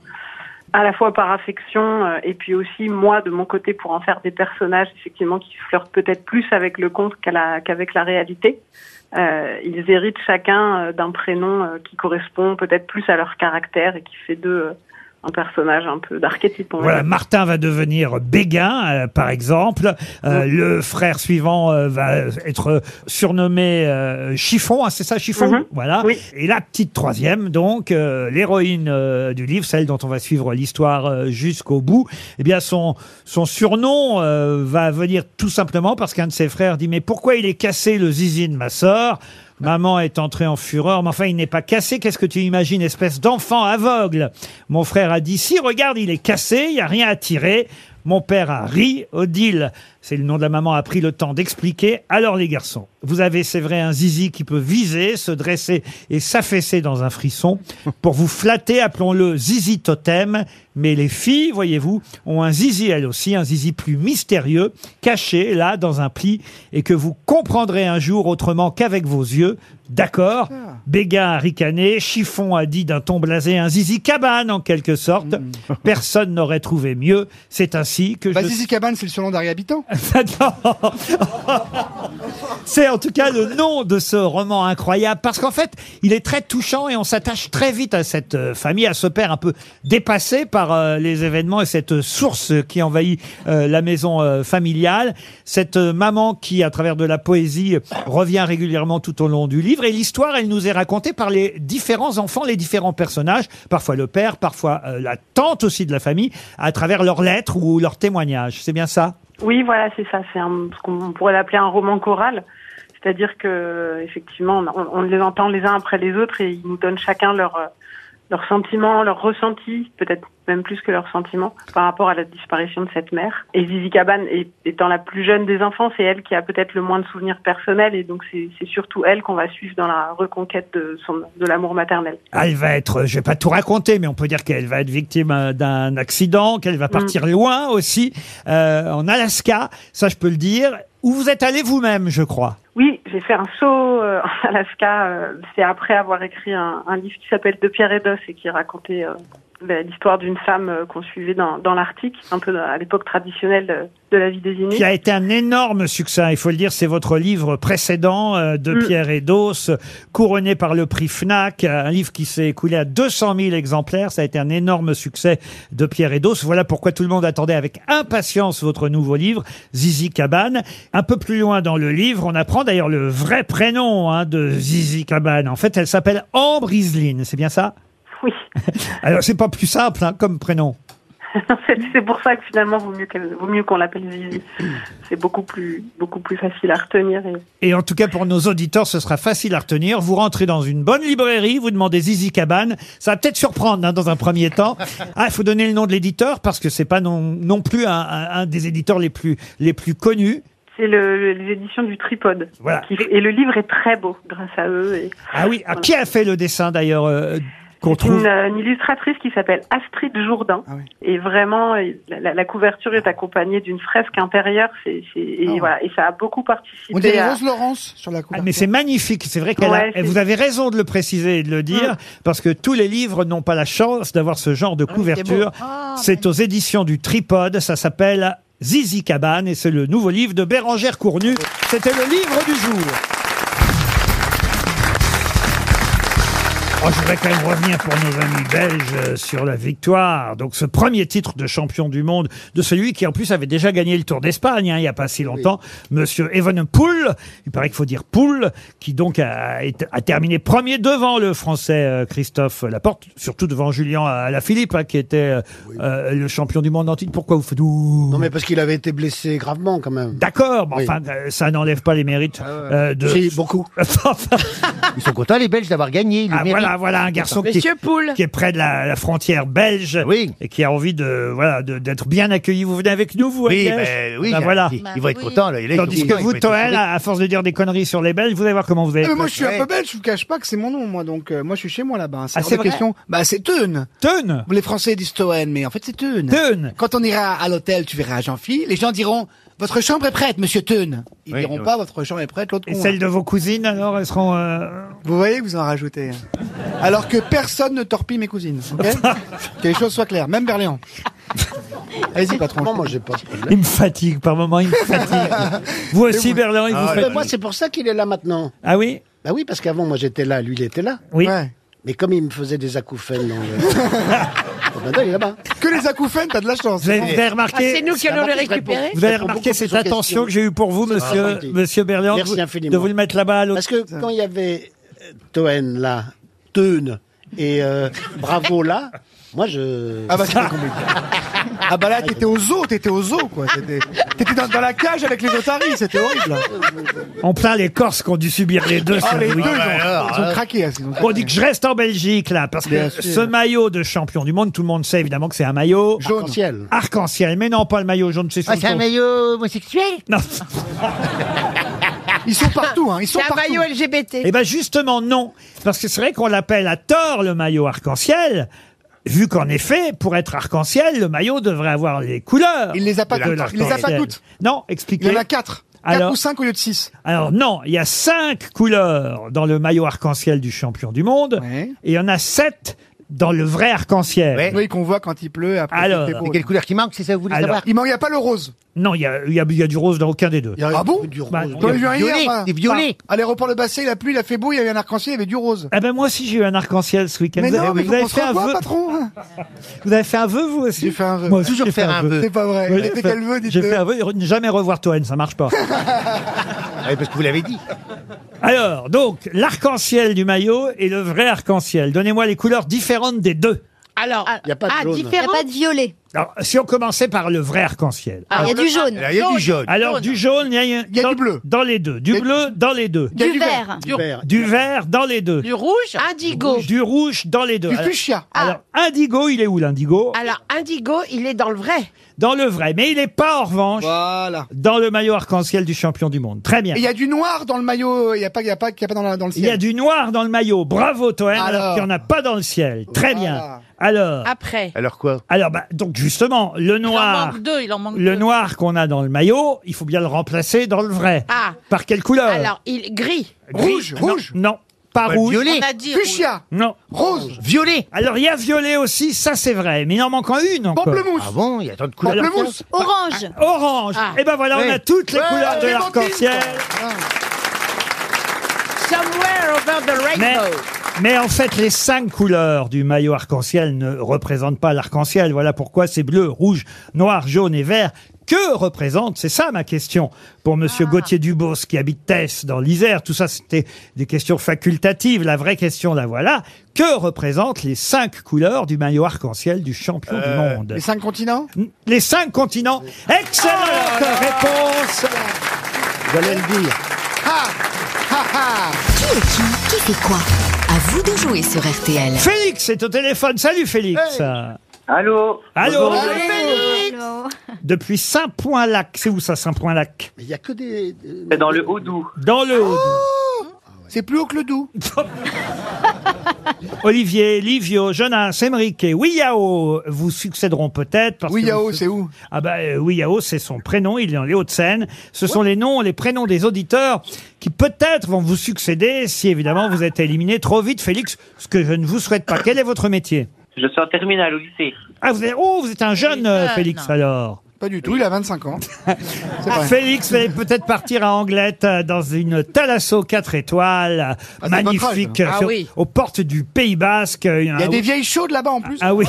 [SPEAKER 9] à la fois par affection euh, et puis aussi, moi, de mon côté, pour en faire des personnages, effectivement, qui flirtent peut-être plus avec le conte qu'à la- qu'avec la réalité. Euh, ils héritent chacun euh, d'un prénom euh, qui correspond peut-être plus à leur caractère et qui fait d'eux euh, un personnage un peu d'archétype. on va
[SPEAKER 2] Voilà,
[SPEAKER 9] dire.
[SPEAKER 2] Martin va devenir Béguin, euh, par exemple. Euh, Le frère suivant euh, va être surnommé euh, Chiffon, hein, c'est ça, Chiffon
[SPEAKER 9] Mhm.
[SPEAKER 2] Voilà. Et la petite troisième, donc, euh, l'héroïne euh, du livre, celle dont on va suivre l'histoire euh, jusqu'au bout, eh bien, son, son surnom euh, va venir tout simplement parce qu'un de ses frères dit « Mais pourquoi il est cassé le zizi de ma sœur ?» Maman est entrée en fureur, mais enfin, il n'est pas cassé. Qu'est-ce que tu imagines, espèce d'enfant aveugle Mon frère a dit, si, regarde, il est cassé, il n'y a rien à tirer. Mon père a ri, Odile, c'est le nom de la maman, a pris le temps d'expliquer. Alors les garçons, vous avez, c'est vrai, un zizi qui peut viser, se dresser et s'affaisser dans un frisson. Pour vous flatter, appelons-le zizi totem. Mais les filles, voyez-vous, ont un zizi elles aussi, un zizi plus mystérieux, caché là dans un pli et que vous comprendrez un jour autrement qu'avec vos yeux. D'accord
[SPEAKER 3] Ah.
[SPEAKER 2] Béga a ricané, Chiffon a dit d'un ton blasé un zizi cabane en quelque sorte. Personne n'aurait trouvé mieux. C'est ainsi que
[SPEAKER 3] Hmm. Bah,
[SPEAKER 2] je...
[SPEAKER 3] Zizi Cabane, c'est le surnom d'un réhabitant.
[SPEAKER 2] Non. C'est en tout cas le nom de ce roman incroyable parce qu'en fait, il est très touchant et on s'attache très vite à cette euh, famille, à ce père un peu dépassé par euh, les événements et cette source qui envahit euh, la maison euh, familiale, cette euh, maman qui à travers de la poésie euh, revient régulièrement tout au long du livre et l'histoire elle nous est racontée par les différents enfants, les différents personnages, parfois le père, parfois euh, la tante aussi de la famille à travers leurs lettres ou leurs témoignages. C'est bien ça
[SPEAKER 9] Oui, voilà, c'est ça. C'est un- ce qu'on pourrait l'appeler un roman choral. C'est-à-dire que, effectivement, on, on les entend les uns après les autres et ils nous donnent chacun leur, euh, leurs sentiments, leurs ressentis, peut-être même plus que leurs sentiments, par rapport à la disparition de cette mère. Et Zizi Cabane est- étant la plus jeune des enfants, c'est elle qui a peut-être le moins de souvenirs personnels et donc c'est c'est surtout elle qu'on va suivre dans la reconquête de, son- de l'amour maternel.
[SPEAKER 2] Ah, Elle va être, je vais pas tout raconter, mais on peut dire qu'elle va être victime euh, d'un accident, qu'elle va partir loin aussi, euh, en Alaska, ça je peux le dire, où vous êtes allé vous-même, je crois.
[SPEAKER 9] Oui, j'ai fait un saut euh, en Alaska. euh, C'est après avoir écrit un, un livre qui s'appelle De Pierre et d'Os et qui racontait euh, la- l'histoire d'une femme euh, qu'on suivait dans, dans l'Arctique, un peu dans- à l'époque traditionnelle euh, de la vie des Inuits.
[SPEAKER 2] Qui a été un énorme succès, il faut le dire, c'est votre livre précédent euh, de
[SPEAKER 9] Mm.
[SPEAKER 2] Pierre et d'Os, couronné par le prix FNAC, un livre qui s'est écoulé à 200 000 exemplaires, ça a été un énorme succès de Pierre et d'Os. Voilà pourquoi tout le monde attendait avec impatience votre nouveau livre, Zizi Cabane. Un peu plus loin dans le livre, on apprend d'ailleurs le vrai prénom hein, de Zizi Cabane. En fait, elle s'appelle Ambre Iseline, c'est bien ça
[SPEAKER 9] Oui.
[SPEAKER 2] Alors, c'est pas plus simple hein, comme prénom.
[SPEAKER 9] c'est c'est pour ça que finalement, vaut mieux qu'elle- vaut mieux qu'on l'appelle Zizi. C'est beaucoup plus, beaucoup plus facile à retenir. Et...
[SPEAKER 2] Et en tout cas, pour nos auditeurs, ce sera facile à retenir. Vous rentrez dans une bonne librairie, vous demandez Zizi Cabane. Ça va peut-être surprendre hein, dans un premier temps. Ah, il faut donner le nom de l'éditeur parce que c'est pas non, non plus un, un- un des éditeurs les plus, les plus connus.
[SPEAKER 9] C'est le, les éditions du Tripode.
[SPEAKER 2] Voilà.
[SPEAKER 9] qui- et le livre est très beau grâce à eux. Et...
[SPEAKER 2] Ah oui, à qui a fait le dessin d'ailleurs euh, qu'on
[SPEAKER 9] C'est une,
[SPEAKER 2] trouve
[SPEAKER 9] euh, une illustratrice qui s'appelle Astrid Jourdain.
[SPEAKER 7] Ah
[SPEAKER 9] Et vraiment, euh, la, la- la couverture est accompagnée d'une fresque intérieure. C'est, c'est-
[SPEAKER 7] Ah
[SPEAKER 9] et, voilà, et ça a beaucoup participé.
[SPEAKER 3] On dirait
[SPEAKER 9] à-
[SPEAKER 3] Rose Laurence sur la
[SPEAKER 2] Ah,
[SPEAKER 3] couverture.
[SPEAKER 2] mais c'est magnifique, c'est vrai qu'elle a-
[SPEAKER 9] Ouais, c'est- Hum.
[SPEAKER 2] vous avez raison de le préciser et de le dire, parce que tous les livres n'ont pas la chance d'avoir ce genre de couverture.
[SPEAKER 5] beau. Ah,
[SPEAKER 2] c'est aux éditions du Tripode, ça s'appelle Zizi Cabane, et c'est le nouveau livre de Bérangère Cournu.
[SPEAKER 9] Ah
[SPEAKER 2] C'était le livre du jour. Oh, je voudrais quand même revenir pour nos amis belges euh, sur la victoire. Donc ce premier titre de champion du monde de celui qui en plus avait déjà gagné le Tour d'Espagne hein, il n'y a pas si longtemps, Monsieur Evan Poul. Il paraît qu'il faut dire Poul, qui donc a, été- a terminé premier devant le Français euh, Christophe Laporte, surtout devant Julien Alaphilippe hein, qui était euh, euh, le champion du monde en titre. Pourquoi vous faites ouh
[SPEAKER 7] Non, mais parce qu'il avait été blessé gravement quand même.
[SPEAKER 2] D'accord, mais enfin euh, ça n'enlève pas les mérites euh, de.
[SPEAKER 7] Ah Si, beaucoup.
[SPEAKER 2] Ils
[SPEAKER 8] sont contents, les Belges, d'avoir gagné. Ils le
[SPEAKER 2] Ah,
[SPEAKER 8] méritent.
[SPEAKER 2] voilà, voilà un garçon qui,
[SPEAKER 5] Monsieur Poule.
[SPEAKER 2] qui est près de la, la frontière belge et qui a envie de voilà de- d'être bien accueilli. Vous venez avec nous, vous
[SPEAKER 8] Oui,
[SPEAKER 2] à Liège
[SPEAKER 8] ben oui,
[SPEAKER 2] Ben
[SPEAKER 8] il-
[SPEAKER 2] voilà.
[SPEAKER 8] il- il va être Bah oui. content, là, il est
[SPEAKER 2] Tandis
[SPEAKER 8] content,
[SPEAKER 2] que
[SPEAKER 8] il
[SPEAKER 2] vous,
[SPEAKER 8] va être
[SPEAKER 2] Toël, ah,
[SPEAKER 8] content.
[SPEAKER 2] à à force de dire des conneries sur les Belges, vous allez voir comment vous allez.
[SPEAKER 3] Ah, mais moi, je suis
[SPEAKER 2] être.
[SPEAKER 3] un peu belge, je vous cache pas que c'est mon nom, moi, donc euh, moi, je suis chez moi là-bas. C'est
[SPEAKER 2] Ah,
[SPEAKER 3] hors
[SPEAKER 2] c'est
[SPEAKER 3] de
[SPEAKER 2] vrai
[SPEAKER 3] question. Bah, c'est Teune.
[SPEAKER 2] Teune.
[SPEAKER 3] Les Français disent Toen, mais en fait, c'est Teune.
[SPEAKER 2] Teune.
[SPEAKER 3] Quand on ira à l'hôtel, tu verras Jean-Phi, les gens diront Votre chambre est prête, monsieur Teune. Ils
[SPEAKER 2] Oui,
[SPEAKER 3] diront
[SPEAKER 2] oui.
[SPEAKER 3] pas Votre chambre est prête, l'autre
[SPEAKER 2] Et
[SPEAKER 3] con,
[SPEAKER 2] celles
[SPEAKER 3] là.
[SPEAKER 2] de vos cousines, alors, elles seront. euh,
[SPEAKER 3] Vous voyez que vous en rajoutez. hein. Alors que personne ne torpille mes cousines. ok que les choses soient claires, même Berléand. Allez-y, patron.
[SPEAKER 7] Moi, j'ai pas.
[SPEAKER 2] Il me fatigue par moment, il me fatigue. vous aussi, Berlin, il
[SPEAKER 8] Ah,
[SPEAKER 2] vous
[SPEAKER 8] ben
[SPEAKER 2] fatigue.
[SPEAKER 7] Ah, Moi, c'est pour ça qu'il est là maintenant.
[SPEAKER 2] Ah oui
[SPEAKER 7] Bah oui, parce qu'avant, moi, j'étais là, lui, il était là.
[SPEAKER 2] Oui.
[SPEAKER 7] Mais comme il me faisait des acouphènes dans le- Maintenant, il est là-bas.
[SPEAKER 3] Que les acouphènes, t'as de la chance.
[SPEAKER 2] Vous avez, vous avez remarqué,
[SPEAKER 7] Bah,
[SPEAKER 2] Vous avez remarqué cette attention que j'ai eue pour vous, monsieur, monsieur Berléand, de
[SPEAKER 7] Merci
[SPEAKER 2] vous-
[SPEAKER 7] infiniment.
[SPEAKER 2] de vous le mettre là-bas à l'autre.
[SPEAKER 7] Parce que quand il y avait euh, Toen là, Teune et euh, Bravo là, moi je.
[SPEAKER 3] Ah bah, c'était compliqué. Ah bah là, t'étais au zoo, t'étais au zoo, quoi. T'étais- T'étais dans, dans la cage avec les otaries, c'était horrible. hein.
[SPEAKER 2] En plein, les Corses qui ont dû subir les deux.
[SPEAKER 3] Ah,
[SPEAKER 2] sur
[SPEAKER 3] les
[SPEAKER 2] le
[SPEAKER 3] deux,
[SPEAKER 2] week-end.
[SPEAKER 3] ils ont- Ah, ils ont ouais. craqué, hein, ils ont craqué.
[SPEAKER 2] On dit que je reste en Belgique, là, parce
[SPEAKER 3] Bien
[SPEAKER 2] que
[SPEAKER 3] sûr.
[SPEAKER 2] ce maillot de champion du monde, tout le monde sait évidemment que c'est un maillot.
[SPEAKER 7] Arc-en-ciel.
[SPEAKER 2] Arc-en-ciel. Mais non, pas le maillot jaune, c'est
[SPEAKER 8] Ah, c'est un maillot homosexuel
[SPEAKER 2] Non.
[SPEAKER 3] Ils sont partout, hein, ils sont
[SPEAKER 5] C'est un
[SPEAKER 3] partout.
[SPEAKER 5] maillot LGBT.
[SPEAKER 2] Eh ben justement non, parce que c'est vrai qu'on l'appelle à tort le maillot arc-en-ciel. Vu qu'en effet, pour être arc-en-ciel, le maillot devrait avoir les couleurs.
[SPEAKER 3] Il les a pas
[SPEAKER 2] de
[SPEAKER 3] toutes. Il les a pas
[SPEAKER 2] l'arc-en-ciel.
[SPEAKER 3] toutes.
[SPEAKER 2] Non, expliquez.
[SPEAKER 3] Il y en a quatre. Quatre
[SPEAKER 2] Alors-
[SPEAKER 3] ou cinq au lieu de six.
[SPEAKER 2] Alors non, il y a cinq couleurs dans le maillot arc-en-ciel du champion du monde, et il y en a sept dans le vrai arc-en-ciel.
[SPEAKER 3] Oui, qu'on voit quand il pleut. Après,
[SPEAKER 2] Alors.
[SPEAKER 3] il fait beau.
[SPEAKER 2] Et
[SPEAKER 8] Quelle couleur qui manque, c'est ça que vous voulez
[SPEAKER 2] Alors,
[SPEAKER 8] savoir
[SPEAKER 3] Il manque, il y a pas le rose.
[SPEAKER 2] Non, il y a, il y a- il y a du rose dans aucun des deux.
[SPEAKER 3] Ah bon
[SPEAKER 2] Bah,
[SPEAKER 3] J'en ai vu un hier,
[SPEAKER 8] Violet,
[SPEAKER 3] bah,
[SPEAKER 8] des violets.
[SPEAKER 3] bah, à l'aéroport de Basset, il a plu, il a fait beau, il y avait un arc-en-ciel, il y avait du rose.
[SPEAKER 2] Ah ben moi aussi j'ai eu un arc-en-ciel ce week-end.
[SPEAKER 3] Mais non, mais
[SPEAKER 2] vous, avez
[SPEAKER 3] faut qu'on
[SPEAKER 2] fait
[SPEAKER 3] se
[SPEAKER 2] un
[SPEAKER 3] revoie,
[SPEAKER 2] vœu,
[SPEAKER 3] patron. hein.
[SPEAKER 2] vous avez fait un vœu vous aussi
[SPEAKER 3] J'ai fait un vœu.
[SPEAKER 2] Moi aussi,
[SPEAKER 8] Toujours
[SPEAKER 2] j'ai fait
[SPEAKER 8] faire un vœu.
[SPEAKER 3] C'est pas vrai.
[SPEAKER 2] Ouais,
[SPEAKER 3] C'était
[SPEAKER 2] j'ai fait-
[SPEAKER 3] quel vœu,
[SPEAKER 2] J'ai fait
[SPEAKER 3] dites-le
[SPEAKER 2] un vœu, ne jamais revoir Toen, ça marche pas.
[SPEAKER 8] Ah, Parce que vous l'avez dit.
[SPEAKER 2] Alors, donc, l'arc-en-ciel du maillot et le vrai arc-en-ciel. Donnez-moi les couleurs différentes des deux.
[SPEAKER 5] Alors,
[SPEAKER 7] Il n'y a pas de
[SPEAKER 5] ah,
[SPEAKER 7] jaune.
[SPEAKER 6] Il n'y a
[SPEAKER 5] différent.
[SPEAKER 6] pas de violet.
[SPEAKER 2] Alors, si on commençait par le vrai arc-en-ciel.
[SPEAKER 6] Il y a du jaune.
[SPEAKER 8] Là, il y a du jaune.
[SPEAKER 2] Alors, du jaune, il y a, il y a dans, du
[SPEAKER 3] bleu.
[SPEAKER 2] Dans les deux. Du bleu, dans les deux.
[SPEAKER 6] Du, vert.
[SPEAKER 7] Du vert.
[SPEAKER 2] Du vert, dans les deux.
[SPEAKER 5] Du rouge, indigo.
[SPEAKER 2] Du rouge, dans les deux.
[SPEAKER 3] Du
[SPEAKER 2] Alors,
[SPEAKER 3] fuchsia.
[SPEAKER 2] alors, indigo, il est où l'indigo
[SPEAKER 5] Alors, indigo, il est dans le vrai.
[SPEAKER 2] Dans le vrai. Mais il n'est pas, en revanche,
[SPEAKER 3] Voilà.
[SPEAKER 2] dans le maillot arc-en-ciel du champion du monde. Très bien.
[SPEAKER 3] Et il y a du noir dans le maillot, il y a pas, il y a pas, qu'il y a pas dans, la- dans le
[SPEAKER 2] Il y a
[SPEAKER 3] ciel.
[SPEAKER 2] du noir dans le maillot. Bravo, Toen, alors,
[SPEAKER 3] Alors.
[SPEAKER 2] qu'il n'y en a pas dans le ciel. Très bien. Alors,
[SPEAKER 5] Après.
[SPEAKER 8] Alors quoi
[SPEAKER 2] Alors, bah, donc justement, le
[SPEAKER 4] Il en
[SPEAKER 2] noir,
[SPEAKER 4] manque deux, il en manque
[SPEAKER 2] le
[SPEAKER 4] deux.
[SPEAKER 2] noir qu'on a dans le maillot, il faut bien le remplacer dans le vrai.
[SPEAKER 5] Ah.
[SPEAKER 2] Par quelle couleur
[SPEAKER 5] Alors, il gris.
[SPEAKER 2] Gris
[SPEAKER 3] Rouge,
[SPEAKER 2] Non,
[SPEAKER 3] rouge.
[SPEAKER 2] Non, pas
[SPEAKER 8] Ouais,
[SPEAKER 2] rouge.
[SPEAKER 8] Violet
[SPEAKER 4] On a dit
[SPEAKER 3] Fuchsia.
[SPEAKER 2] Non.
[SPEAKER 3] Rose.
[SPEAKER 8] Violet
[SPEAKER 2] Alors, il y a violet aussi, ça c'est vrai, mais il en manque en une encore.
[SPEAKER 3] Pamplemousse.
[SPEAKER 8] Ah bon, il y a tant de couleurs.
[SPEAKER 3] Pamplemousse.
[SPEAKER 6] Orange.
[SPEAKER 2] Orange.
[SPEAKER 5] Ah.
[SPEAKER 2] Et ben voilà, on
[SPEAKER 8] Ouais.
[SPEAKER 2] a toutes les
[SPEAKER 3] Ouais,
[SPEAKER 2] couleurs de
[SPEAKER 3] Clémentine.
[SPEAKER 2] l'arc-en-ciel.
[SPEAKER 5] Somewhere over the
[SPEAKER 2] Mais,
[SPEAKER 5] rainbow.
[SPEAKER 2] mais en fait, les cinq couleurs du maillot arc-en-ciel ne représentent pas l'arc-en-ciel. Voilà pourquoi c'est bleu, rouge, noir, jaune et vert. Que représentent C'est ça ma question pour Monsieur Gauthier Dubos qui habite Tess dans l'Isère. Tout ça, c'était des questions facultatives. La vraie question, la voilà. Que représentent les cinq couleurs du maillot arc-en-ciel du champion du monde
[SPEAKER 3] Les cinq continents.
[SPEAKER 2] Les cinq continents. Excellente réponse.
[SPEAKER 7] J'allais le dire.
[SPEAKER 3] Ah, ah, ah.
[SPEAKER 10] Qui est qui Qui fait quoi À vous de jouer sur RTL.
[SPEAKER 2] Félix est au téléphone. Salut Félix.
[SPEAKER 13] Allô
[SPEAKER 2] Allô.
[SPEAKER 6] Allô.
[SPEAKER 2] Depuis Saint-Point-Lac. C'est où ça, Saint-Point-Lac
[SPEAKER 7] Mais il n'y a que des.
[SPEAKER 13] C'est dans le Haut-Doubs.
[SPEAKER 2] Dans le Haut.
[SPEAKER 3] C'est plus haut que le doux.
[SPEAKER 2] Olivier, Livio, Jonas, Emeric et Wiyao vous succéderont peut-être. parce que
[SPEAKER 3] Oui, Yao,
[SPEAKER 2] vous-
[SPEAKER 3] c'est où
[SPEAKER 2] Ah bah euh, Wiyao, c'est son prénom, il est dans les Hauts-de-Seine. Ce sont les noms, les prénoms des auditeurs qui peut-être vont vous succéder si évidemment vous êtes éliminé trop vite, Félix, ce que je ne vous souhaite pas. Quel est votre métier
[SPEAKER 13] Je suis en terminale au lycée.
[SPEAKER 2] Ah, vous êtes, oh, vous êtes un jeune,
[SPEAKER 4] Il est
[SPEAKER 2] euh,
[SPEAKER 4] jeune.
[SPEAKER 2] Félix, alors.
[SPEAKER 3] Pas du tout, il a 25 ans. C'est vrai.
[SPEAKER 2] Félix, vous allez peut-être partir à Anglette euh, dans une Thalasso 4 étoiles,
[SPEAKER 3] Ah, c'est
[SPEAKER 2] magnifique,
[SPEAKER 3] votre
[SPEAKER 5] Ah
[SPEAKER 2] sur-
[SPEAKER 5] oui.
[SPEAKER 2] aux portes du Pays Basque. euh,
[SPEAKER 3] Il y a des vieilles chaudes là-bas en plus.
[SPEAKER 2] Ah oui,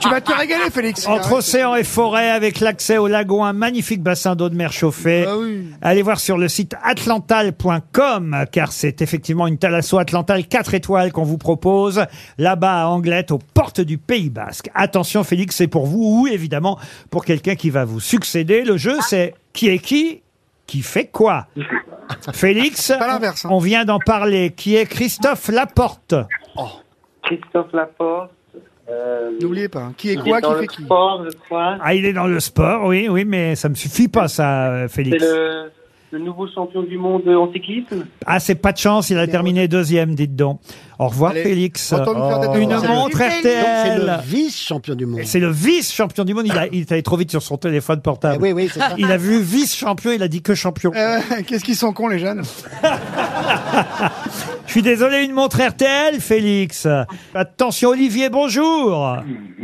[SPEAKER 3] Tu vas te régaler, Félix.
[SPEAKER 2] entre océan et forêt, avec l'accès au lagon, un magnifique bassin d'eau de mer chauffée.
[SPEAKER 3] Ah oui.
[SPEAKER 2] Allez voir sur le site atlantal.com, car c'est effectivement une Thalasso Atlantal 4 étoiles qu'on vous propose, là-bas à Anglette, aux portes du Pays Basque. Attention Félix, c'est pour vous, ou évidemment pour quelqu'un qui va vous succéder. Le jeu, c'est qui est qui, qui fait quoi Félix,
[SPEAKER 3] hein.
[SPEAKER 2] on vient d'en parler, qui est Christophe Laporte.
[SPEAKER 13] Oh. Christophe Laporte. euh,
[SPEAKER 3] N'oubliez pas, hein, qui est
[SPEAKER 13] il
[SPEAKER 3] quoi,
[SPEAKER 13] dans
[SPEAKER 3] qui
[SPEAKER 13] le
[SPEAKER 3] fait qui
[SPEAKER 13] sport, je crois.
[SPEAKER 2] Ah, il est dans le sport, oui, oui, mais ça me suffit pas, ça, euh,
[SPEAKER 13] C'est
[SPEAKER 2] Félix.
[SPEAKER 13] le, le nouveau champion du monde en cyclisme.
[SPEAKER 2] Ah, c'est pas de chance, il a terminé deuxième, dites donc. Au revoir, Félix. Une montre
[SPEAKER 7] C'est le
[SPEAKER 2] RTL.
[SPEAKER 7] vice-champion du monde.
[SPEAKER 2] Et C'est le vice-champion du monde. Il, a, il est allé trop vite sur son téléphone portable.
[SPEAKER 7] Eh oui, oui, c'est ça.
[SPEAKER 2] Il a vu vice-champion, il a dit que champion.
[SPEAKER 3] Euh, Qu'est-ce qu'ils sont cons, les jeunes
[SPEAKER 2] Je suis désolé, une montre RTL, Félix. Attention, Olivier, bonjour.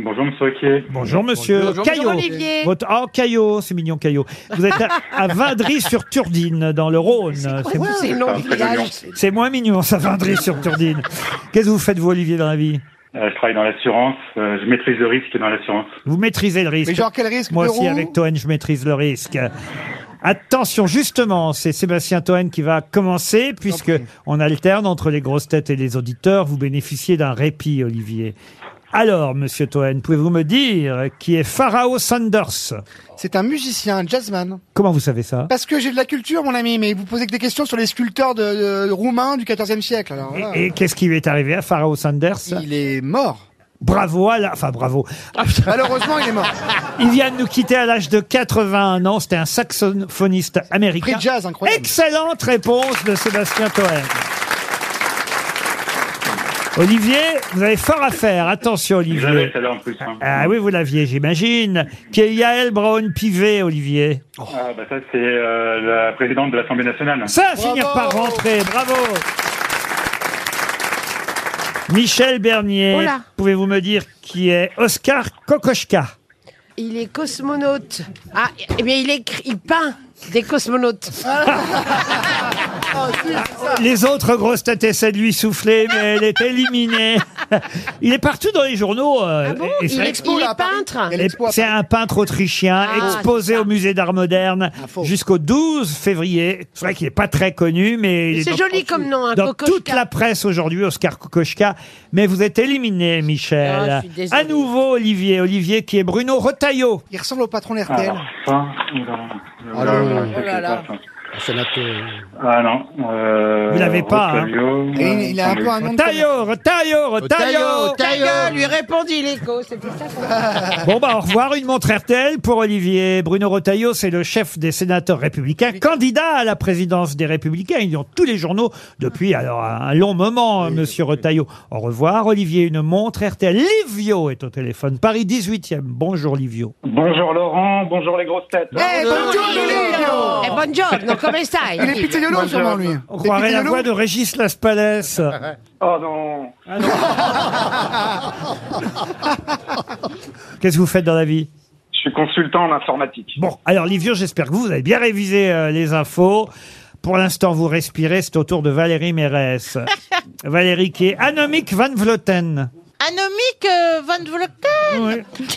[SPEAKER 14] Bonjour Monsieur Hockey.
[SPEAKER 2] Bonjour, monsieur. Caillot. Votre... Oh, Caillot, c'est mignon, Caillot. Vous êtes à, à Vindry-sur-Turdine, dans le Rhône. C'est
[SPEAKER 5] tous ces noms de
[SPEAKER 14] Très
[SPEAKER 5] villages
[SPEAKER 14] mignon.
[SPEAKER 2] C'est moins mignon, ça, Vindry-sur-Turdine. Qu'est-ce que vous faites, vous, Olivier, dans la vie
[SPEAKER 14] Euh, je travaille dans l'assurance, euh, je maîtrise le risque dans l'assurance.
[SPEAKER 2] Vous maîtrisez le risque.
[SPEAKER 14] Mais genre, quel risque,
[SPEAKER 2] Moi
[SPEAKER 14] de
[SPEAKER 2] aussi,
[SPEAKER 14] roue
[SPEAKER 2] avec Toen, je maîtrise le risque. Attention, justement, c'est Sébastien Toen qui va commencer, puisque on alterne entre les grosses têtes et les auditeurs. Vous bénéficiez d'un répit, Olivier. Alors, monsieur Toen, pouvez-vous me dire qui est Pharaoh Sanders
[SPEAKER 3] C'est un musicien, un jazzman.
[SPEAKER 2] Comment vous savez ça
[SPEAKER 3] Parce que j'ai de la culture, mon ami, mais vous posez que des questions sur les sculpteurs de, de- roumains du 14e siècle. Alors, voilà.
[SPEAKER 2] Et qu'est-ce qui lui est arrivé à Pharaoh Sanders
[SPEAKER 3] Il est mort. Ah,
[SPEAKER 2] Bravo à la... Enfin, bravo.
[SPEAKER 3] Malheureusement, il est mort.
[SPEAKER 2] Il vient de nous quitter à l'âge de 81 ans. C'était un saxophoniste américain.
[SPEAKER 3] Prix de jazz, incroyable.
[SPEAKER 2] Excellente réponse de Sébastien Toen. Olivier, vous avez fort à faire. Attention,
[SPEAKER 14] Vous avez
[SPEAKER 2] Olivier.
[SPEAKER 14] celle-là en plus. hein.
[SPEAKER 2] Ah oui, vous l'aviez, j'imagine. Qui est Yael Brown-Pivet, Olivier.
[SPEAKER 14] Ah, bah ça c'est euh, la présidente de l'Assemblée nationale.
[SPEAKER 2] Ça va finir par rentrer, bravo Michel Bernier,
[SPEAKER 5] Oh là.
[SPEAKER 2] pouvez-vous me dire qui est Oscar Kokoschka
[SPEAKER 5] Il est cosmonaute. Ah, eh bien, il, écrit, il peint des cosmonautes.
[SPEAKER 2] Les autres grosses têtes essaient de lui souffler, mais elle est éliminée. Il est partout dans les journaux. euh, et- et
[SPEAKER 5] Ah il,
[SPEAKER 2] c'est-
[SPEAKER 5] est, il est peintre.
[SPEAKER 2] Et C'est un peintre autrichien
[SPEAKER 5] Ah,
[SPEAKER 2] exposé au musée d'art moderne jusqu'au 12 février. C'est vrai qu'il n'est pas très connu, mais il
[SPEAKER 5] Mais
[SPEAKER 2] est
[SPEAKER 5] c'est
[SPEAKER 2] dans-
[SPEAKER 5] joli comme nom, hein,
[SPEAKER 2] dans
[SPEAKER 5] Kokoschka.
[SPEAKER 2] toute la presse aujourd'hui, Oscar Kokoschka. Mais vous êtes éliminé, Michel.
[SPEAKER 5] Ah, je suis désolée.
[SPEAKER 2] à nouveau, Olivier. Olivier qui est Bruno Retailleau.
[SPEAKER 3] Il ressemble au patron de RTL.
[SPEAKER 14] Alors ça, oula, oula,
[SPEAKER 3] Allô.
[SPEAKER 14] oula,
[SPEAKER 3] Oh là là.
[SPEAKER 14] c'est quoi, ça Ah non. Euh,
[SPEAKER 2] Vous l'avez pas, hein.
[SPEAKER 14] Rotelio,
[SPEAKER 2] Et il- il a un peu un nom de Retailleau, commun. Retailleau, Retailleau.
[SPEAKER 5] Ta gueule, lui
[SPEAKER 2] Retailleau.
[SPEAKER 5] répondit l'écho. C'était Ah. ça qu'on
[SPEAKER 2] Bon, bah, au revoir. Une montre RTL pour Olivier. Bruno Retailleau, c'est le chef des sénateurs républicains, candidat à la présidence des républicains. Ils ont tous les journaux depuis, alors, un long moment, hein, monsieur Retailleau. Au revoir, Olivier. Une montre RTL. Livio est au téléphone. Paris 18e. Bonjour, Livio.
[SPEAKER 14] Bonjour Laurent, bonjour les grosses têtes.
[SPEAKER 5] Eh,
[SPEAKER 3] buongiorno, Livio.
[SPEAKER 5] Eh, buongiorno, come stai?
[SPEAKER 3] Il est pizzaiolo, sûrement, lui.
[SPEAKER 2] On croirait la voix de Régis Laspalès.
[SPEAKER 14] Oh non.
[SPEAKER 2] Qu'est-ce que vous faites dans la vie?
[SPEAKER 14] Je suis consultant en informatique.
[SPEAKER 2] Bon, alors Livio, j'espère que vous, vous avez bien révisé euh, les infos. Pour l'instant, vous respirez, c'est au tour de Valérie Mérès. Valérie qui est anomique Van Vloten.
[SPEAKER 4] Anomique euh, Van Vleuten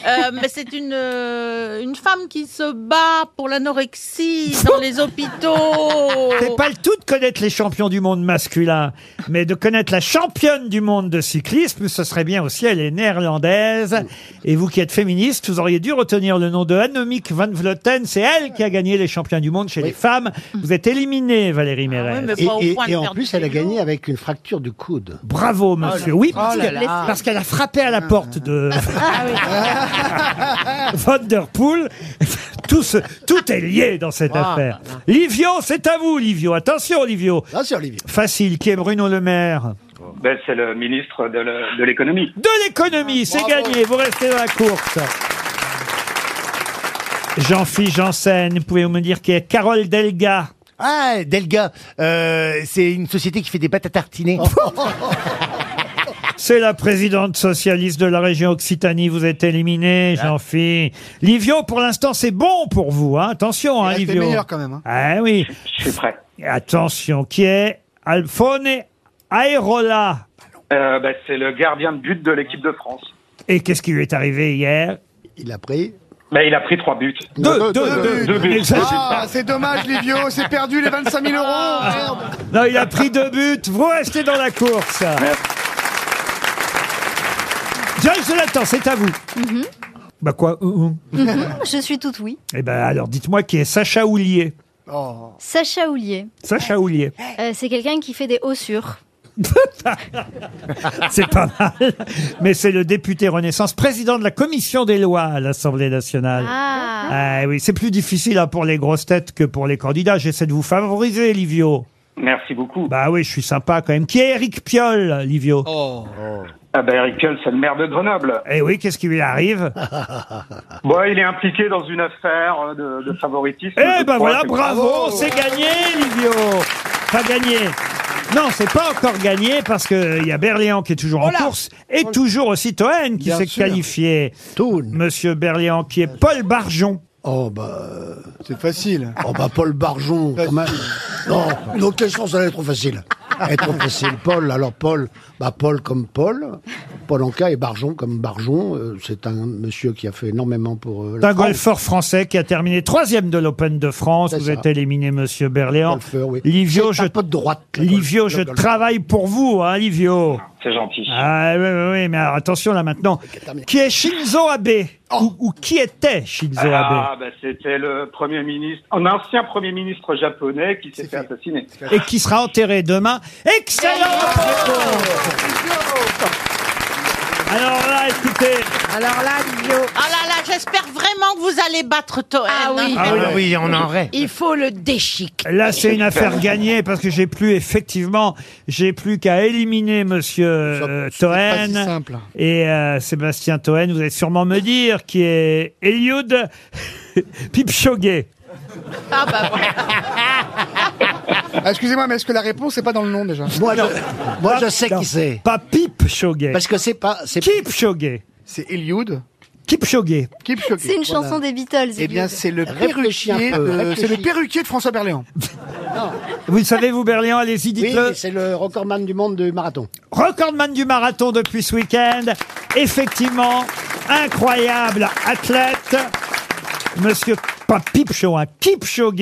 [SPEAKER 4] Euh, mais c'est une, euh, une femme qui se bat pour l'anorexie dans les hôpitaux.
[SPEAKER 2] C'est pas le tout de connaître les champions du monde masculin, mais de connaître la championne du monde de cyclisme, ce serait bien aussi, elle est néerlandaise. Et vous qui êtes féministe, vous auriez dû retenir le nom de Anomique Van Vloten. C'est elle qui a gagné les champions du monde chez les femmes. Vous êtes éliminée, Valérie
[SPEAKER 7] Ah
[SPEAKER 2] Mérès.
[SPEAKER 7] Et, et- et en plus, elle a gagné avec une fracture du coude.
[SPEAKER 2] Bravo, monsieur. Oui, parce
[SPEAKER 7] Oh là
[SPEAKER 2] que-
[SPEAKER 7] là. Ah.
[SPEAKER 2] parce qu'elle a frappé à la porte de
[SPEAKER 3] Ah
[SPEAKER 2] Vanderpool. tout, ce- tout est lié dans cette
[SPEAKER 7] Ah.
[SPEAKER 2] affaire. Livio, c'est à vous, Livio. Attention, Livio. Facile, qui est Bruno Le Maire
[SPEAKER 14] Ben, c'est le ministre de le- de l'économie.
[SPEAKER 2] De l'économie, c'est gagné. Vous restez dans la course. Jean-Philippe Janssen, pouvez-vous me dire qui est Carole Delga
[SPEAKER 8] Ah, Delga, euh, c'est une société qui fait des pâtes à tartiner.
[SPEAKER 2] C'est la présidente socialiste de la région Occitanie. Vous êtes éliminé, Jean-Philippe. Livio, pour l'instant, c'est bon pour vous. hein. Attention, hein,
[SPEAKER 3] reste
[SPEAKER 2] Livio.
[SPEAKER 3] le meilleur quand même, hein.
[SPEAKER 2] Ah oui.
[SPEAKER 14] Je suis prêt.
[SPEAKER 2] Attention, qui est Alphone Aerola.
[SPEAKER 14] Euh, ben, c'est le gardien de but de l'équipe de France.
[SPEAKER 2] Et qu'est-ce qui lui est arrivé hier
[SPEAKER 7] Il a pris.
[SPEAKER 14] Ben, il a pris trois buts.
[SPEAKER 2] Deux, deux, deux, deux.
[SPEAKER 14] Deux buts.
[SPEAKER 3] Ah, c'est dommage, Livio, c'est perdu les 25 000 euros.
[SPEAKER 2] Ah.
[SPEAKER 3] Merde.
[SPEAKER 2] Non, il a pris deux buts. Vous restez dans la course. Joyce Jonathan, c'est à vous. Bah quoi hum, hum.
[SPEAKER 6] Mhm, Je suis toute oui.
[SPEAKER 2] Eh ben alors, dites-moi qui est Sacha Houlier.
[SPEAKER 6] Oh. Sacha Houlier.
[SPEAKER 2] Sacha Houlier.
[SPEAKER 6] Euh, c'est quelqu'un qui fait des haussures.
[SPEAKER 2] C'est pas mal. Mais c'est le député Renaissance, président de la commission des lois à l'Assemblée nationale. Ah. oui, c'est plus difficile hein, pour les grosses têtes que pour les candidats. J'essaie de vous favoriser, Livio.
[SPEAKER 14] Merci beaucoup.
[SPEAKER 2] Bah oui, je suis sympa quand même. Qui est Eric Piolle, Livio
[SPEAKER 7] Oh.
[SPEAKER 14] Ah ben Eric Piolle, c'est le maire de Grenoble.
[SPEAKER 2] Oh. Eh oui, qu'est-ce qui lui arrive
[SPEAKER 14] Bon, il est impliqué dans une affaire euh, de, de favoritisme.
[SPEAKER 2] Eh
[SPEAKER 14] je
[SPEAKER 2] ben
[SPEAKER 14] crois,
[SPEAKER 2] voilà,
[SPEAKER 14] c'est-
[SPEAKER 2] bravo, c'est gagné, Livio. Pas gagné. Non, c'est pas encore gagné parce que il y a Berlian qui est toujours en course et toujours aussi Toen qui
[SPEAKER 7] Bien
[SPEAKER 2] s'est
[SPEAKER 7] sûr.
[SPEAKER 2] qualifié. Monsieur Berlian qui est Paul Barjon.
[SPEAKER 7] Oh bah c'est facile. Oh bah Paul Barjon quand même. Non, donc question ça allait être trop facile. Elle est trop facile. Paul, alors Paul, bah Paul comme Paul, Paul Anka et Barjon comme Barjon. euh, c'est un monsieur qui a fait énormément pour. euh, la
[SPEAKER 2] D'un
[SPEAKER 7] France.
[SPEAKER 2] golfeur français qui a terminé troisième de l'Open de France.
[SPEAKER 7] C'est
[SPEAKER 2] Vous
[SPEAKER 7] ça.
[SPEAKER 2] êtes éliminé, monsieur Berléand.
[SPEAKER 7] Golfeur, oui.
[SPEAKER 2] Livio, je,
[SPEAKER 7] C'est un peu de droite, le
[SPEAKER 2] Livio,
[SPEAKER 7] golf-
[SPEAKER 2] je
[SPEAKER 7] le golf.
[SPEAKER 2] travaille pour vous, hein, Livio.
[SPEAKER 14] C'est gentil.
[SPEAKER 2] Ah, oui, oui, oui, mais alors, attention là maintenant. Qui est Shinzo Abe
[SPEAKER 7] Oh.
[SPEAKER 2] ou, ou qui était Shinzo
[SPEAKER 14] Ah,
[SPEAKER 2] Abe
[SPEAKER 14] ben c'était le premier ministre, un ancien premier ministre japonais qui s'est fait assassiner.
[SPEAKER 2] Et qui sera enterré demain. Excellent Alors là, écoutez.
[SPEAKER 4] Alors là, Livio. Ah là là, j'espère vraiment que vous allez battre Toen. Ah oui.
[SPEAKER 2] Ah oui, oui, on en rêve.
[SPEAKER 5] Il faut le déchic.
[SPEAKER 2] Là, c'est une affaire gagnée parce que j'ai plus effectivement, j'ai plus qu'à éliminer Monsieur euh,
[SPEAKER 3] pas
[SPEAKER 2] Toen
[SPEAKER 3] si simple.
[SPEAKER 2] et euh, Sébastien Toen. Vous allez sûrement me dire qui est Eliud Kipchoge.
[SPEAKER 4] Ah bah voilà.
[SPEAKER 3] Ah, Excusez-moi, mais est-ce que la réponse n'est pas dans le nom déjà
[SPEAKER 7] Moi, je, moi, je sais
[SPEAKER 2] Non,
[SPEAKER 7] qui c'est.
[SPEAKER 2] Pas Kipchoge.
[SPEAKER 7] Parce que c'est pas. c'est-
[SPEAKER 2] Kipchoge.
[SPEAKER 3] C'est Eliud
[SPEAKER 2] Kipchoge.
[SPEAKER 3] Kipchoge.
[SPEAKER 6] C'est une chanson des Beatles.
[SPEAKER 3] Eh bien,
[SPEAKER 6] Eliud.
[SPEAKER 3] c'est le
[SPEAKER 7] Réfléchis un
[SPEAKER 3] perruquier,
[SPEAKER 7] peu,
[SPEAKER 3] de-
[SPEAKER 7] réfléchis.
[SPEAKER 3] c'est le perruquier de François Berléand.
[SPEAKER 4] Ah
[SPEAKER 3] Ah,
[SPEAKER 2] Vous le savez, vous Berlian, allez-y,
[SPEAKER 7] Oui,
[SPEAKER 2] dites-le.
[SPEAKER 7] mais c'est le recordman du monde du marathon.
[SPEAKER 2] Recordman du marathon depuis ce week-end. Effectivement, incroyable athlète. Monsieur, pas Pipcho, hein, Kipchoge,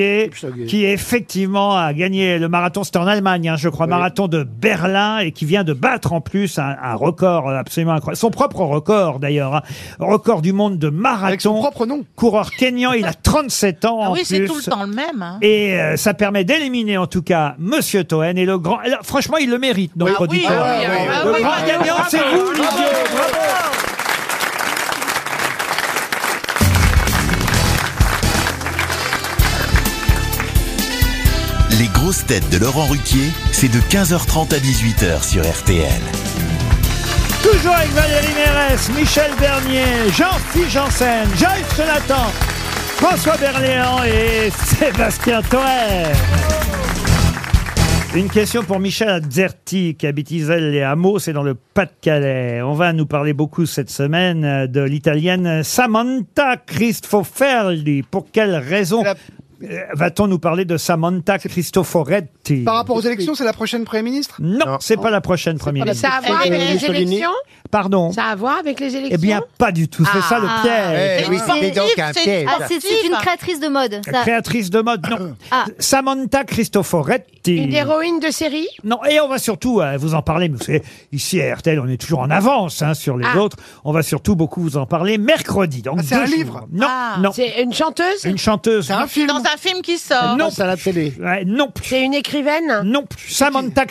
[SPEAKER 2] qui effectivement a gagné le marathon, c'était en Allemagne, hein, je crois, marathon de Berlin, et qui vient de battre en plus un, un record absolument incroyable. Son propre record d'ailleurs, hein. record du monde de marathon. Avec son propre
[SPEAKER 3] nom.
[SPEAKER 2] Coureur kenyan, il a 37 ans
[SPEAKER 4] Ah
[SPEAKER 2] en
[SPEAKER 4] oui, c'est tout le
[SPEAKER 2] plus.
[SPEAKER 4] temps le même. hein.
[SPEAKER 2] Et euh, ça permet d'éliminer en tout cas Monsieur Toen et le grand. Alors, franchement, il le mérite, notre
[SPEAKER 4] Ah oui,
[SPEAKER 2] auditeur.
[SPEAKER 4] ah oui, ah oui, ah
[SPEAKER 2] le
[SPEAKER 4] oui,
[SPEAKER 2] grand
[SPEAKER 4] bravo,
[SPEAKER 2] gagnant,
[SPEAKER 4] bravo,
[SPEAKER 2] c'est vous,
[SPEAKER 4] bravo,
[SPEAKER 2] Olivier.
[SPEAKER 4] bravo.
[SPEAKER 1] Les grosses têtes de Laurent Ruquier, c'est de 15h30 à 18h sur RTL.
[SPEAKER 2] Toujours avec Valérie Mérès, Michel Bernier, Jean-Philippe Janssen, Joyce Jonathan, François Berléand et Sébastien Toer. Une question pour Michel Azzerti, qui habite Iselle et Hameaux, c'est dans le Pas-de-Calais. On va nous parler beaucoup cette semaine euh, de l'italienne Samantha Cristoforetti. Pour quelle raison euh, va-t-on nous parler de Samantha Cristoforetti
[SPEAKER 3] Par rapport aux élections, c'est la prochaine Premier ministre
[SPEAKER 2] Non, c'est pas la prochaine première.
[SPEAKER 5] Mais ça a à voir avec les élections
[SPEAKER 2] Pardon
[SPEAKER 5] Ça a à voir avec les élections
[SPEAKER 2] eh bien, pas du tout. C'est ça le piège.
[SPEAKER 8] Eh oui, c'est donc un piège.
[SPEAKER 6] Ah, c'est c'est une créatrice de mode.
[SPEAKER 2] La
[SPEAKER 6] ça.
[SPEAKER 2] Créatrice de mode, non. Samantha Cristoforetti.
[SPEAKER 5] Ah. Une héroïne de série
[SPEAKER 2] Non, et on va surtout euh, vous en parler. Mais vous savez, ici à RTL, on est toujours en avance hein, sur les
[SPEAKER 5] Ah.
[SPEAKER 2] autres. On va surtout beaucoup vous en parler mercredi. Donc
[SPEAKER 3] c'est
[SPEAKER 2] deux
[SPEAKER 3] un
[SPEAKER 2] jours.
[SPEAKER 3] livre
[SPEAKER 2] Non, non.
[SPEAKER 5] Ah. C'est une chanteuse
[SPEAKER 2] Une chanteuse.
[SPEAKER 3] un film.
[SPEAKER 4] Dans un film qui sort.
[SPEAKER 2] Non,
[SPEAKER 7] à la télé.
[SPEAKER 2] Ouais, non plus.
[SPEAKER 5] C'est une écrivaine
[SPEAKER 2] Non plus. Samantha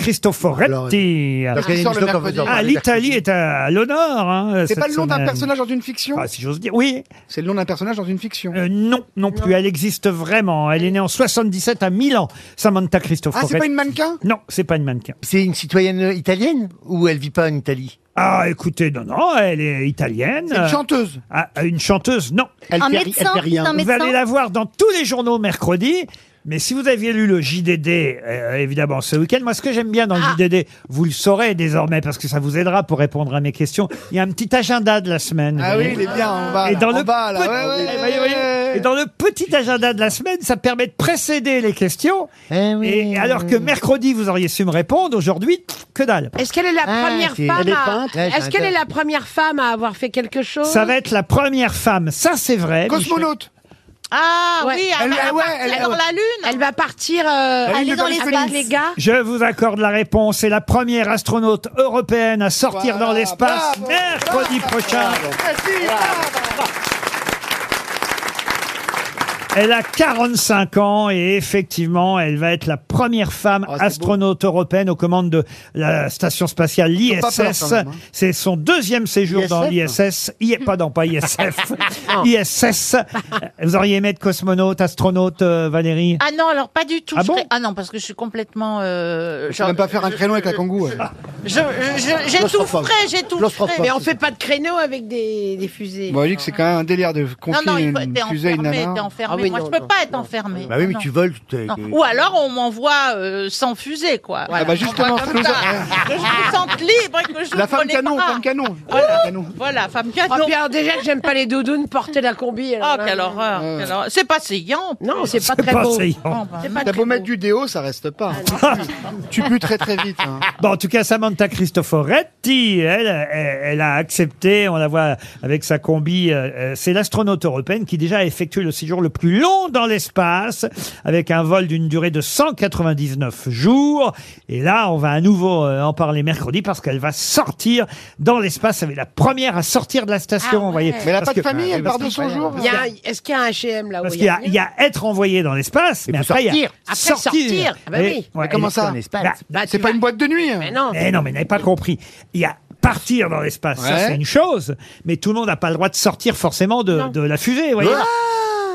[SPEAKER 2] Cristoforetti.
[SPEAKER 8] Parce qu'elle est
[SPEAKER 3] sort le
[SPEAKER 8] une stock of
[SPEAKER 3] mercredi.
[SPEAKER 8] the
[SPEAKER 2] Ah, l'Italie est à l'honneur. hein,
[SPEAKER 3] C'est pas
[SPEAKER 2] cette
[SPEAKER 3] le nom d'un
[SPEAKER 2] semaine.
[SPEAKER 3] personnage dans une fiction
[SPEAKER 2] Ah, si j'ose dire. Oui.
[SPEAKER 3] C'est le nom d'un personnage dans une fiction.
[SPEAKER 2] Euh, non, non plus. Elle existe vraiment. Elle est née en 77 à Milan, Samantha
[SPEAKER 3] Ah,
[SPEAKER 2] Cristoforetti.
[SPEAKER 3] c'est pas une mannequin
[SPEAKER 2] Non, c'est pas une mannequin.
[SPEAKER 8] C'est une citoyenne italienne ou elle vit pas en Italie
[SPEAKER 2] Ah, écoutez, non, non, elle est italienne.
[SPEAKER 3] C'est une chanteuse.
[SPEAKER 2] Ah, une chanteuse, non.
[SPEAKER 7] Elle
[SPEAKER 6] Un
[SPEAKER 7] fait ri-
[SPEAKER 6] médecin,
[SPEAKER 7] elle fait rien.
[SPEAKER 6] c'est un
[SPEAKER 2] Vous
[SPEAKER 6] médecin.
[SPEAKER 2] allez la voir dans tous les journaux mercredi. Mais si vous aviez lu le JDD, euh, évidemment, ce week-end, moi, ce que j'aime bien dans le
[SPEAKER 6] Ah.
[SPEAKER 2] JDD, vous le saurez désormais, parce que ça vous aidera pour répondre à mes questions, il y a un petit agenda de la semaine.
[SPEAKER 3] Ah
[SPEAKER 2] vous
[SPEAKER 3] oui,
[SPEAKER 2] voyez.
[SPEAKER 3] il est bien en bas.
[SPEAKER 2] Et
[SPEAKER 3] là,
[SPEAKER 2] dans,
[SPEAKER 3] en
[SPEAKER 2] le
[SPEAKER 3] bas, là.
[SPEAKER 2] petit-
[SPEAKER 3] Ouais, ouais,
[SPEAKER 2] vous voyez, vous voyez.
[SPEAKER 3] ouais.
[SPEAKER 2] et dans le petit agenda de la semaine, ça permet de précéder les questions.
[SPEAKER 8] Eh oui.
[SPEAKER 2] Et alors que mercredi, vous auriez su me répondre, aujourd'hui, que dalle.
[SPEAKER 5] Est-ce qu'elle est la
[SPEAKER 8] Ah,
[SPEAKER 5] première
[SPEAKER 8] c'est-
[SPEAKER 5] femme
[SPEAKER 8] Elle est
[SPEAKER 5] à...
[SPEAKER 8] peintre. Ouais, j'ai
[SPEAKER 5] Est-ce qu'elle
[SPEAKER 8] un-
[SPEAKER 5] est la première femme à avoir fait quelque chose
[SPEAKER 2] Ça va être la première femme, ça c'est
[SPEAKER 8] Eh
[SPEAKER 2] vrai.
[SPEAKER 3] Cosmonaute.
[SPEAKER 4] Ah
[SPEAKER 5] Ouais.
[SPEAKER 4] oui,
[SPEAKER 3] Elle-
[SPEAKER 4] elle,
[SPEAKER 3] elle-
[SPEAKER 4] va
[SPEAKER 3] ouais,
[SPEAKER 4] partir
[SPEAKER 3] elle-
[SPEAKER 4] dans
[SPEAKER 3] ouais.
[SPEAKER 4] la lune.
[SPEAKER 5] Elle va partir euh,
[SPEAKER 3] Elle Ah, est
[SPEAKER 5] aller
[SPEAKER 3] dans
[SPEAKER 5] dans
[SPEAKER 3] l'espace.
[SPEAKER 5] l'espace, les gars
[SPEAKER 2] Je vous accorde la réponse. C'est la première astronaute européenne à sortir
[SPEAKER 3] Voilà,
[SPEAKER 2] dans l'espace
[SPEAKER 3] bravo,
[SPEAKER 2] mercredi prochain.
[SPEAKER 3] Facile.
[SPEAKER 2] Elle a 45 ans et effectivement, elle va être la première femme
[SPEAKER 3] Oh,
[SPEAKER 2] astronaute européenne aux commandes de la station spatiale
[SPEAKER 3] Faut pas peur,
[SPEAKER 2] l'ISS.
[SPEAKER 3] quand même, hein.
[SPEAKER 2] C'est son deuxième séjour dans l'ISS.
[SPEAKER 3] ISF.
[SPEAKER 2] Il est pas dans pas ISF.
[SPEAKER 4] Non.
[SPEAKER 2] ISS. Vous auriez aimé être cosmonaute, astronaute, euh, Valérie
[SPEAKER 4] Ah non, alors pas du tout.
[SPEAKER 2] Ah
[SPEAKER 4] je
[SPEAKER 2] bon
[SPEAKER 4] serais- ah non, parce que je suis complètement. Euh,
[SPEAKER 3] Je peux même pas faire un créneau avec la kangou. elle.
[SPEAKER 4] je- je- j'ai tout
[SPEAKER 3] Claustrophobe.
[SPEAKER 4] frais, j'ai tout
[SPEAKER 3] Claustrophobe.
[SPEAKER 4] frais.
[SPEAKER 3] Mais on
[SPEAKER 5] fait pas de créneau avec des, des fusées.
[SPEAKER 3] Bon, elle dit que c'est quand même un délire de
[SPEAKER 4] Non,
[SPEAKER 3] confier
[SPEAKER 4] non, il faut,
[SPEAKER 3] une
[SPEAKER 4] t'es
[SPEAKER 3] fusée à une
[SPEAKER 4] enfermé,
[SPEAKER 3] nana.
[SPEAKER 4] t'es enfermé.
[SPEAKER 3] Ah oui,
[SPEAKER 4] Moi,
[SPEAKER 3] non,
[SPEAKER 4] je peux
[SPEAKER 3] non,
[SPEAKER 4] pas être enfermé.
[SPEAKER 8] Bah oui, mais
[SPEAKER 4] Non.
[SPEAKER 8] tu voles. tu-
[SPEAKER 4] Non. Ou alors on m'envoie euh, sans fusée, quoi. Voilà.
[SPEAKER 8] bah
[SPEAKER 4] On
[SPEAKER 8] justement,
[SPEAKER 4] m'envoie
[SPEAKER 8] ça
[SPEAKER 4] comme
[SPEAKER 8] nous
[SPEAKER 4] ça.
[SPEAKER 8] a-
[SPEAKER 4] Que je me sente libre et que je
[SPEAKER 3] La femme
[SPEAKER 4] connais
[SPEAKER 3] canon,
[SPEAKER 4] pas.
[SPEAKER 3] femme canon.
[SPEAKER 4] Voilà, Voilà, femme canon.
[SPEAKER 5] Ah, puis alors, déjà que j'aime pas les doudounes, porter la combi. Alors,
[SPEAKER 4] Oh, quelle horreur. quelle horreur. C'est pas saillant.
[SPEAKER 5] Non, c'est pas très beau. Non, bah,
[SPEAKER 3] T'as beau mettre du déo, ça reste pas. tu pues très très vite. hein.
[SPEAKER 2] Bon, en tout cas, Samantha Cristoforetti, elle, elle, elle a accepté, on la voit avec sa combi, euh, euh, c'est l'astronaute européenne qui déjà a effectué le séjour le plus long dans l'espace, avec un vol d'une durée de 199 jours. Et là, on va à nouveau euh, en parler mercredi, parce qu'elle va sortir dans l'espace, elle est la première à sortir de la station, vous voyez. Parce que- Ah, parce que-
[SPEAKER 5] Ah Il y a un- Est-ce qu'il y a un HM là-haut
[SPEAKER 2] parce qu'il y, a- il y a être envoyé dans l'espace, mais
[SPEAKER 5] puis
[SPEAKER 2] après il y a
[SPEAKER 5] sortir. Après sortir. Ah bah oui. Mais comment ça
[SPEAKER 2] Bah,
[SPEAKER 5] C'est pas une
[SPEAKER 3] boîte de nuit. hein.
[SPEAKER 5] Mais non.
[SPEAKER 2] mais Eh non, mais n'avez pas compris. Il y a partir dans l'espace, ça
[SPEAKER 5] Ouais.
[SPEAKER 2] c'est une chose, mais tout le monde n'a pas le droit de sortir forcément de, de la fusée. vous voyez.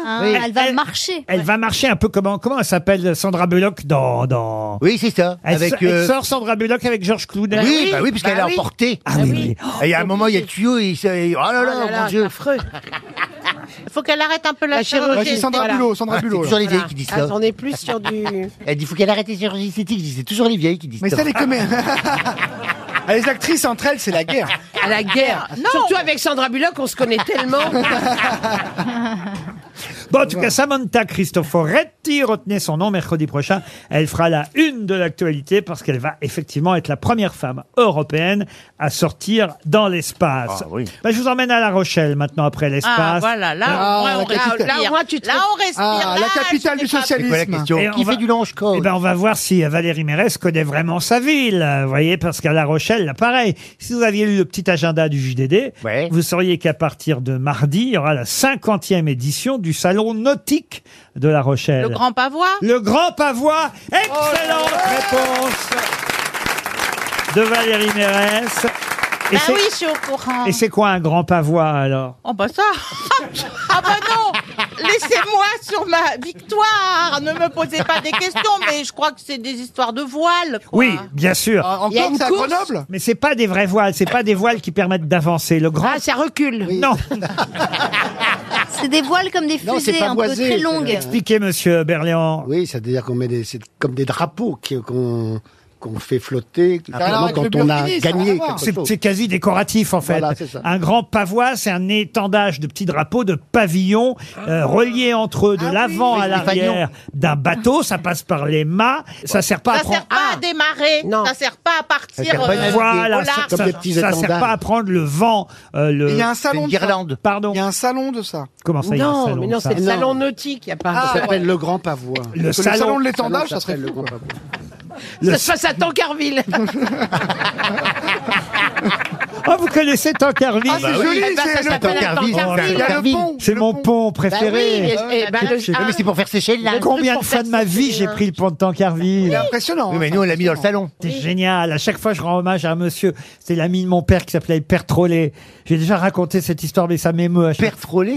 [SPEAKER 6] Ah,
[SPEAKER 2] Oui.
[SPEAKER 6] Elle va marcher.
[SPEAKER 2] Elle va marcher un peu comment comment elle s'appelle Sandra Bullock dans dans
[SPEAKER 8] Oui, c'est ça.
[SPEAKER 2] Elle,
[SPEAKER 8] avec,
[SPEAKER 2] so- elle
[SPEAKER 8] euh,
[SPEAKER 2] sort Sandra Bullock avec Georges Clooney.
[SPEAKER 8] Oui, bah oui, parce qu'elle a emporté.
[SPEAKER 2] Ah oui, oui.
[SPEAKER 8] Et il y a un moment, il y a le tuyau, et il s'est. Oh là là,
[SPEAKER 4] Oh là là,
[SPEAKER 8] mon Dieu.
[SPEAKER 4] Faut qu'elle arrête un peu la,
[SPEAKER 5] La chirurgie.
[SPEAKER 4] chirurgie.
[SPEAKER 5] Vas-y, Sandra
[SPEAKER 4] Voilà.
[SPEAKER 5] Bullock, Sandra
[SPEAKER 8] Ah, c'est
[SPEAKER 5] Bullock,
[SPEAKER 8] toujours les
[SPEAKER 5] là.
[SPEAKER 8] vieilles qui disent
[SPEAKER 5] Ah,
[SPEAKER 8] ça.
[SPEAKER 5] on est plus sur du-
[SPEAKER 8] Elle dit, faut qu'elle arrête les chirurgies esthétiques. Je dis, C'est toujours les vieilles qui disent
[SPEAKER 3] Mais
[SPEAKER 8] ça.
[SPEAKER 3] ça, les comédies. Ah, les actrices entre elles, c'est la guerre.
[SPEAKER 5] À la guerre. Surtout avec Sandra Bullock, on se connaît tellement.
[SPEAKER 2] Bon, en tout cas, Samantha Cristoforetti, retenez son nom mercredi prochain. Elle fera la une de l'actualité parce qu'elle va effectivement être la première femme européenne à sortir dans l'espace.
[SPEAKER 8] Ah oui.
[SPEAKER 2] Bah, je vous emmène à La Rochelle maintenant après l'espace.
[SPEAKER 4] Ah, voilà, là, au moins, on respire. Là, au moins, tu te- Là, on respire. Ah, la Là, capitale je du sais pas. socialisme.
[SPEAKER 8] C'est quoi la question
[SPEAKER 2] Et
[SPEAKER 8] Qui
[SPEAKER 2] on va-
[SPEAKER 8] fait du long
[SPEAKER 2] Eh ben, on va voir si euh, Valérie Mérès connaît vraiment sa ville. euh, Vous voyez, parce qu'à La Rochelle, là, pareil. Si vous aviez lu le petit agenda du JDD, vous sauriez qu'à partir de mardi, il y aura la 50e édition du Salon Nautique de La Rochelle.
[SPEAKER 4] Le grand pavois.
[SPEAKER 2] Le grand pavois. Excellente réponse de Valérie Mérès. Et
[SPEAKER 4] Bah
[SPEAKER 2] c'est-
[SPEAKER 4] oui, je suis au courant.
[SPEAKER 2] Et c'est quoi un grand pavois alors
[SPEAKER 4] Oh bah ça Ah bah non Laissez-moi sur ma victoire Ne me posez pas des questions, mais je crois que c'est des histoires de voile. quoi.
[SPEAKER 2] Oui, bien sûr.
[SPEAKER 4] Ah, encore, Il y a une c'est à course Grenoble
[SPEAKER 2] Mais c'est pas des vrais voiles, c'est pas des voiles qui permettent d'avancer. Le grand. Ah,
[SPEAKER 5] ça recule.
[SPEAKER 2] Non.
[SPEAKER 6] C'est des voiles comme des
[SPEAKER 7] Non, c'est
[SPEAKER 6] fusées
[SPEAKER 7] pas
[SPEAKER 6] un peu
[SPEAKER 7] boisé,
[SPEAKER 6] très
[SPEAKER 7] c'est-
[SPEAKER 6] longues.
[SPEAKER 2] Expliquez, monsieur Berléand.
[SPEAKER 7] Oui, c'est-à-dire qu'on met des, c'est comme des drapeaux qui- qu'on qu'on fait flotter
[SPEAKER 2] rien à voir
[SPEAKER 7] apparemment,
[SPEAKER 2] Ah, avec le
[SPEAKER 7] quand on a
[SPEAKER 2] Burkini, ça
[SPEAKER 5] Ah
[SPEAKER 2] n'a rien à
[SPEAKER 7] gagné
[SPEAKER 2] voir.
[SPEAKER 7] quelque
[SPEAKER 2] C'est
[SPEAKER 7] chose.
[SPEAKER 2] c'est quasi décoratif en fait.
[SPEAKER 7] Voilà, c'est ça.
[SPEAKER 2] un grand pavois, c'est un étendage de petits drapeaux, de pavillons
[SPEAKER 5] Ah
[SPEAKER 2] euh, reliés entre eux de l'avant à
[SPEAKER 4] Oui, des
[SPEAKER 2] l'arrière d'un bateau. Ça passe par les mâts. Ça sert pas à
[SPEAKER 4] Ça
[SPEAKER 2] prendre.
[SPEAKER 4] sert pas à démarrer, ça sert pas à
[SPEAKER 2] Ça
[SPEAKER 4] partir
[SPEAKER 2] sert pas à
[SPEAKER 4] euh,
[SPEAKER 2] naviguer.
[SPEAKER 4] au
[SPEAKER 2] Voilà,
[SPEAKER 4] large.
[SPEAKER 2] ça, ça- ça sert pas à prendre le vent. euh, le,
[SPEAKER 3] Il y a un salon. de ça.
[SPEAKER 2] Pardon.
[SPEAKER 3] Il y a un salon de ça.
[SPEAKER 2] Comment ça il y a un
[SPEAKER 5] non,
[SPEAKER 2] salon
[SPEAKER 5] mais non,
[SPEAKER 2] de ça
[SPEAKER 5] c'est le salon nautique. Y a
[SPEAKER 3] Ah,
[SPEAKER 2] Ah,
[SPEAKER 5] pas...
[SPEAKER 7] Ça s'appelle le grand pavois.
[SPEAKER 2] Le
[SPEAKER 7] Parce que
[SPEAKER 2] salon-
[SPEAKER 7] de
[SPEAKER 3] l'étendage,
[SPEAKER 7] salon
[SPEAKER 3] ça serait
[SPEAKER 7] s'appelle
[SPEAKER 3] fou,
[SPEAKER 7] le grand
[SPEAKER 3] quoi.
[SPEAKER 7] pavois.
[SPEAKER 5] Ça se passe à Tancarville.
[SPEAKER 3] Ah
[SPEAKER 2] Oh, vous connaissez Tancarville
[SPEAKER 5] Ah, c'est Bah oui. joli, Eh ben, ça c'est le s'appelle Tancarville. Tancarville. Il y a le pont,
[SPEAKER 2] C'est mon pont préféré.
[SPEAKER 5] Bah oui, mais- eh ben, le-
[SPEAKER 2] Je-
[SPEAKER 5] ah,
[SPEAKER 2] Mais c'est pour faire sécher
[SPEAKER 5] le truc
[SPEAKER 2] Combien de
[SPEAKER 5] pour
[SPEAKER 2] fois
[SPEAKER 5] faire
[SPEAKER 2] de ma vie
[SPEAKER 5] sécher,
[SPEAKER 2] j'ai
[SPEAKER 5] hein.
[SPEAKER 2] pris le pont de Tancarville
[SPEAKER 5] C'est
[SPEAKER 3] impressionnant,
[SPEAKER 8] Oui, mais nous, on l'a mis dans le salon.
[SPEAKER 2] C'est génial. À chaque fois, je rends hommage à un monsieur. C'est l'ami de mon père qui s'appelait le Père Trollet. J'ai déjà raconté cette histoire, mais ça m'émeut. à chaque-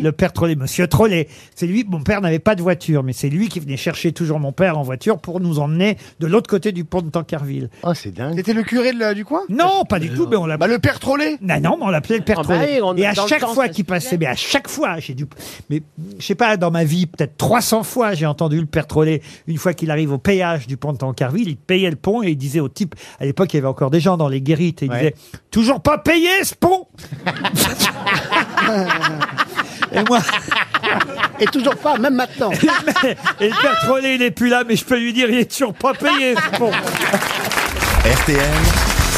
[SPEAKER 2] Le Père Trollet, monsieur Trollet. C'est lui, mon père n'avait pas de voiture, mais c'est lui qui venait chercher toujours mon père en voiture pour nous emmener de l'autre côté du pont de Tancarville.
[SPEAKER 8] Oh, c'est dingue.
[SPEAKER 3] C'était le curé de la- du coin Euh,
[SPEAKER 2] Non, pas du tout, mais on l'appelait.
[SPEAKER 3] le père trollé
[SPEAKER 2] Non, non, mais on l'appelait le père
[SPEAKER 5] Ah bah
[SPEAKER 2] Trollet.
[SPEAKER 5] oui, on-
[SPEAKER 2] et à
[SPEAKER 5] dans le
[SPEAKER 2] chaque
[SPEAKER 5] temps,
[SPEAKER 2] fois
[SPEAKER 5] ça
[SPEAKER 2] qu'il
[SPEAKER 5] se
[SPEAKER 2] passait,
[SPEAKER 5] faisait.
[SPEAKER 2] mais à chaque fois, j'ai dû. Mais je sais pas, dans ma vie, peut-être 300 fois, j'ai entendu le père Trollet. Une fois qu'il arrive au péage du pont de Tancarville, il payait le pont et il disait au type. À l'époque, il y avait encore des gens dans les guérites et il disait Toujours pas payé ce pont Et moi.
[SPEAKER 7] Et toujours pas, même maintenant.
[SPEAKER 2] et le père Trollet, il n'est plus là, mais je peux lui dire, il est toujours pas payé ce pont
[SPEAKER 1] RTL,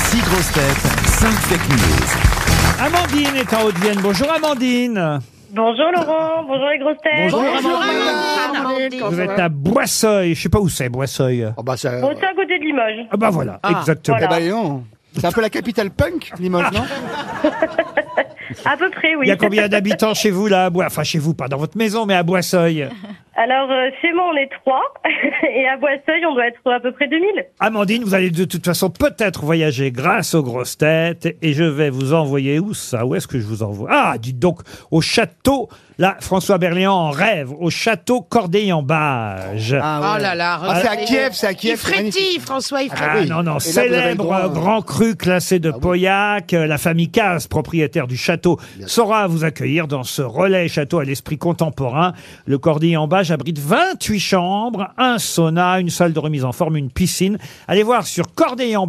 [SPEAKER 1] 6 grosses têtes, 5 fake news.
[SPEAKER 2] Amandine est en Haute-Vienne. Bonjour Amandine.
[SPEAKER 15] Bonjour Laurent, bonjour les grosses têtes.
[SPEAKER 2] Bonjour, Bonjour,
[SPEAKER 15] Amandine.
[SPEAKER 2] Vous êtes à Boisseuil. Je sais pas où c'est, Boisseuil.
[SPEAKER 3] Ah,
[SPEAKER 7] bah, ça,
[SPEAKER 15] Bon, c'est à côté de Limoges.
[SPEAKER 2] Ah bah voilà, exactement.
[SPEAKER 15] Voilà.
[SPEAKER 3] Eh ben, dis donc. c'est un peu la capitale punk, Limoges, non
[SPEAKER 15] À peu près, oui.
[SPEAKER 2] ben, Il y a combien d'habitants chez vous là à Bois Enfin chez vous, pas dans votre maison, mais à Boisseuil
[SPEAKER 15] Alors, euh, chez moi, on est trois. Et à Boisseuil, on doit être à peu près 2000.
[SPEAKER 2] Amandine, vous allez de toute façon peut-être voyager grâce aux grosses têtes et je vais vous envoyer où ça Où est-ce que je vous envoie Ah, dites donc, au château, là, François Berléand en rêve, au château Corday-en-Bage.
[SPEAKER 5] Oh là là,
[SPEAKER 3] Ah, c'est à
[SPEAKER 5] regardez.
[SPEAKER 3] Kiev, c'est à Kiev,
[SPEAKER 5] Il
[SPEAKER 3] c'est
[SPEAKER 5] frétille, François, il
[SPEAKER 2] Ah
[SPEAKER 5] frétille.
[SPEAKER 2] non, non, célèbre
[SPEAKER 5] hein.
[SPEAKER 2] euh, grand cru classé de Pauillac, euh, la famille Casse, propriétaire du château, saura vous accueillir dans ce relais château à l'esprit contemporain. Le Cordier en Bage abrite 28 chambres, un sauna, une salle de remise en forme, une piscine. Allez voir sur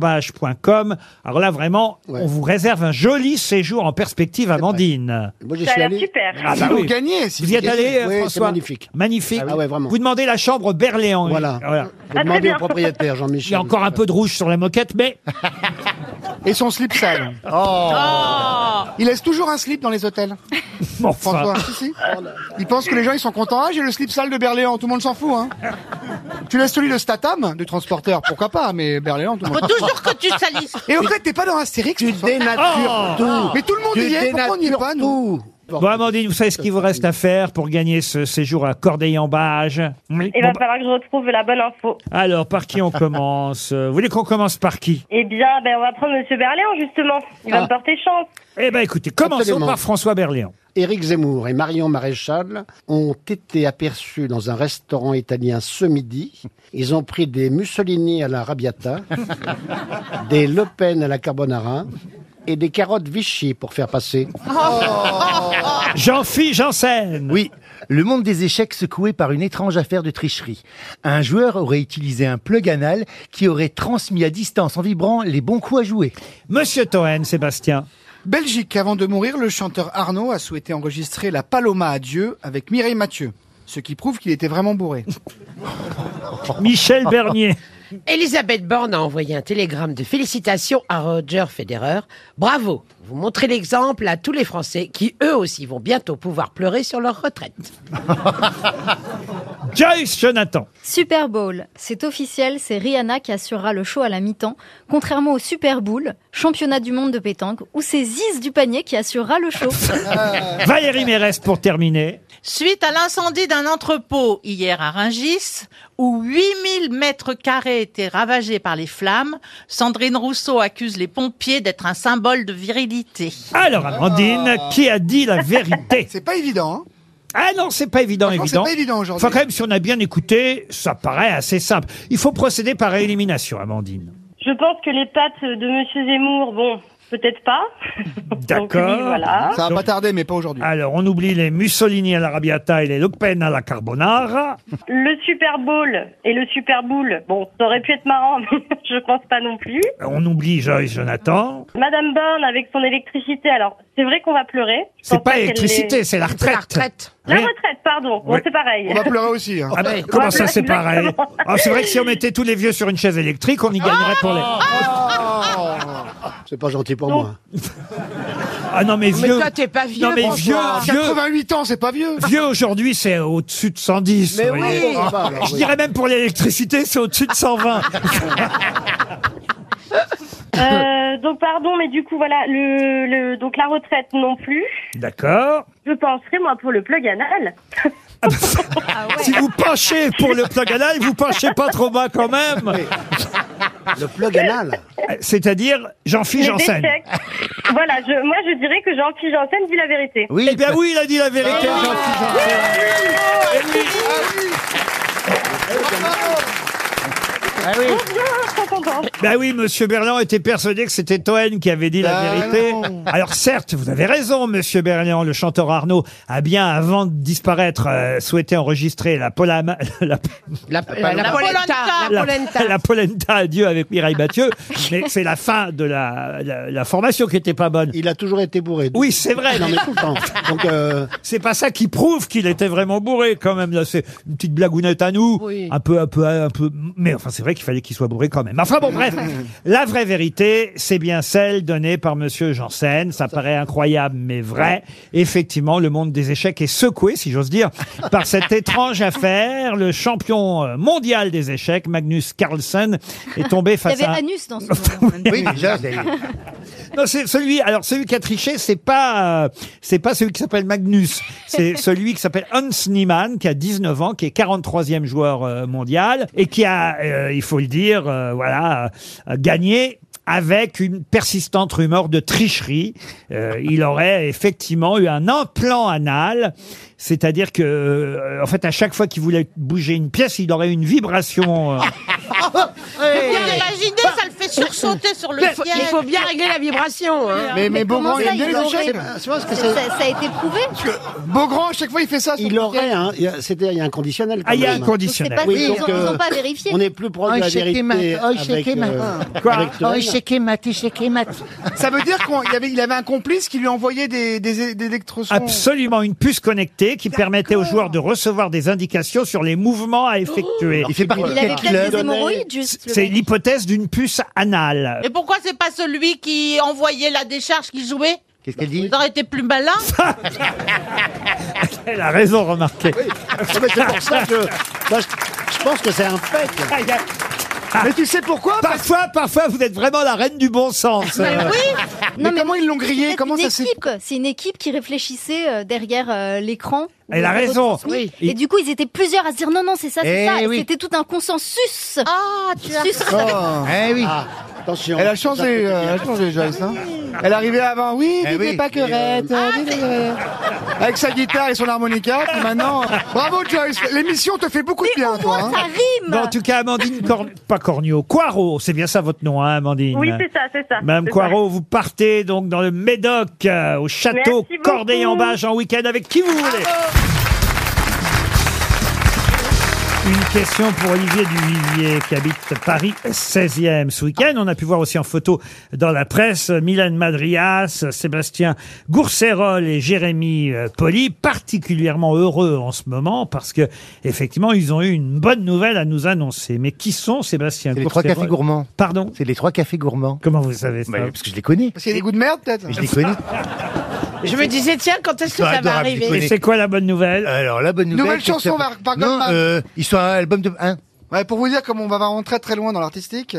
[SPEAKER 2] cordeillenbage.com. Alors là, vraiment, on vous réserve un joli séjour en perspective, Amandine.
[SPEAKER 7] Moi, j'y Ça a suis l'air allé. super. Si vous gagnez, si
[SPEAKER 2] Ah bah vous
[SPEAKER 7] vous
[SPEAKER 2] y êtes
[SPEAKER 7] gagnez.
[SPEAKER 2] allé, euh,
[SPEAKER 7] Oui, c'est
[SPEAKER 2] François
[SPEAKER 7] magnifique.
[SPEAKER 2] Magnifique.
[SPEAKER 7] Ah ouais, vraiment.
[SPEAKER 2] Vous demandez la chambre Berléand.
[SPEAKER 7] Voilà. Vous Ah, demandez très bien. au propriétaire, Jean-Michel.
[SPEAKER 2] Il y a encore un peu de rouge sur la moquette, mais.
[SPEAKER 3] Et son slip sale. Il laisse toujours un slip dans les hôtels.
[SPEAKER 2] Bon, Oh. enfin.
[SPEAKER 3] François, si, si. Il pense que les gens ils sont contents. Ah, j'ai le slip sale de Berléand, tout le monde s'en fout. Hein. Tu laisses celui de Statam, du transporteur, pourquoi pas, mais Berléand, tout le monde.
[SPEAKER 4] Faut toujours que tu salisses.
[SPEAKER 3] Et au fait, t'es pas dans Astérix. Tu
[SPEAKER 7] dénatures tout.
[SPEAKER 3] Mais tout le monde
[SPEAKER 7] Tu
[SPEAKER 3] y est, pourquoi on n'y est
[SPEAKER 7] dénatures
[SPEAKER 3] pas, nous
[SPEAKER 2] Bon, Amandine, vous savez ce qu'il vous reste à faire pour gagner ce séjour à Corday-en-Bage Oui.
[SPEAKER 15] Il
[SPEAKER 2] Bon,
[SPEAKER 15] va falloir que je retrouve la bonne info.
[SPEAKER 2] bah, Alors, par qui on commence Vous voulez qu'on commence par qui
[SPEAKER 15] Eh bien, ben, on va prendre Monsieur Berléand, justement. Il va
[SPEAKER 7] Ah.
[SPEAKER 15] me porter chance.
[SPEAKER 2] Eh ben, écoutez, commençons
[SPEAKER 7] Absolument.
[SPEAKER 2] par François Berléand.
[SPEAKER 7] Éric Zemmour et Marion Maréchal ont été aperçus dans un restaurant italien ce midi. Ils ont pris des Mussolini à la Rabiata, des Le Pen à la Carbonara et des carottes Vichy pour faire passer.
[SPEAKER 12] Oh.
[SPEAKER 2] jean philippe Janssen
[SPEAKER 8] Ah. Oui. Le monde des échecs secoué par une étrange affaire de tricherie. Un joueur aurait utilisé un plug anal qui aurait transmis à distance en vibrant les bons coups à jouer.
[SPEAKER 2] Monsieur Toen, Sébastien.
[SPEAKER 3] Belgique, avant de mourir, le chanteur Arnaud a souhaité enregistrer la Paloma à Dieu avec Mireille Mathieu. Ce qui prouve qu'il était vraiment bourré.
[SPEAKER 2] Michel Bernier.
[SPEAKER 5] Elisabeth Borne a envoyé un télégramme de félicitations à Roger Federer. Bravo, vous montrez l'exemple à tous les Français qui, eux aussi, vont bientôt pouvoir pleurer sur leur retraite.
[SPEAKER 2] Joyce Jonathan.
[SPEAKER 6] Super Bowl, c'est officiel, c'est Rihanna qui assurera le show à la mi-temps, contrairement au Super Bowl, championnat du monde de pétanque, où c'est Ziz du panier qui assurera le show.
[SPEAKER 7] Ah.
[SPEAKER 2] Valérie Mérès pour terminer.
[SPEAKER 4] Suite à l'incendie d'un entrepôt hier à Ringis, où 8000 mètres carrés étaient ravagés par les flammes, Sandrine Rousseau accuse les pompiers d'être un symbole de virilité.
[SPEAKER 2] Alors, Amandine, qui a dit la vérité
[SPEAKER 3] Ah. C'est pas évident. hein.
[SPEAKER 2] Ah non, c'est pas évident,
[SPEAKER 3] Franchement, c'est
[SPEAKER 2] évident.
[SPEAKER 3] pas évident aujourd'hui.
[SPEAKER 2] Enfin, quand même, si on a bien écouté, ça paraît assez simple. Il faut procéder par élimination, Amandine.
[SPEAKER 15] Je pense que les pattes de Monsieur Zemmour, bon, peut-être pas.
[SPEAKER 2] D'accord.
[SPEAKER 15] oui, voilà.
[SPEAKER 3] Ça va pas tarder, mais pas aujourd'hui.
[SPEAKER 2] Alors, on oublie les Mussolini à l'Arabiata et les Le Pen à la Carbonara.
[SPEAKER 15] Le Super Bowl et le Super Bowl, bon, ça aurait pu être marrant, mais je pense pas non plus.
[SPEAKER 2] On oublie Joyce Jonathan.
[SPEAKER 15] Madame Borne avec son électricité, alors c'est vrai qu'on va pleurer. Je
[SPEAKER 2] C'est
[SPEAKER 15] pense
[SPEAKER 2] pas
[SPEAKER 15] qu'elle
[SPEAKER 2] électricité,
[SPEAKER 15] est-
[SPEAKER 2] c'est la retraite.
[SPEAKER 15] La
[SPEAKER 2] Oui.
[SPEAKER 15] retraite, pardon, Bon,
[SPEAKER 2] Oui.
[SPEAKER 15] c'est pareil.
[SPEAKER 3] On va pleurer aussi. hein.
[SPEAKER 2] Ah ben, comment ça, c'est pareil Ah, C'est vrai que si on mettait tous les vieux sur une chaise électrique, on y gagnerait pour
[SPEAKER 15] Oh
[SPEAKER 2] les...
[SPEAKER 3] Oh.
[SPEAKER 7] C'est pas gentil pour moi. hein.
[SPEAKER 2] Ah non, mais vieux...
[SPEAKER 5] toi, t'es pas vieux,
[SPEAKER 2] Non, mais vieux,
[SPEAKER 5] François.
[SPEAKER 2] vieux...
[SPEAKER 3] 88 ans, c'est pas vieux.
[SPEAKER 2] Vieux aujourd'hui, c'est au-dessus de 110.
[SPEAKER 5] Mais
[SPEAKER 2] vous
[SPEAKER 5] oui,
[SPEAKER 2] voyez. Ah,
[SPEAKER 5] ça va,
[SPEAKER 7] alors,
[SPEAKER 2] Je
[SPEAKER 7] oui. Ah
[SPEAKER 2] dirais même pour l'électricité, c'est au-dessus de 120.
[SPEAKER 15] Euh, donc pardon, mais du coup voilà, le, le donc la retraite non plus.
[SPEAKER 2] D'accord.
[SPEAKER 15] Je penserais moi pour le plug anal.
[SPEAKER 7] Ah
[SPEAKER 2] Si vous penchez pour le plug anal, vous penchez pas trop bas quand même. Euh,
[SPEAKER 7] Le plug anal.
[SPEAKER 2] C'est-à-dire, j'en fiche,
[SPEAKER 15] Les
[SPEAKER 2] j'en scène.
[SPEAKER 15] échecs. voilà, je, moi je dirais que Jean-Pierre Janssen dit la vérité. Ah
[SPEAKER 2] Oui, eh bien oui, il a dit la vérité, jean
[SPEAKER 15] Bon, bien, je suis contente.
[SPEAKER 2] Ben oui, Monsieur Berland était persuadé que c'était Toen qui avait dit la
[SPEAKER 3] Ben
[SPEAKER 2] vérité.
[SPEAKER 3] non.
[SPEAKER 2] Alors certes, vous avez raison, Monsieur Berland. Le chanteur Arnaud a bien, avant de disparaître, euh, souhaité enregistrer la polama, la,
[SPEAKER 5] La, Euh, la,
[SPEAKER 4] La polenta,
[SPEAKER 5] la polenta.
[SPEAKER 2] la polenta à Dieu avec Mireille Mathieu. mais c'est la fin de la, la, la formation qui était pas bonne.
[SPEAKER 7] Il a toujours été bourré.
[SPEAKER 2] Oui, c'est vrai.
[SPEAKER 7] Non, mais tout le temps. Donc, euh,
[SPEAKER 2] C'est pas ça qui prouve qu'il était vraiment bourré quand même. Là, c'est une petite blagounette à nous,
[SPEAKER 5] Oui.
[SPEAKER 2] un peu, un peu, un peu. Mais enfin, c'est vrai qu'il fallait qu'il soit bourré quand même. Enfin bon, bref, la vraie vérité, c'est bien celle donnée par Monsieur Janssen. Ça paraît incroyable, mais vrai. Effectivement, le monde des échecs est secoué, si j'ose dire, par cette étrange affaire. Le champion euh, mondial des échecs, Magnus Carlsen, est tombé
[SPEAKER 6] Il y
[SPEAKER 2] face
[SPEAKER 6] avait
[SPEAKER 2] à.
[SPEAKER 6] hein. Anus dans ce moment.
[SPEAKER 8] Oui, déjà, c'est-
[SPEAKER 2] Non, c'est celui. Alors celui qui a triché, c'est pas euh, c'est pas celui qui s'appelle Magnus. C'est celui qui s'appelle Hans Niemann, qui a 19 ans, qui est 43e joueur euh, mondial et qui a, euh, il faut le dire, euh, voilà, euh, gagné avec une persistante rumeur de tricherie. Euh, il aurait effectivement eu un implant anal, c'est-à-dire que, euh, en fait, à chaque fois qu'il voulait bouger une pièce, il aurait une vibration. euh,
[SPEAKER 4] Vous imaginez, ça le fait sursauter sur le
[SPEAKER 5] Ah, eh. Il faut-
[SPEAKER 4] fiel.
[SPEAKER 5] il faut bien régler la vibration, hein.
[SPEAKER 3] Mais, mais
[SPEAKER 5] comment
[SPEAKER 3] Beaugrand, il
[SPEAKER 5] ça,
[SPEAKER 3] aime bien
[SPEAKER 5] il
[SPEAKER 3] les
[SPEAKER 5] aurait-
[SPEAKER 3] échecs.
[SPEAKER 5] C'est vrai, parce que
[SPEAKER 3] C'est-
[SPEAKER 5] ça-
[SPEAKER 6] a été prouvé
[SPEAKER 3] Beaugrand, à chaque fois, il fait ça.
[SPEAKER 7] Il aurait un. il y a- C'était, il y a un conditionnel. quand
[SPEAKER 2] Ah, il y a
[SPEAKER 7] même. euh,
[SPEAKER 2] un conditionnel.
[SPEAKER 6] Donc c'est pas- ils ont- ils ont pas vérifié.
[SPEAKER 7] On est plus proche de la vérité.
[SPEAKER 5] Oh,
[SPEAKER 7] avec, euh, avec
[SPEAKER 2] Oh,
[SPEAKER 7] Touraine.
[SPEAKER 3] Ça veut dire qu'il avait, il avait un complice qui lui envoyait des, des, des électrosons.
[SPEAKER 2] Absolument, une puce connectée qui permettait aux joueurs de recevoir des indications sur les mouvements à effectuer.
[SPEAKER 7] Il fait partie
[SPEAKER 4] Il de avait quel peut-être club des hémorroïdes, juste, le
[SPEAKER 2] C'est
[SPEAKER 4] mec.
[SPEAKER 2] l'hypothèse d'une puce anale.
[SPEAKER 4] Et pourquoi c'est pas celui qui envoyait la décharge qui jouait
[SPEAKER 2] Qu'est-ce qu'elle dit
[SPEAKER 4] Vous auriez été plus malin
[SPEAKER 2] Elle a raison, remarquez.
[SPEAKER 7] Mais c'est pour ça que. moi, je, je pense que c'est un fait.
[SPEAKER 2] Mais tu sais pourquoi Parfois, parfois, vous êtes vraiment la reine du bon sens.
[SPEAKER 4] Bah
[SPEAKER 2] Euh,
[SPEAKER 6] Non, mais
[SPEAKER 3] comment ils l'ont grillé Comment
[SPEAKER 6] une
[SPEAKER 3] ça s'est
[SPEAKER 6] équipe. C'est une équipe qui réfléchissait euh, derrière euh, l'écran.
[SPEAKER 2] Elle a
[SPEAKER 6] de- de
[SPEAKER 2] raison.
[SPEAKER 6] retransmis.
[SPEAKER 2] Oui.
[SPEAKER 6] Et du coup, ils étaient plusieurs à se dire non, non, c'est ça, c'est
[SPEAKER 7] Eh
[SPEAKER 6] ça. Et
[SPEAKER 7] oui.
[SPEAKER 6] C'était tout un consensus.
[SPEAKER 4] Ah,
[SPEAKER 6] tu
[SPEAKER 3] Oh,
[SPEAKER 7] Eh oui. attention.
[SPEAKER 3] Elle a changé, euh, elle a changé, Joyce. hein. Elle arrivait avant, oui,
[SPEAKER 7] Ah Eh
[SPEAKER 3] Didier
[SPEAKER 7] oui.
[SPEAKER 3] Paquerette,
[SPEAKER 5] Ah,
[SPEAKER 3] euh, Didier Paquerette. Avec sa guitare et son harmonica, puis maintenant. euh, Bravo, Joyce, l'émission te fait beaucoup de bien, toi. hein.
[SPEAKER 6] rime
[SPEAKER 2] Bon, en tout cas, Amandine Corn... pas Cornio, Coirot, c'est bien ça votre nom, hein, Amandine
[SPEAKER 15] Oui, c'est ça, c'est ça.
[SPEAKER 2] Madame
[SPEAKER 15] c'est
[SPEAKER 2] Coirot, vous partez donc dans le Médoc, euh, au château
[SPEAKER 15] Merci beaucoup.
[SPEAKER 2] Corday-en-Bage en week-end avec qui vous voulez. Une question pour Olivier Duvivier qui habite Paris 16e ce week-end. On a pu voir aussi en photo dans la presse Milan Madrias, Sébastien Gourcerol et Jérémy euh, Poli, particulièrement heureux en ce moment parce que effectivement ils ont eu une bonne nouvelle à nous annoncer. Mais qui sont Sébastien
[SPEAKER 8] C'est les trois
[SPEAKER 2] Gourcerol
[SPEAKER 8] cafés gourmands.
[SPEAKER 2] Pardon
[SPEAKER 8] C'est les trois cafés gourmands. Bah,
[SPEAKER 2] Comment vous savez ça
[SPEAKER 8] Parce que je les connais.
[SPEAKER 3] Parce qu'il y a des goûts de merde, peut-être
[SPEAKER 8] Je les connais.
[SPEAKER 5] Je me disais, tiens, quand est-ce que
[SPEAKER 8] Ils sont
[SPEAKER 5] ça va
[SPEAKER 8] adorables, je les
[SPEAKER 5] arriver
[SPEAKER 8] connais.
[SPEAKER 2] Et c'est quoi la bonne nouvelle
[SPEAKER 8] Alors, la bonne nouvelle.
[SPEAKER 3] Nouvelle
[SPEAKER 8] c'est que
[SPEAKER 3] chanson,
[SPEAKER 8] ça-
[SPEAKER 3] par- par Ah,
[SPEAKER 8] Non,
[SPEAKER 3] Goldman.
[SPEAKER 8] euh, ils sont à un album de. Hein
[SPEAKER 3] Ouais, pour vous dire comme on va rentrer très loin dans l'artistique,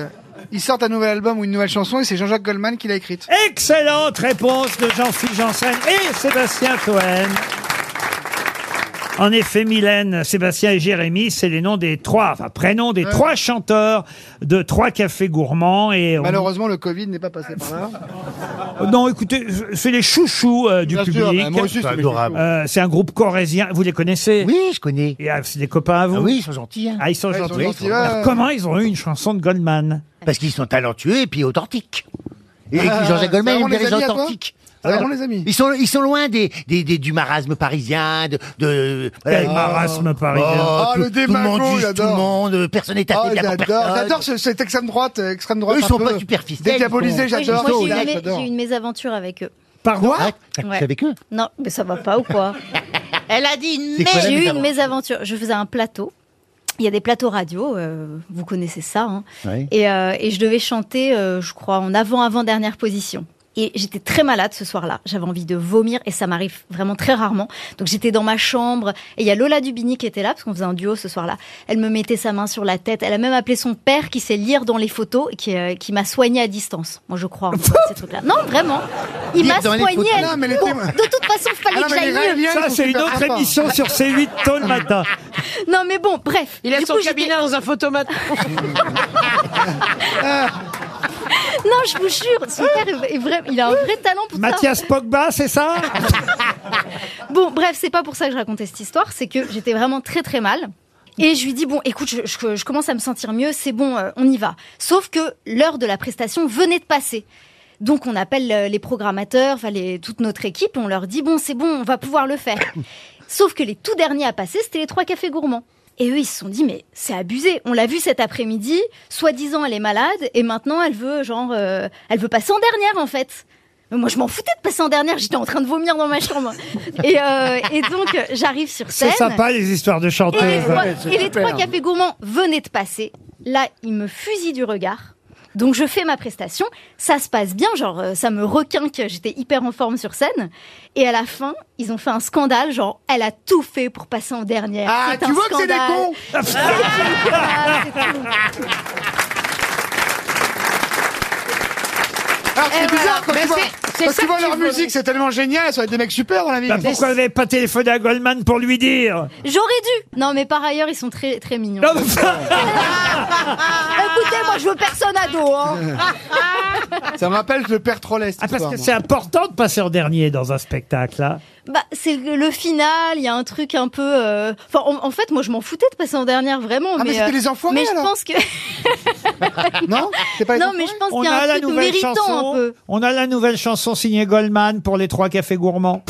[SPEAKER 3] ils sortent un nouvel album ou une nouvelle chanson et c'est Jean-Jacques Goldman qui l'a écrite.
[SPEAKER 2] Excellente réponse de Jean-Philippe Janssen et Sébastien Toen. En effet, Mylène, Sébastien et Jérémy, c'est les noms des trois, enfin prénoms des trois chanteurs de trois cafés gourmands. Et on- Euh,
[SPEAKER 3] Malheureusement, le Covid n'est pas passé par là.
[SPEAKER 2] non, écoutez, c'est les chouchous euh, du
[SPEAKER 3] Bien sûr,
[SPEAKER 2] public.
[SPEAKER 3] bah, moi aussi, c'est C'est mes adorable. chouchous.
[SPEAKER 2] Euh, c'est un groupe corésien. Vous les connaissez
[SPEAKER 8] Oui, je connais.
[SPEAKER 2] Et, ah, c'est des copains à vous.
[SPEAKER 8] Ah oui, ils sont gentils. hein.
[SPEAKER 2] Ah, ils sont
[SPEAKER 3] Ouais, ils sont
[SPEAKER 2] gentils.
[SPEAKER 3] gentils, ouais,
[SPEAKER 2] Alors,
[SPEAKER 3] ouais.
[SPEAKER 2] comment ils ont eu une chanson de Goldman
[SPEAKER 8] Parce qu'ils sont talentueux et puis authentiques. Et et
[SPEAKER 3] Ah,
[SPEAKER 8] Jean-Jacques
[SPEAKER 3] c'est
[SPEAKER 8] Goldman
[SPEAKER 3] vraiment
[SPEAKER 8] aime bien
[SPEAKER 3] les
[SPEAKER 8] les
[SPEAKER 3] amis à toi
[SPEAKER 8] authentiques.
[SPEAKER 3] C'est
[SPEAKER 8] Voilà.
[SPEAKER 3] vraiment les amis.
[SPEAKER 8] Ils sont, ils sont loin des, des, des- du marasme parisien, de... de
[SPEAKER 2] Quel
[SPEAKER 8] voilà.
[SPEAKER 2] marasme parisien.
[SPEAKER 8] Oh,
[SPEAKER 3] Ah,
[SPEAKER 8] tout,
[SPEAKER 3] le
[SPEAKER 8] tout le monde
[SPEAKER 3] démago,
[SPEAKER 8] juge tout
[SPEAKER 3] j'adore.
[SPEAKER 8] le monde, personne n'est
[SPEAKER 3] Ah,
[SPEAKER 8] tapé de la
[SPEAKER 3] j'adore,
[SPEAKER 8] personne.
[SPEAKER 3] j'adore ce- cette extrême droite, euh, extrême droite.
[SPEAKER 8] Eux, ils
[SPEAKER 3] un
[SPEAKER 8] sont
[SPEAKER 3] peu
[SPEAKER 8] pas superficiels.
[SPEAKER 3] Dédiabolisés,
[SPEAKER 8] ils sont-
[SPEAKER 6] Moi, j'ai-
[SPEAKER 3] j'adore.
[SPEAKER 6] moi, j'ai
[SPEAKER 3] j'adore,
[SPEAKER 6] eu mes-
[SPEAKER 3] j'adore.
[SPEAKER 6] j'ai eu une mésaventure avec eux.
[SPEAKER 2] Pardon
[SPEAKER 8] Ah, t'as couché
[SPEAKER 6] Ouais.
[SPEAKER 8] avec eux
[SPEAKER 6] Non, mais ça va pas ou quoi
[SPEAKER 4] Elle a dit une
[SPEAKER 8] C'est quoi
[SPEAKER 4] merde.
[SPEAKER 6] J'ai
[SPEAKER 8] la
[SPEAKER 6] eu une
[SPEAKER 8] mésaventure
[SPEAKER 6] mésaventure. Je faisais un plateau. Il y a des plateaux radio, euh, vous connaissez ça. hein.
[SPEAKER 8] Ouais.
[SPEAKER 6] Et, euh, et je devais chanter, euh, je crois, en avant-avant-dernière position. Et j'étais très malade ce soir-là. J'avais envie de vomir et ça m'arrive vraiment très rarement. Donc j'étais dans ma chambre et il y a Lola Dubini qui était là parce qu'on faisait un duo ce soir-là. Elle me mettait sa main sur la tête. Elle a même appelé son père qui sait lire dans les photos et qui, euh, qui m'a soignée à distance. Moi je crois encore à ces trucs-là. Non vraiment. Il
[SPEAKER 8] Lire
[SPEAKER 6] m'a
[SPEAKER 8] dans les
[SPEAKER 6] soignée.
[SPEAKER 8] photos.
[SPEAKER 6] à-
[SPEAKER 3] Non, mais les
[SPEAKER 6] Bon,
[SPEAKER 3] témoins-
[SPEAKER 6] de toute façon, il fallait
[SPEAKER 3] Ah non,
[SPEAKER 6] que
[SPEAKER 3] mais les
[SPEAKER 6] j'aille mieux.
[SPEAKER 3] Raéliens,
[SPEAKER 2] Ça,
[SPEAKER 3] ils sont
[SPEAKER 2] c'est une
[SPEAKER 3] super
[SPEAKER 2] autre
[SPEAKER 3] sympas.
[SPEAKER 2] émission sur C8 tôt le matin.
[SPEAKER 6] Non mais bon, bref.
[SPEAKER 5] Il a
[SPEAKER 6] Du
[SPEAKER 5] son
[SPEAKER 6] coup, j'étais-
[SPEAKER 5] cabinet dans un photomate.
[SPEAKER 6] Non, je vous jure, son père est vrai- il a un vrai talent pour ça.
[SPEAKER 2] Mathias Pogba, c'est ça
[SPEAKER 6] Bon, bref, c'est pas pour ça que je racontais cette histoire, c'est que j'étais vraiment très très mal. Et je lui dis, bon, écoute, je, je- je commence à me sentir mieux, c'est bon, euh, on y va. Sauf que l'heure de la prestation venait de passer. Donc on appelle euh, les programmateurs, enfin, les- toute notre équipe, on leur dit, bon, c'est bon, on va pouvoir le faire. Sauf que les tout derniers à passer, c'était les trois cafés gourmands. Et eux, ils se sont dit, mais c'est abusé. On l'a vu cet après-midi, soi-disant, elle est malade, et maintenant, elle veut, genre, euh, elle veut passer en dernière, en fait. Mais moi, je m'en foutais de passer en dernière, j'étais en train de vomir dans ma chambre. Et, euh, et donc, euh, j'arrive sur scène.
[SPEAKER 2] C'est sympa les histoires de
[SPEAKER 6] Et les,
[SPEAKER 2] chanteuses.
[SPEAKER 6] trois, et les trois cafés gourmands venaient de passer. Là, ils me fusillent du regard. Donc je fais ma prestation, ça se passe bien, genre euh, ça me requinque, j'étais hyper en forme sur scène. Et à la fin, ils ont fait un scandale, genre elle a tout fait pour passer en dernière.
[SPEAKER 3] Ah,
[SPEAKER 6] C'est
[SPEAKER 3] tu
[SPEAKER 6] un
[SPEAKER 3] vois que c'est des
[SPEAKER 6] scandale.
[SPEAKER 3] cons
[SPEAKER 6] Ah, c'est tout.
[SPEAKER 3] Alors
[SPEAKER 5] Eh
[SPEAKER 3] c'est bizarre
[SPEAKER 5] voilà.
[SPEAKER 3] quand
[SPEAKER 5] Mais
[SPEAKER 3] tu vois,
[SPEAKER 5] c'est- c'est
[SPEAKER 3] quand
[SPEAKER 5] ça
[SPEAKER 3] tu vois
[SPEAKER 5] que
[SPEAKER 3] leur
[SPEAKER 5] tu veux.
[SPEAKER 3] musique, c'est tellement génial, ça va être des mecs super dans la vie.
[SPEAKER 2] Bah, pourquoi vous n'avez pas téléphoné à Goldman pour lui dire
[SPEAKER 6] J'aurais dû. Non, mais par ailleurs, ils sont très très mignons. Écoutez, moi, je veux personne à dos. hein.
[SPEAKER 3] Ça me rappelle le père Trollès.
[SPEAKER 2] Ah, parce que c'est important de passer en dernier dans un spectacle, hein. là.
[SPEAKER 6] Bah, c'est le le final. Il y a un truc un peu. euh, Enfin, en, en fait, moi, je m'en foutais de passer en dernière, vraiment.
[SPEAKER 3] Ah, mais c'était les enfoirés,
[SPEAKER 6] Mais je
[SPEAKER 3] alors.
[SPEAKER 6] pense que.
[SPEAKER 3] non, c'est pas les
[SPEAKER 6] Non, mais je pense
[SPEAKER 2] On
[SPEAKER 6] qu'il y a,
[SPEAKER 2] a
[SPEAKER 6] un
[SPEAKER 2] la
[SPEAKER 6] truc
[SPEAKER 2] nouvelle
[SPEAKER 6] méritant un
[SPEAKER 2] chanson.
[SPEAKER 6] peu.
[SPEAKER 2] On a la nouvelle chanson signée Goldman pour les trois cafés gourmands.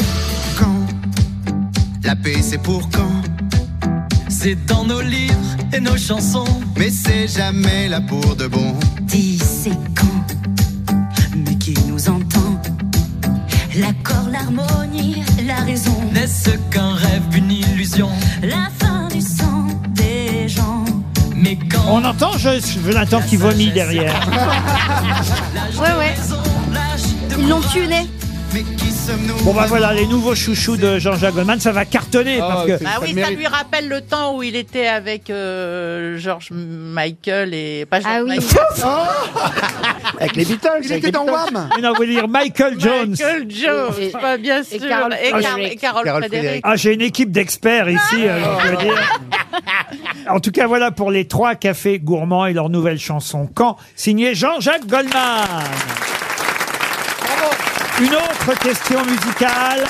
[SPEAKER 16] La paix c'est pour quand C'est dans nos livres et nos chansons, mais c'est jamais là pour de bon.
[SPEAKER 12] Dis c'est quand, mais qui nous entend L'accord, l'harmonie, la raison.
[SPEAKER 16] N'est-ce qu'un rêve, une illusion
[SPEAKER 12] La fin du sang des gens.
[SPEAKER 16] Mais quand
[SPEAKER 2] On entend je, Jonathan qui vomit derrière.
[SPEAKER 6] Ouais, ouais. Ils l'ont tué au nez.
[SPEAKER 2] Bon bah voilà, les nouveaux chouchous de Jean-Jacques Goldman, ça va cartonner parce que...
[SPEAKER 4] Bah oui, ça lui rappelle le temps où il était avec euh, George Michael et pas George
[SPEAKER 6] Ah oui.
[SPEAKER 4] Michael. Oh.
[SPEAKER 2] Avec les Beatles,
[SPEAKER 4] Il avec était les dans Beatles. Wham.
[SPEAKER 2] Mais non, vous voulez dire Michael Jones.
[SPEAKER 4] Michael Jones, pas bien sûr. Et Carole, et Carole Ah, Frédéric. Ah.
[SPEAKER 2] Ah, j'ai une équipe d'experts ici, euh, je veux dire. En tout cas, voilà pour les trois cafés gourmands et leur nouvelle chanson Quand, signée Jean-Jacques Goldman. Une autre question musicale.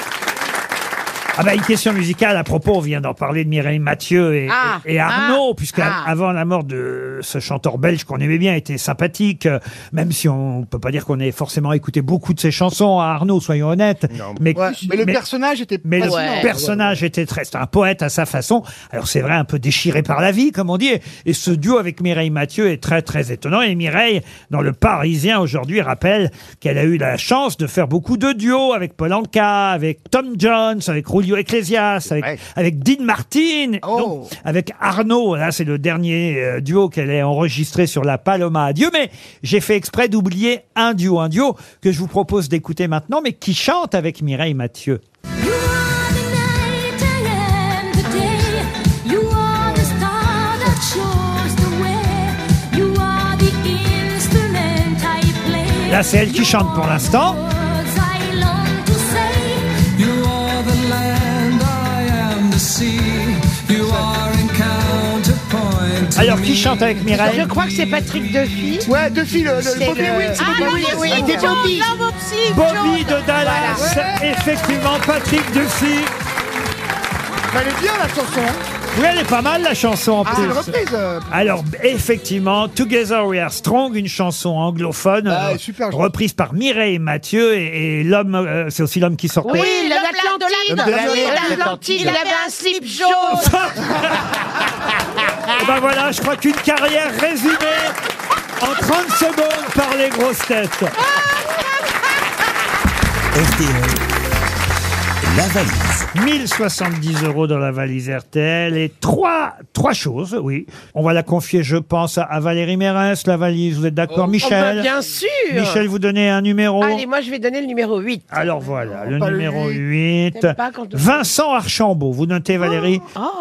[SPEAKER 2] Ah bah une question musicale à propos, on vient d'en parler de Mireille Mathieu et,
[SPEAKER 5] Ah,
[SPEAKER 2] et- et Arnaud,
[SPEAKER 5] ah,
[SPEAKER 2] puisque a-
[SPEAKER 5] ah.
[SPEAKER 2] avant la mort de ce chanteur belge qu'on aimait bien, était sympathique, euh, même si on peut pas dire qu'on ait forcément écouté beaucoup de ses chansons à Arnaud, soyons honnêtes. Mais,
[SPEAKER 3] mais le personnage était
[SPEAKER 2] mais le
[SPEAKER 3] fascinant.
[SPEAKER 2] personnage était très, c'est un poète à sa façon. Alors c'est vrai, un peu déchiré par la vie, comme on dit. Et- Et ce duo avec Mireille Mathieu est très, très étonnant. Et Mireille, dans le Parisien aujourd'hui, rappelle qu'elle a eu la chance de faire beaucoup de duos avec Paul Anka, avec Tom Jones, avec Julio Ecclesias, avec, avec Dean Martin,
[SPEAKER 3] Oh.
[SPEAKER 2] donc, avec Arnaud. Là, c'est le dernier euh, duo qu'elle a enregistré sur la Paloma Adieu. Mais j'ai fait exprès d'oublier un duo, un duo que je vous propose d'écouter maintenant, mais qui chante avec Mireille Mathieu.
[SPEAKER 12] You are the star that shows the way. You are the instrument I play.
[SPEAKER 2] Là, c'est elle qui chante pour l'instant.
[SPEAKER 12] Words I long to say.
[SPEAKER 16] You are the land, I am the sea. You are in counterpoint. to
[SPEAKER 2] Alors,
[SPEAKER 16] me.
[SPEAKER 2] qui chante avec Mireille
[SPEAKER 5] Je crois que c'est Patrick Duffy.
[SPEAKER 3] Ouais, Duffy, le,
[SPEAKER 5] C'est
[SPEAKER 3] Bobby
[SPEAKER 5] le-
[SPEAKER 3] Witt, c'est
[SPEAKER 5] Ah,
[SPEAKER 3] Bobby
[SPEAKER 5] Bobby
[SPEAKER 3] Witt.
[SPEAKER 5] Witt,
[SPEAKER 3] C'était
[SPEAKER 5] John,
[SPEAKER 3] Bobby.
[SPEAKER 5] la Bobsy,
[SPEAKER 2] Bobby
[SPEAKER 5] John.
[SPEAKER 2] de Dallas, effectivement, Patrick Duffy.
[SPEAKER 3] Elle est bien la chanson. hein.
[SPEAKER 2] Oui, elle est pas mal la chanson en
[SPEAKER 3] Ah,
[SPEAKER 2] plus.
[SPEAKER 3] c'est une reprise. euh.
[SPEAKER 2] Alors effectivement, Together We Are Strong, une chanson anglophone
[SPEAKER 3] Ah,
[SPEAKER 2] euh,
[SPEAKER 3] super, je-
[SPEAKER 2] reprise par Mireille Mathieu et, et l'homme, euh, c'est aussi l'homme qui sort.
[SPEAKER 5] Oui, l'homme
[SPEAKER 2] L'homme de la
[SPEAKER 5] l'Atlantide.
[SPEAKER 2] mer.
[SPEAKER 5] L'Atlantide. Il avait un slip jaune.
[SPEAKER 2] Et ben voilà, je crois qu'une carrière résumée en 30 secondes par les grosses têtes. La valise. 1070 euros dans la valise RTL et trois, trois choses, oui. On va la confier, je pense, à- à Valérie Mérès, la valise. Vous êtes d'accord, Michel
[SPEAKER 5] bah, bien sûr.
[SPEAKER 2] Michel, vous donnez un numéro
[SPEAKER 5] Allez, moi je vais donner le numéro 8.
[SPEAKER 2] Alors voilà, le
[SPEAKER 5] pas le
[SPEAKER 2] numéro
[SPEAKER 5] huit.
[SPEAKER 2] 8.
[SPEAKER 5] T'aimes pas quand on- Oh,
[SPEAKER 2] Vincent Archambault. Vous notez, Valérie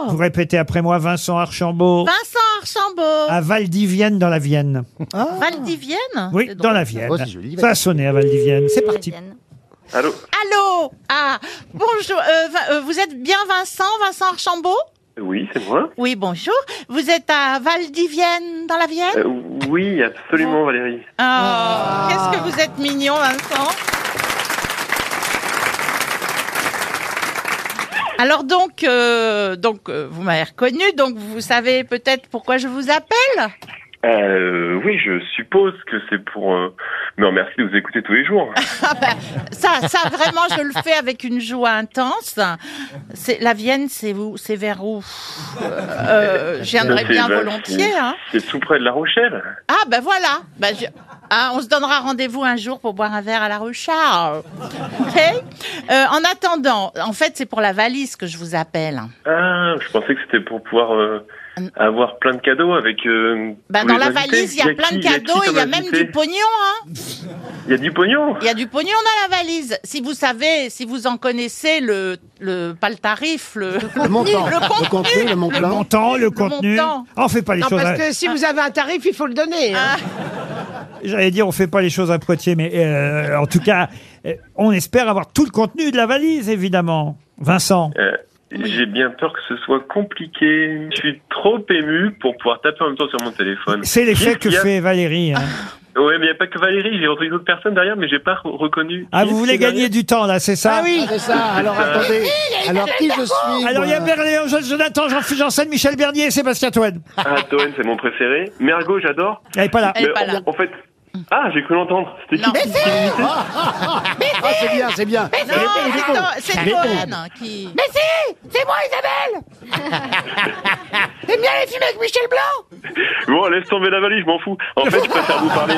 [SPEAKER 2] Vous répétez après moi, Vincent Archambault.
[SPEAKER 4] Oh. Vincent Archambault.
[SPEAKER 2] À Valdivienne, dans la Vienne.
[SPEAKER 4] Valdivienne
[SPEAKER 2] Oui,
[SPEAKER 4] Ah, C'est drôle.
[SPEAKER 2] dans la Vienne. Ça a sonné à Valdivienne. C'est parti.
[SPEAKER 17] Allô
[SPEAKER 4] Allô Ah, bonjour. euh, Vin- euh, vous êtes bien Vincent, Vincent Archambault
[SPEAKER 17] Oui, c'est moi.
[SPEAKER 4] Oui, bonjour. Vous êtes à Valdivienne, dans la Vienne
[SPEAKER 17] Euh, oui, absolument, Valérie.
[SPEAKER 4] Ah, Qu'est-ce que vous êtes mignon, Vincent Alors donc, euh, donc euh, vous m'avez reconnu, donc vous savez peut-être pourquoi je vous appelle
[SPEAKER 17] Euh, oui, je suppose que c'est pour euh, me remercier de vous écouter tous les jours.
[SPEAKER 4] Ah ben, ça, ça vraiment, je le fais avec une joie intense. C'est la Vienne, c'est où C'est vers où Euh, Je viendrai
[SPEAKER 17] C'est-
[SPEAKER 4] bien
[SPEAKER 17] bah,
[SPEAKER 4] volontiers.
[SPEAKER 17] c'est-
[SPEAKER 4] hein.
[SPEAKER 17] C'est tout près de La Rochelle.
[SPEAKER 4] Ah ben voilà. Ben, je- ah, on se donnera rendez-vous un jour pour boire un verre à la Rochard. Ok Euh, en attendant, en fait, c'est pour la valise que je vous appelle. hein.
[SPEAKER 17] Ah, je pensais que c'était pour pouvoir euh, avoir plein de cadeaux avec. euh,
[SPEAKER 4] Ben,
[SPEAKER 17] tous
[SPEAKER 4] dans
[SPEAKER 17] les
[SPEAKER 4] la
[SPEAKER 17] invités.
[SPEAKER 4] valise, il y a plein
[SPEAKER 17] qui-
[SPEAKER 4] de cadeaux,
[SPEAKER 17] qui
[SPEAKER 4] il y a
[SPEAKER 17] comme
[SPEAKER 4] même
[SPEAKER 17] invité
[SPEAKER 4] du pognon. Hein.
[SPEAKER 17] Il y a du pognon.
[SPEAKER 4] Il y a du pognon dans la valise. Si vous savez, si vous en connaissez le, le pas le tarif, le, le
[SPEAKER 7] montant.
[SPEAKER 4] le
[SPEAKER 7] Le
[SPEAKER 4] contenu,
[SPEAKER 7] contenu, le montant.
[SPEAKER 2] Le montant, le
[SPEAKER 4] contenu.
[SPEAKER 2] contenu.
[SPEAKER 4] montant.
[SPEAKER 2] Ah, on fait pas les
[SPEAKER 5] Non,
[SPEAKER 2] choses.
[SPEAKER 5] parce
[SPEAKER 2] à-
[SPEAKER 5] Ah. que si vous avez un tarif, il faut le donner. hein.
[SPEAKER 2] J'allais dire, on fait pas les choses à Poitiers, mais euh, en tout cas, euh, on espère avoir tout le contenu de la valise, évidemment. Vincent.
[SPEAKER 17] Euh, J'ai bien peur que ce soit compliqué. Je suis trop ému pour pouvoir taper en même temps sur mon téléphone.
[SPEAKER 2] C'est l'effet
[SPEAKER 17] Qu'est-ce
[SPEAKER 2] que
[SPEAKER 17] qu'il y a
[SPEAKER 2] fait Valérie. hein.
[SPEAKER 17] Ouais, mais il n'y a pas que Valérie, j'ai retrouvé d'autres personnes derrière, mais j'ai pas re- reconnu.
[SPEAKER 2] Ah,
[SPEAKER 17] Qui
[SPEAKER 2] vous voulez
[SPEAKER 17] c'est derrière
[SPEAKER 2] gagner du temps, là, c'est ça
[SPEAKER 17] Ah oui. Ah, c'est ça. Alors, C'est ça. attendez.
[SPEAKER 7] Alors, qui je suis,
[SPEAKER 2] Alors, il y a Berléon, Jonathan, Jean-Philippe Janssen, Michel Bernier et Sébastien Toen.
[SPEAKER 17] Ah, Toen, c'est mon préféré. Mergo, j'adore.
[SPEAKER 2] Elle est pas là. Elle est
[SPEAKER 17] Mais
[SPEAKER 2] pas
[SPEAKER 17] en-
[SPEAKER 2] là.
[SPEAKER 17] En fait. Ah, j'ai cru l'entendre. C'était qui
[SPEAKER 7] Mais Ah, c'est bien, c'est bien.
[SPEAKER 17] Mais non,
[SPEAKER 7] c'est c'est Cohen
[SPEAKER 4] qui.
[SPEAKER 18] Mais si C'est moi, Isabelle T'aimes bien les films avec Michel Blanc
[SPEAKER 17] Bon, laisse tomber la valise, je m'en fous. En fait, je préfère vous parler.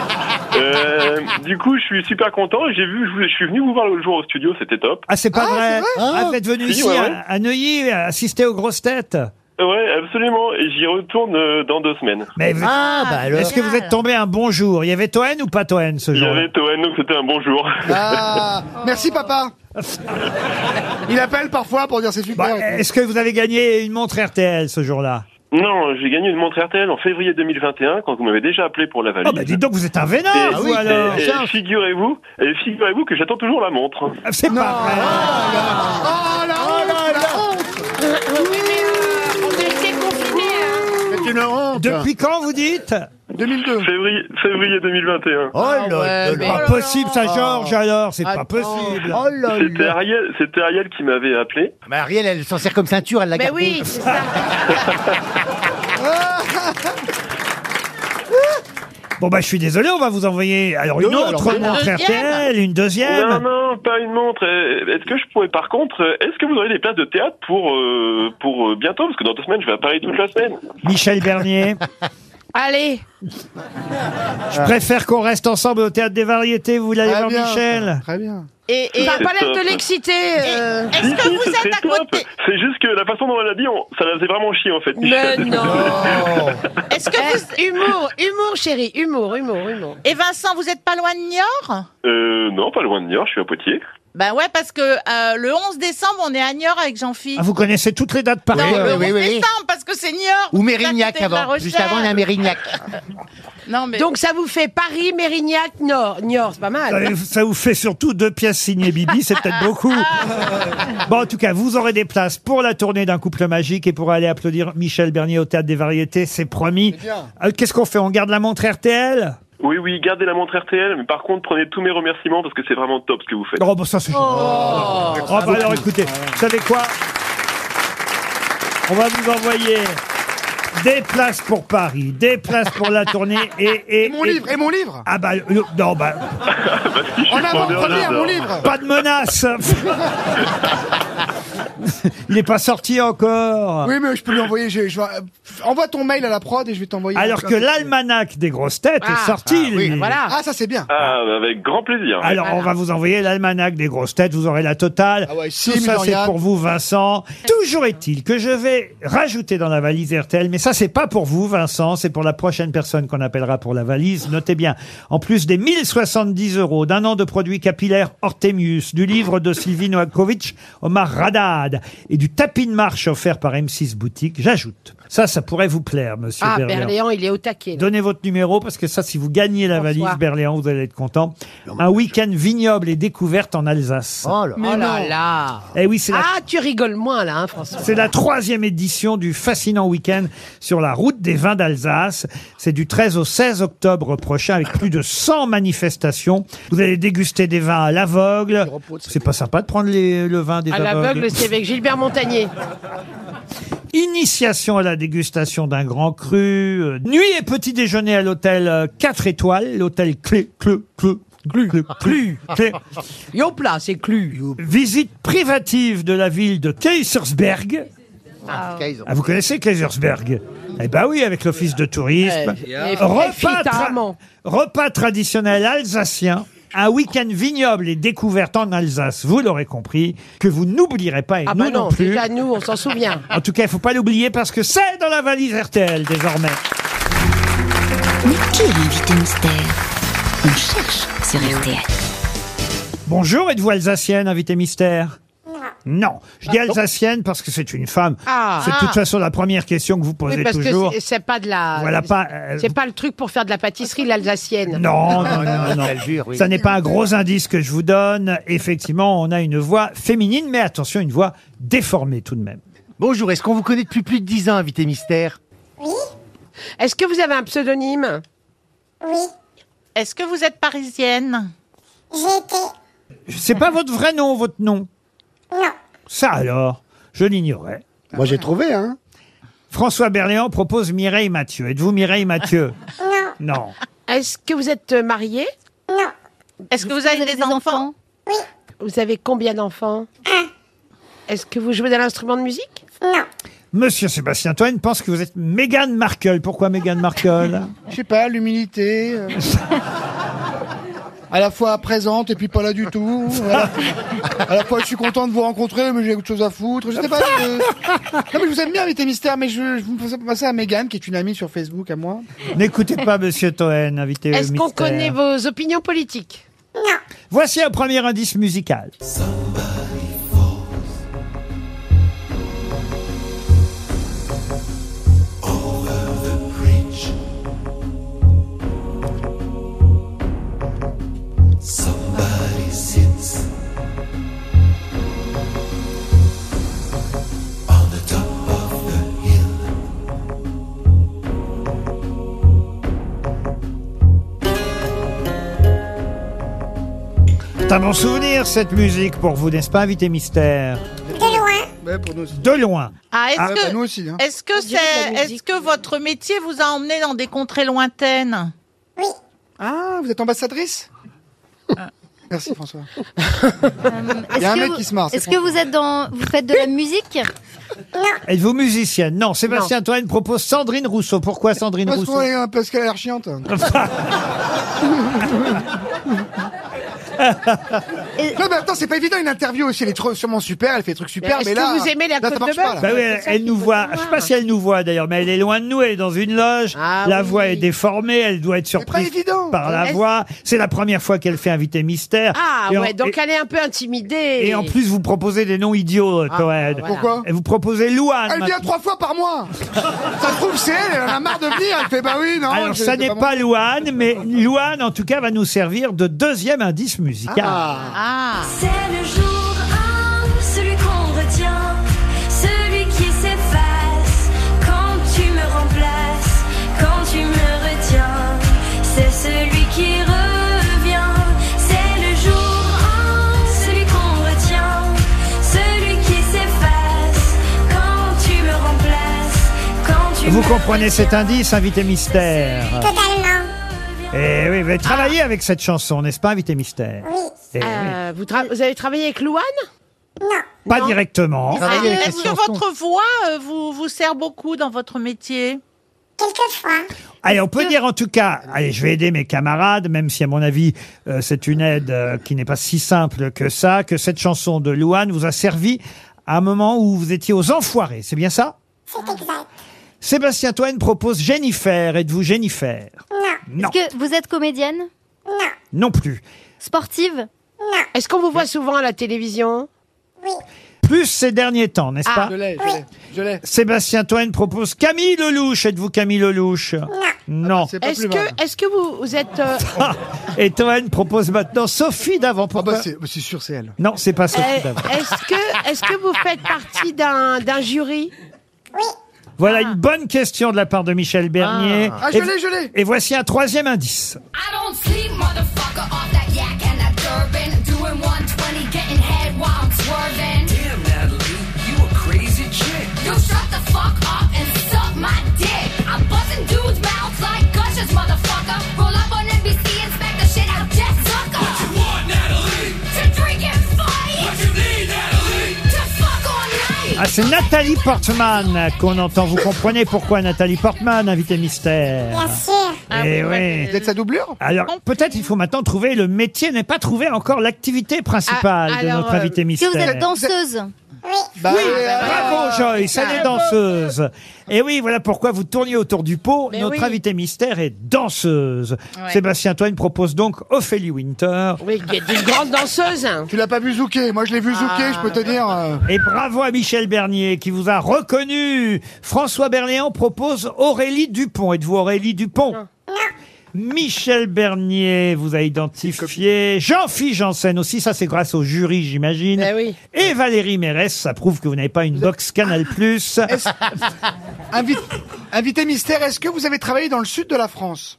[SPEAKER 17] Euh, du coup, je suis super content. J'ai vu, je, vous- je suis venu vous voir le jour au studio, c'était top.
[SPEAKER 2] Ah, c'est pas vrai. Ah, vous êtes venu
[SPEAKER 17] Si,
[SPEAKER 2] ici
[SPEAKER 17] ouais,
[SPEAKER 2] à-
[SPEAKER 17] ouais.
[SPEAKER 2] à Neuilly, à assister aux grosses têtes.
[SPEAKER 17] Ouais, absolument. Et j'y retourne euh, dans deux semaines.
[SPEAKER 2] Mais vous-
[SPEAKER 17] Ah,
[SPEAKER 2] Ah,
[SPEAKER 17] bah
[SPEAKER 2] Est-ce que vous êtes tombé un bon jour Il y avait Toen ou pas Toen ce
[SPEAKER 17] Il y
[SPEAKER 2] jour
[SPEAKER 17] avait Toen, donc c'était un bon jour.
[SPEAKER 3] Ah, merci papa. Il appelle parfois pour dire c'est super.
[SPEAKER 2] Bah, Est-ce que vous avez gagné une montre RTL ce jour-là
[SPEAKER 17] Non, j'ai gagné une montre RTL en février 2021 quand vous m'avez déjà appelé pour la valise.
[SPEAKER 2] Ah bah dites donc, vous êtes un vénard,
[SPEAKER 17] Et-
[SPEAKER 2] vous
[SPEAKER 17] et-
[SPEAKER 2] alors Ah,
[SPEAKER 17] et figurez-vous, et figurez-vous que j'attends toujours la montre.
[SPEAKER 2] C'est pas vrai.
[SPEAKER 18] Oh la honte, la honte Oui, mais euh, on a été confinés, hein
[SPEAKER 17] C'est une honte.
[SPEAKER 2] Depuis quand vous dites
[SPEAKER 17] 2002. Février, février 2021.
[SPEAKER 2] Oh là là,
[SPEAKER 17] mais-
[SPEAKER 2] pas possible ça, Georges alors, c'est pas possible.
[SPEAKER 8] Oh là
[SPEAKER 17] C'était
[SPEAKER 8] là.
[SPEAKER 17] Ariel, c'était Ariel qui m'avait appelé.
[SPEAKER 8] Ah, Mais Ariel, elle s'en sert comme ceinture, elle l'a
[SPEAKER 5] Mais
[SPEAKER 8] gardée.
[SPEAKER 5] oui, c'est ça.
[SPEAKER 18] hein.
[SPEAKER 2] Bon bah je suis désolé, on va vous envoyer alors une
[SPEAKER 17] Deux, alors,
[SPEAKER 2] autre
[SPEAKER 17] voilà.
[SPEAKER 2] montre
[SPEAKER 17] Deuxième.
[SPEAKER 2] RTL, une deuxième.
[SPEAKER 17] Non, non, pas une montre. Euh, Est-ce que je pourrais, par contre, euh, est-ce que vous aurez des places de théâtre pour euh, pour euh, bientôt Parce que dans deux semaines, je vais à Paris toute la semaine.
[SPEAKER 2] Michel Bernier.
[SPEAKER 5] Allez,
[SPEAKER 2] je préfère qu'on reste ensemble au théâtre des variétés, vous voulez aller
[SPEAKER 5] Très
[SPEAKER 2] voir
[SPEAKER 5] bien.
[SPEAKER 2] Michel
[SPEAKER 3] Très bien.
[SPEAKER 5] et, et-
[SPEAKER 17] C'est
[SPEAKER 5] t'as pas l'air de
[SPEAKER 17] top.
[SPEAKER 5] l'exciter. euh.
[SPEAKER 17] Si, si, ce serait top. C'est juste que la façon dont elle a dit, on- ça la faisait vraiment chier en fait.
[SPEAKER 5] Mais non.
[SPEAKER 4] Est-ce que vous...
[SPEAKER 5] Humour, humour, chérie, humour, humour, humour.
[SPEAKER 4] Et Vincent, vous êtes pas loin de Niort
[SPEAKER 17] Euh, non, pas loin de Niort, je suis à Poitiers.
[SPEAKER 4] Ben ouais, parce que euh, le 11 décembre, on est à Niort avec Jean-Philippe.
[SPEAKER 2] Ah, vous connaissez toutes les dates par
[SPEAKER 4] Non,
[SPEAKER 2] cœur.
[SPEAKER 4] le 11 décembre, parce que c'est Niort.
[SPEAKER 2] Ou
[SPEAKER 4] c'est à
[SPEAKER 2] Mérignac
[SPEAKER 4] côté de la
[SPEAKER 2] avant, juste
[SPEAKER 4] Rochelle.
[SPEAKER 2] avant, on a
[SPEAKER 8] Mérignac.
[SPEAKER 4] Non, mais...
[SPEAKER 5] Donc ça vous fait Paris, Mérignac, Nord, Niort, c'est pas
[SPEAKER 2] Ça-
[SPEAKER 5] mal.
[SPEAKER 2] Ça vous fait surtout deux pièces signées Bibi, c'est peut-être beaucoup. Bon, en tout cas, vous aurez des places pour la tournée d'un couple magique et pour aller applaudir Michel Bernier au Théâtre des Variétés, c'est promis.
[SPEAKER 17] C'est bien.
[SPEAKER 2] Euh, Qu'est-ce qu'on fait On garde la montre RTL
[SPEAKER 17] Oui, oui, gardez la montre RTL, mais par contre, prenez tous mes remerciements parce que c'est vraiment top ce que vous faites.
[SPEAKER 2] Oh, bah ça c'est
[SPEAKER 3] Ah,
[SPEAKER 17] Oh.
[SPEAKER 2] génial. Oh, bah, alors écoutez, vous savez quoi On va vous envoyer des places pour Paris, des places pour la tournée et... Et,
[SPEAKER 3] mon livre, et mon livre
[SPEAKER 2] Ah bah, le- non, bah...
[SPEAKER 3] En avant-première, mon livre
[SPEAKER 2] Pas de menace Il n'est pas sorti encore
[SPEAKER 3] Oui, mais je peux lui envoyer. je- je vais- Envoie ton mail à la prod et je vais t'envoyer.
[SPEAKER 2] Alors que l'almanach des grosses têtes est sorti lui.
[SPEAKER 3] Ah, ça c'est bien.
[SPEAKER 17] Ah, bah, avec grand plaisir.
[SPEAKER 2] Alors, on va vous envoyer l'almanach des grosses têtes, vous aurez la totale.
[SPEAKER 3] Ah ouais,
[SPEAKER 2] Tout
[SPEAKER 3] six
[SPEAKER 2] ça, c'est
[SPEAKER 3] Florian.
[SPEAKER 2] pour vous, Vincent. Toujours est-il que je vais rajouter dans la valise RTL, mais ça, c'est pas pour vous, Vincent, c'est pour la prochaine personne qu'on appellera pour la valise. Notez bien, en plus des 1070 euros, d'un an de produits capillaires Hortemius, du livre de Sylvie Noakovic, Omar Radad, et du tapis de marche offert par M6 Boutique, j'ajoute. Ça, ça pourrait vous plaire, monsieur
[SPEAKER 5] Ah,
[SPEAKER 2] Berléand.
[SPEAKER 5] Berléand, il est au taquet. là.
[SPEAKER 2] Donnez votre numéro parce que ça, si vous gagnez la valise
[SPEAKER 5] Bonsoir.
[SPEAKER 2] Berléand, vous allez être content. Un week-end vignoble et découverte en Alsace.
[SPEAKER 5] Oh là là.
[SPEAKER 2] Eh oui, c'est la,
[SPEAKER 5] Ah, tu rigoles moins là, hein, François.
[SPEAKER 2] c'est la troisième édition du fascinant week-end sur la route des vins d'Alsace. C'est du 13 au 16 octobre prochain avec plus de 100 manifestations. Vous allez déguster des vins à l'aveugle. C'est pas sympa de prendre les- le vin des
[SPEAKER 5] À
[SPEAKER 2] aveugles.
[SPEAKER 5] l'aveugle, c'est avec Gilbert Montagnier.
[SPEAKER 2] Initiation à la dégustation d'un grand cru. euh, Nuit et petit déjeuner à l'hôtel euh, 4 étoiles, l'hôtel Clé, Clé, Clé. Clé, Clé, Clé, Clé.
[SPEAKER 5] Yopla, c'est clu.
[SPEAKER 2] Visite privative de la ville de Kaisersberg. Ah, vous connaissez Kaisersberg Eh ben oui, avec l'office de tourisme.
[SPEAKER 5] Eh, les frais
[SPEAKER 2] repas,
[SPEAKER 5] fit, hein, maman.
[SPEAKER 2] repas traditionnel alsacien. Un week-end vignoble et découverte en Alsace, vous l'aurez compris, que vous n'oublierez pas et
[SPEAKER 5] Ah
[SPEAKER 2] nous
[SPEAKER 5] bah
[SPEAKER 2] non,
[SPEAKER 5] non,
[SPEAKER 2] plus.
[SPEAKER 5] déjà nous, on s'en souvient.
[SPEAKER 2] En tout cas, il faut pas l'oublier parce que c'est dans la valise RTL désormais.
[SPEAKER 10] Mais qui est l'invité mystère On cherche sur RTL.
[SPEAKER 2] Bonjour, êtes-vous alsacienne, invité mystère
[SPEAKER 18] Non.
[SPEAKER 2] Non. Je dis alsacienne parce que c'est une femme.
[SPEAKER 5] Ah.
[SPEAKER 2] c'est de toute façon la première question que vous posez
[SPEAKER 5] Oui, parce
[SPEAKER 2] toujours.
[SPEAKER 5] que c'est- c'est pas de la.
[SPEAKER 2] Voilà, pas, euh,
[SPEAKER 5] c'est pas le truc pour faire de la pâtisserie l'alsacienne.
[SPEAKER 2] Non, non, Ah, non, non. Ça n'est pas un gros indice que je vous donne. Effectivement, on a une voix féminine, mais attention, une voix déformée tout de même.
[SPEAKER 8] Bonjour, est-ce qu'on vous connaît depuis plus de 10 ans, invité mystère
[SPEAKER 5] Est-ce que vous avez un pseudonyme
[SPEAKER 4] Oui. Est-ce que vous êtes parisienne J'étais.
[SPEAKER 2] C'est pas votre vrai nom, votre nom
[SPEAKER 4] Non.
[SPEAKER 2] Ça alors, je l'ignorais.
[SPEAKER 7] Moi j'ai trouvé, hein.
[SPEAKER 2] François Berléand propose Mireille Mathieu. Êtes-vous Mireille Mathieu
[SPEAKER 5] Non.
[SPEAKER 2] Non.
[SPEAKER 5] Est-ce que vous êtes euh, marié Non.
[SPEAKER 4] Est-ce que vous avez, des, enfants,
[SPEAKER 5] Oui. Vous avez combien d'enfants Un. Est-ce que vous jouez d'un instrument de musique Non.
[SPEAKER 2] Monsieur Sébastien Toen pense que vous êtes Meghan Markle. Pourquoi Meghan Markle
[SPEAKER 3] Je sais pas, l'humilité. euh, à la fois présente et puis pas là du tout. À la, à la fois je suis content de vous rencontrer, mais j'ai autre chose à foutre. Je sais pas. je- Non mais je vous aime bien, invité mystère, mais je, je vous fais passer à Megan, qui est une amie sur Facebook à moi.
[SPEAKER 2] N'écoutez pas Monsieur Toen, invité
[SPEAKER 5] Est-ce qu'on
[SPEAKER 2] mystère.
[SPEAKER 5] connaît vos opinions politiques
[SPEAKER 2] Voici un premier indice musical.
[SPEAKER 18] Somebody sits on the top of the hill.
[SPEAKER 2] C'est un bon souvenir cette musique pour vous, n'est-ce pas, invité mystère
[SPEAKER 3] De loin. Ouais, pour nous.
[SPEAKER 2] De loin.
[SPEAKER 4] Ah, est-ce
[SPEAKER 2] Ah,
[SPEAKER 4] que,
[SPEAKER 2] bah, nous
[SPEAKER 3] aussi, hein.
[SPEAKER 4] est-ce que
[SPEAKER 3] dirait
[SPEAKER 4] c'est,
[SPEAKER 3] de la
[SPEAKER 4] est-ce que votre métier vous a emmené dans des contrées lointaines Oui.
[SPEAKER 3] Ah, vous êtes ambassadrice
[SPEAKER 4] Euh.
[SPEAKER 3] Merci François. Il y
[SPEAKER 6] Est-ce
[SPEAKER 3] a un
[SPEAKER 6] que
[SPEAKER 3] mec
[SPEAKER 6] vous-
[SPEAKER 3] qui se marre. c'est
[SPEAKER 6] Est-ce que vous êtes dans, vous faites de la musique
[SPEAKER 2] Êtes-vous musicienne Non, Sébastien Toen propose Sandrine Rousseau. Pourquoi Sandrine
[SPEAKER 3] Parce
[SPEAKER 2] Rousseau
[SPEAKER 3] qu'on est- parce qu'elle a l'air chiante. non mais attends, c'est pas évident une interview aussi, elle est trop- sûrement super, elle fait des trucs super, mais,
[SPEAKER 5] est-ce
[SPEAKER 3] là,
[SPEAKER 5] que vous aimez la
[SPEAKER 3] là, ça
[SPEAKER 5] Côte
[SPEAKER 3] marche
[SPEAKER 5] d'Or
[SPEAKER 3] pas, là.
[SPEAKER 2] Bah oui, elle, elle nous voit. Je sais pas si elle nous voit d'ailleurs, mais elle est loin de nous. Elle est dans une loge. la voix est déformée. Elle doit être surprise par la
[SPEAKER 5] Ah Est-ce-
[SPEAKER 2] voix. C'est la première fois qu'elle fait inviter mystère.
[SPEAKER 5] Ah
[SPEAKER 2] Et en-
[SPEAKER 5] ouais, donc
[SPEAKER 2] et-
[SPEAKER 5] elle est un peu intimidée.
[SPEAKER 2] et en plus, vous proposez des noms idiots,
[SPEAKER 5] Ah,
[SPEAKER 2] Toed.
[SPEAKER 5] voilà. Pourquoi
[SPEAKER 2] Et vous proposez Louane.
[SPEAKER 3] Elle vient
[SPEAKER 2] maintenant.
[SPEAKER 3] trois fois par mois. ça se trouve c'est elle, elle en a marre de venir, elle fait bah oui, non.
[SPEAKER 2] Alors,
[SPEAKER 3] je-
[SPEAKER 2] ça
[SPEAKER 3] c'est
[SPEAKER 2] n'est
[SPEAKER 3] mon-
[SPEAKER 2] pas Louane, mais Louane, en tout cas, va nous servir de deuxième indice musical.
[SPEAKER 3] Ah.
[SPEAKER 12] Ah. C'est le jour 1, celui qu'on retient, celui qui s'efface quand tu me remplaces, quand tu me retiens. C'est celui qui revient, c'est le jour 1, celui qu'on retient, celui qui s'efface quand tu me remplaces, quand tu me
[SPEAKER 2] Vous comprenez cet indice, invité mystère Et oui, vous avez travaillé avec cette chanson, n'est-ce pas, invité mystère Eh oui.
[SPEAKER 5] Euh, vous, tra- vous avez travaillé avec Louane
[SPEAKER 2] Pas directement.
[SPEAKER 12] Ah,
[SPEAKER 4] Est-ce que- Est-ce que votre voix euh, vous, vous sert beaucoup dans votre métier Quelquefois.
[SPEAKER 2] Allez, on peut dire en tout cas, allez, je vais aider mes camarades, même si à mon avis, euh, c'est une aide euh, qui n'est pas si simple que ça, que cette chanson de Louane vous a servi à un moment où vous étiez aux enfoirés, c'est bien ça
[SPEAKER 6] C'est exact.
[SPEAKER 2] Sébastien Toen propose Jennifer, êtes-vous Jennifer
[SPEAKER 6] Non. Est-ce que vous êtes comédienne
[SPEAKER 2] Non plus.
[SPEAKER 6] Sportive
[SPEAKER 5] Est-ce qu'on vous voit souvent à la télévision
[SPEAKER 2] Plus ces derniers temps, n'est-ce
[SPEAKER 5] Ah,
[SPEAKER 2] pas
[SPEAKER 5] je l'ai, je l'ai,
[SPEAKER 3] je l'ai.
[SPEAKER 2] Sébastien Toen propose Camille Lelouch, êtes-vous Camille Lelouch
[SPEAKER 3] Ah bah,
[SPEAKER 2] Non.
[SPEAKER 5] Est-ce que, est-ce que vous, vous êtes... euh,
[SPEAKER 2] Ah, Et Toen propose maintenant Sophie d'avant. Pourquoi
[SPEAKER 3] Ah bah, c'est c'est sûr, c'est elle.
[SPEAKER 2] Non, c'est pas
[SPEAKER 3] Eh.
[SPEAKER 2] Sophie
[SPEAKER 5] euh,
[SPEAKER 2] d'avant.
[SPEAKER 5] est-ce, que, est-ce que vous faites partie d'un, d'un jury
[SPEAKER 2] Voilà une bonne question de la part de Michel Bernier.
[SPEAKER 18] Ah, je
[SPEAKER 2] Et-
[SPEAKER 18] l'ai, je l'ai.
[SPEAKER 2] Et voici un troisième indice.
[SPEAKER 18] I don't sleep, motherfucker, off that yak and that Durbin. Doing 120, getting head while I'm swerving. Damn, Natalie, you a crazy chick. You shut the fuck up and suck my dick. I'm busting dudes' mouths like gushers, motherfucker. Roll up on NBC and smack the shit out Jeff Zucker. What you want, Natalie? To drink and fight. What you need, Natalie? To fuck all night.
[SPEAKER 2] Ah, c'est Nathalie Portman qu'on entend. Vous comprenez pourquoi Nathalie Portman, invité mystère
[SPEAKER 3] Ah
[SPEAKER 2] Eh oui.
[SPEAKER 3] Vous êtes sa doublure
[SPEAKER 2] Alors, peut-être il faut maintenant trouver le métier, n'est pas trouvé encore l'activité principale
[SPEAKER 3] Ah,
[SPEAKER 2] de
[SPEAKER 3] alors,
[SPEAKER 2] notre
[SPEAKER 3] euh,
[SPEAKER 2] invité
[SPEAKER 3] que vous
[SPEAKER 2] mystère.
[SPEAKER 3] êtes
[SPEAKER 6] Danseuse
[SPEAKER 3] Bah,
[SPEAKER 2] oui,
[SPEAKER 3] euh,
[SPEAKER 2] bravo Joyce, elle est danseuse. Et oui, voilà pourquoi vous tournez autour du pot.
[SPEAKER 5] Mais
[SPEAKER 2] Notre
[SPEAKER 5] oui.
[SPEAKER 2] invité mystère est danseuse.
[SPEAKER 5] Ouais.
[SPEAKER 2] Sébastien Toine propose donc Ophélie Winter.
[SPEAKER 5] Oui, qui est une grande danseuse.
[SPEAKER 3] Tu l'as pas vu zouker Moi, je l'ai vu zouker,
[SPEAKER 2] Ah.
[SPEAKER 3] je peux te dire. euh,
[SPEAKER 2] Et bravo à Michel Bernier qui vous a reconnu. François Berléand propose Aurélie Dupont. Êtes-vous Aurélie Dupont Michel Bernier vous a identifié. Jean-Philippe Janssen aussi, ça c'est grâce au jury, j'imagine. Et Valérie Mérès, ça prouve que vous n'avez pas une box Canal+. Plus.
[SPEAKER 3] est-ce- Invi- Invité mystère, est-ce que vous avez travaillé dans le sud de la France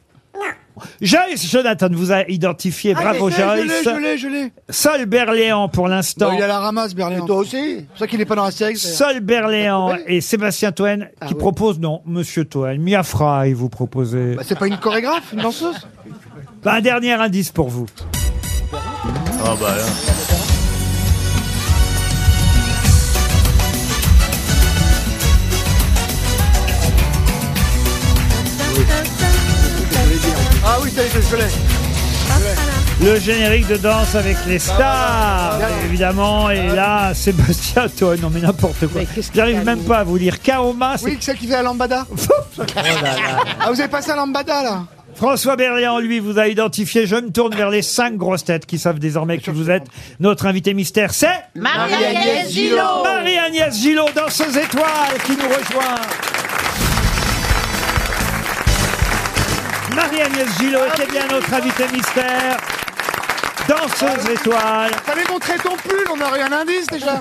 [SPEAKER 2] Joyce Jonathan vous a identifié. Bravo
[SPEAKER 3] Ah, je l'ai,
[SPEAKER 2] Joyce.
[SPEAKER 3] Je l'ai, je l'ai, je l'ai.
[SPEAKER 2] Sol Berléand pour l'instant.
[SPEAKER 3] Bah, il a la ramasse, Berléand. Toi aussi C'est pour ça qu'il n'est pas dans la série.
[SPEAKER 2] Sol
[SPEAKER 3] Ah
[SPEAKER 2] Berléand et Sébastien Toen qui proposent, non, Monsieur Toen, Mia Fry vous proposez.
[SPEAKER 3] Bah, C'est pas une chorégraphe, une danseuse
[SPEAKER 2] Bah, un dernier indice pour vous.
[SPEAKER 1] Ah bah là.
[SPEAKER 3] Ah oui, ça y est, je l'ai.
[SPEAKER 2] Le générique de danse avec les stars,
[SPEAKER 3] voilà, voilà.
[SPEAKER 2] évidemment. Et là, Sébastien Toen, non mais n'importe quoi. J'arrive même pas à vous lire. Kaoma, c'est Oh
[SPEAKER 3] Oui, celle qui faisait la lambada. ah, vous avez passé la lambada, là
[SPEAKER 2] François Berléand, lui, vous a identifié. Je me tourne vers les cinq grosses têtes qui savent désormais qui vous êtes. Notre invité mystère, c'est
[SPEAKER 12] Marie-Agnès Gillot.
[SPEAKER 2] Marie-Agnès Gillot, danseuse étoile, qui nous rejoint. Marie-Agnès Gillot était bien notre invité mystère. Danseuse étoile.
[SPEAKER 3] T'avais montré ton pull, on aurait eu un indice déjà.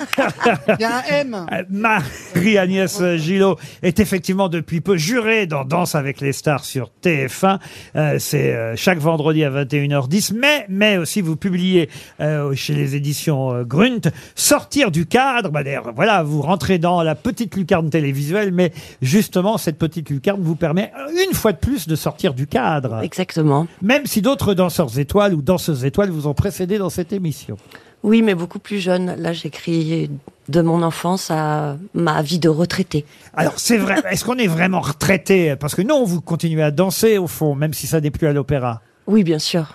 [SPEAKER 3] Il y a un M.
[SPEAKER 2] Euh, Marie-Agnès Gillot est effectivement depuis peu jurée dans Danse avec les stars sur TF1. Euh, c'est euh, chaque vendredi à 21h10. Mais, mais aussi, vous publiez euh, chez les éditions euh, Grunt Sortir du cadre. Bah, D'ailleurs, voilà, vous rentrez dans la petite lucarne télévisuelle, mais justement, cette petite lucarne vous permet euh, une fois de plus de sortir du cadre.
[SPEAKER 19] Exactement.
[SPEAKER 2] Même si d'autres danseurs étoiles ou danseuses étoiles vous ont précédé dans cette émission.
[SPEAKER 19] Oui, mais beaucoup plus jeune. Là, j'écris de mon enfance à ma vie de retraitée.
[SPEAKER 2] Alors c'est vrai, est-ce qu'on est vraiment retraité Parce que non, vous continuez à danser au fond, même si ça n'est plus à l'opéra.
[SPEAKER 19] Oui, bien sûr.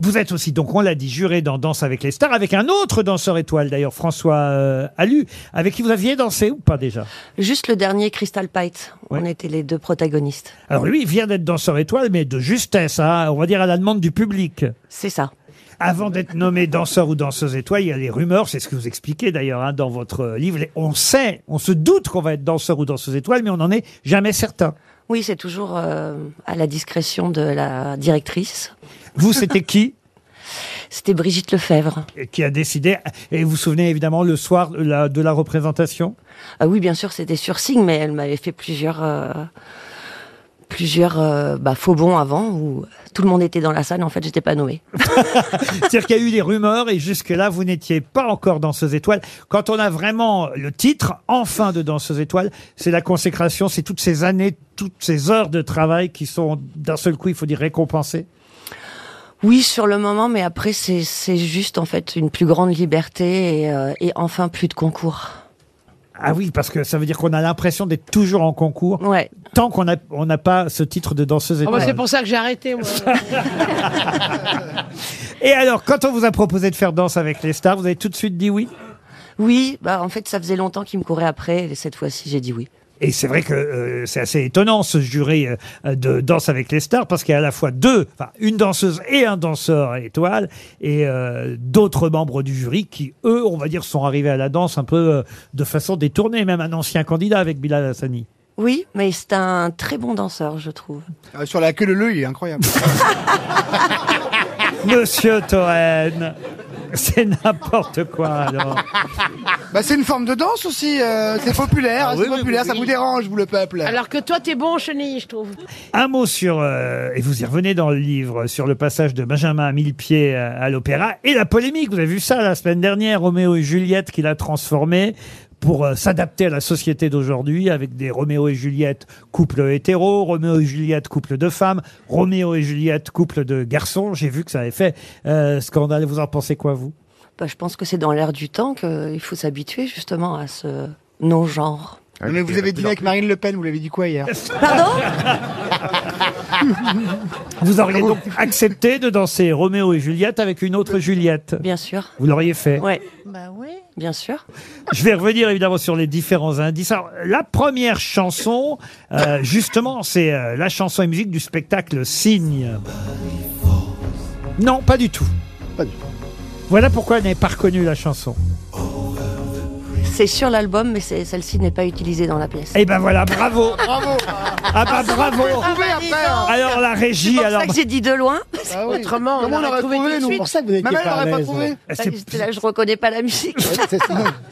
[SPEAKER 2] Vous êtes aussi, donc on l'a dit, juré dans Danse avec les stars, avec un autre danseur étoile d'ailleurs, François euh, Allu, avec qui vous aviez dansé ou pas déjà
[SPEAKER 19] Juste le dernier Crystal Pite. On était les deux protagonistes.
[SPEAKER 2] Alors lui, il vient d'être danseur étoile, mais de justesse, hein, on va dire à la demande du public.
[SPEAKER 19] C'est ça.
[SPEAKER 2] Avant d'être nommé danseur ou danseuse étoile, il y a les rumeurs, c'est ce que vous expliquez d'ailleurs hein, dans votre euh, livre. Les- On sait, on se doute qu'on va être danseur ou danseuse étoile, mais on n'en est jamais certain.
[SPEAKER 19] Oui, c'est toujours euh, à la discrétion de la directrice.
[SPEAKER 2] Vous, c'était qui
[SPEAKER 19] C'était Brigitte Lefebvre.
[SPEAKER 2] Et qui a décidé, et vous vous souvenez évidemment le soir de la, de la représentation
[SPEAKER 19] Ah oui, bien sûr, c'était sur signe, mais elle m'avait fait plusieurs, euh, plusieurs euh, bah, faux bons avant où tout le monde était dans la salle. En fait, j'étais pas nommée.
[SPEAKER 2] C'est-à-dire qu'il y a eu des rumeurs et jusque-là, vous n'étiez pas encore danseuse étoile. Quand on a vraiment le titre, enfin de danseuse étoile, c'est la consécration, c'est toutes ces années, toutes ces heures de travail qui sont d'un seul coup, il faut dire, récompensées.
[SPEAKER 19] Oui, sur le moment, mais après, c'est c'est juste en fait une plus grande liberté et, euh, et enfin plus de concours.
[SPEAKER 2] Ah oui, parce que ça veut dire qu'on a l'impression d'être toujours en concours. Tant qu'on n'a on n'a pas ce titre de danseuse
[SPEAKER 19] Ah,
[SPEAKER 5] Oh, bah,
[SPEAKER 2] étoile.
[SPEAKER 5] c'est pour ça que j'ai arrêté, moi.
[SPEAKER 2] Et alors, quand on vous a proposé de faire danse avec les stars, vous avez tout de suite dit oui
[SPEAKER 19] Oui, bah en fait, ça faisait longtemps qu'il me courait après, et cette fois-ci, j'ai dit oui.
[SPEAKER 2] Et c'est vrai que euh, c'est assez étonnant ce jury euh, de danse avec les stars parce qu'il y a à la fois deux, enfin une danseuse et un danseur étoile et euh, d'autres membres du jury qui eux, on va dire, sont arrivés à la danse un peu euh, de façon détournée, même un ancien candidat avec Bilal Hassani.
[SPEAKER 19] Oui, mais c'est un très bon danseur, je trouve.
[SPEAKER 3] Euh, sur la queue le le, il est incroyable.
[SPEAKER 2] Monsieur Toen, c'est n'importe quoi alors.
[SPEAKER 3] bah, c'est une forme de danse aussi. euh, c'est populaire, c'est populaire. Ça vous dérange, vous le peuple
[SPEAKER 5] Alors que toi, t'es bon en chenille, je trouve.
[SPEAKER 2] Un mot sur, euh, et vous y revenez dans le livre, sur le passage de Benjamin à mille pieds euh, à, à l'opéra et la polémique. Vous avez vu ça la semaine dernière, Roméo et Juliette qui l'a transformé pour euh, s'adapter à la société d'aujourd'hui avec des Roméo et Juliette couple hétéro, Roméo et Juliette couple de femmes, Roméo et Juliette couple de garçons. J'ai vu que ça avait fait euh, scandale. Vous en pensez quoi, vous
[SPEAKER 19] Bah, je pense que c'est dans l'air du temps qu'il faut s'habituer justement à ce non-genre.
[SPEAKER 3] Non, Ah, mais vous avez dîné avec Marine Le Pen, vous l'avez dit quoi hier
[SPEAKER 19] Pardon
[SPEAKER 2] Vous auriez donc accepté de danser Roméo et Juliette avec une autre Juliette
[SPEAKER 19] Bien sûr.
[SPEAKER 2] Vous l'auriez fait
[SPEAKER 19] Ouais.
[SPEAKER 4] Bah oui.
[SPEAKER 19] Bien sûr.
[SPEAKER 2] Je vais revenir évidemment sur les différents indices. Alors, la première chanson, euh, justement, c'est euh, la chanson et musique du spectacle Signe. Non, pas du tout. Pas du tout. Voilà pourquoi elle n'avait pas reconnu la chanson.
[SPEAKER 19] C'est sur l'album, mais c'est- celle-ci n'est pas utilisée dans la pièce.
[SPEAKER 2] Eh ben voilà, bravo
[SPEAKER 19] Bravo
[SPEAKER 2] Ah bah bravo
[SPEAKER 3] hein.
[SPEAKER 2] Alors la régie, alors...
[SPEAKER 19] C'est pour ça que j'ai dit de loin.
[SPEAKER 7] hein. Ah oui.
[SPEAKER 19] Autrement,
[SPEAKER 7] Comment on
[SPEAKER 19] aurait
[SPEAKER 7] aurait trouvé,
[SPEAKER 19] tout de
[SPEAKER 7] nous
[SPEAKER 19] suite.
[SPEAKER 7] Pour ça que vous n'étiez Maman, elle pas à aurait pas l'aise. hein. trouvé.
[SPEAKER 19] Bah, j'étais là, je reconnais pas la musique.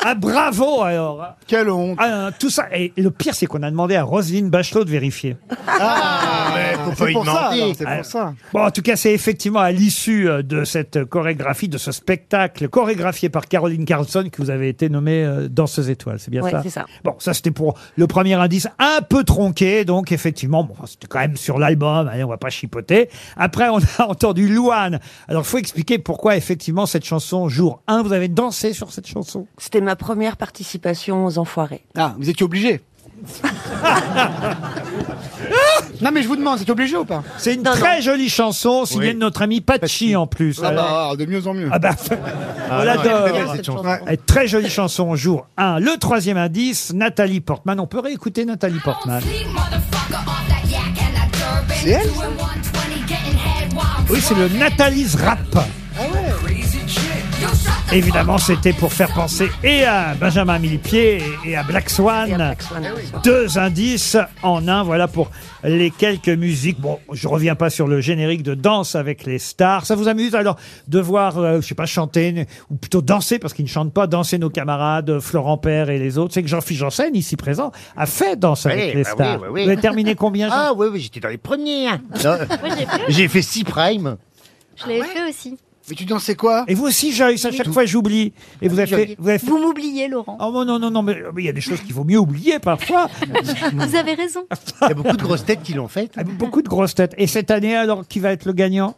[SPEAKER 2] Ah bravo alors Ah,
[SPEAKER 3] Quelle honte
[SPEAKER 2] Tout ça, et le pire c'est qu'on a demandé à Roselyne Bachelot de vérifier.
[SPEAKER 3] Ah,
[SPEAKER 2] euh,
[SPEAKER 3] C'est pour ça, alors, c'est
[SPEAKER 2] Ah.
[SPEAKER 3] pour ça.
[SPEAKER 2] Bon, en tout cas, c'est effectivement à l'issue euh, de cette chorégraphie, de ce spectacle chorégraphié par Caroline Carlson que vous avez été nommée euh, danseuse étoile. C'est bien
[SPEAKER 19] Ouais,
[SPEAKER 2] ça
[SPEAKER 19] c'est ça.
[SPEAKER 2] Bon, ça c'était pour le premier indice un peu tronqué, donc effectivement, bon, c'était quand même sur l'album, allez, on va pas chipoter. Après, on a entendu Louane. Alors, il faut expliquer pourquoi effectivement cette chanson, jour 1, vous avez dansé sur cette chanson.
[SPEAKER 19] C'était ma première participation aux Enfoirés.
[SPEAKER 3] Ah, vous étiez obligé Non, mais je vous demande, c'est obligé ou pas
[SPEAKER 2] C'est une très jolie chanson signée
[SPEAKER 3] Oui.
[SPEAKER 2] de notre ami Pachi en plus.
[SPEAKER 3] Ah
[SPEAKER 2] Alors-
[SPEAKER 3] bah, de mieux en mieux.
[SPEAKER 2] Ah bah, on l'adore.
[SPEAKER 3] Ouais.
[SPEAKER 2] Eh, Très jolie chanson, jour 1. Le troisième indice, Nathalie Portman. On peut réécouter Nathalie Portman.
[SPEAKER 18] C'est
[SPEAKER 2] elle, ça Oui, c'est le Nathalie's Rap. Évidemment, c'était pour faire penser et à Benjamin Millepied et à Black Swan. Deux indices en un, voilà pour les quelques musiques. Bon, je reviens pas sur le générique de Danse avec les stars. Ça vous amuse alors de voir, euh, je sais pas, chanter ou plutôt danser parce qu'ils ne chantent pas, danser nos camarades euh, Florent Père et les autres. C'est que Jean-Philippe Janssen, ici présent, a fait Danse
[SPEAKER 8] Oui,
[SPEAKER 2] avec les
[SPEAKER 8] bah oui,
[SPEAKER 2] stars.
[SPEAKER 8] oui, oui.
[SPEAKER 2] Vous avez terminé combien Jean-
[SPEAKER 8] Ah oui, oui, j'étais dans les premiers. hein. Non,
[SPEAKER 6] j'ai fait.
[SPEAKER 8] J'ai fait 6 primes.
[SPEAKER 6] Je l'avais fait aussi.
[SPEAKER 3] Mais tu dansais quoi
[SPEAKER 2] Et vous aussi, Joyce, à chaque fois j'oublie. Et vous avez fait. Vous, avez fait-
[SPEAKER 6] Vous m'oubliez, Laurent.
[SPEAKER 2] Oh non, non, non, non, mais mais il y a des choses qu'il vaut mieux oublier parfois.
[SPEAKER 6] Vous avez raison.
[SPEAKER 2] Il y a beaucoup de grosses têtes qui l'ont fait. Ah, Beaucoup de grosses têtes. Et cette année, alors, qui va être le gagnant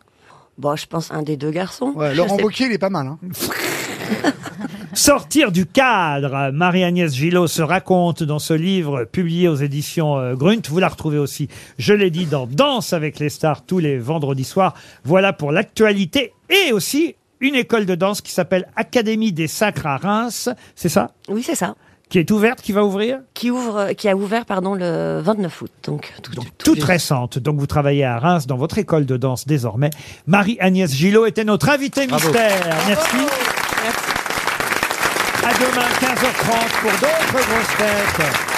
[SPEAKER 19] Bon, je pense un des deux garçons.
[SPEAKER 3] Ouais, Laurent Wauquiez, il est pas mal. Hein.
[SPEAKER 2] Sortir du cadre, Marie-Agnès Gillot se raconte dans ce livre publié aux éditions euh, Grunt. Vous la retrouvez aussi, je l'ai dit, dans Danse avec les stars tous les vendredis soirs. Voilà pour l'actualité et aussi une école de danse qui s'appelle Académie des Sacres à Reims. C'est ça
[SPEAKER 19] Oui, c'est ça.
[SPEAKER 2] Qui est ouverte, qui va ouvrir
[SPEAKER 19] Qui, ouvre, qui a ouvert pardon, le 29 août. Donc, tout,
[SPEAKER 2] toute récente. Donc vous travaillez à Reims dans votre école de danse désormais. Marie-Agnès Gillot était notre invitée mystère. Merci. À demain 15h30 pour d'autres grosses têtes.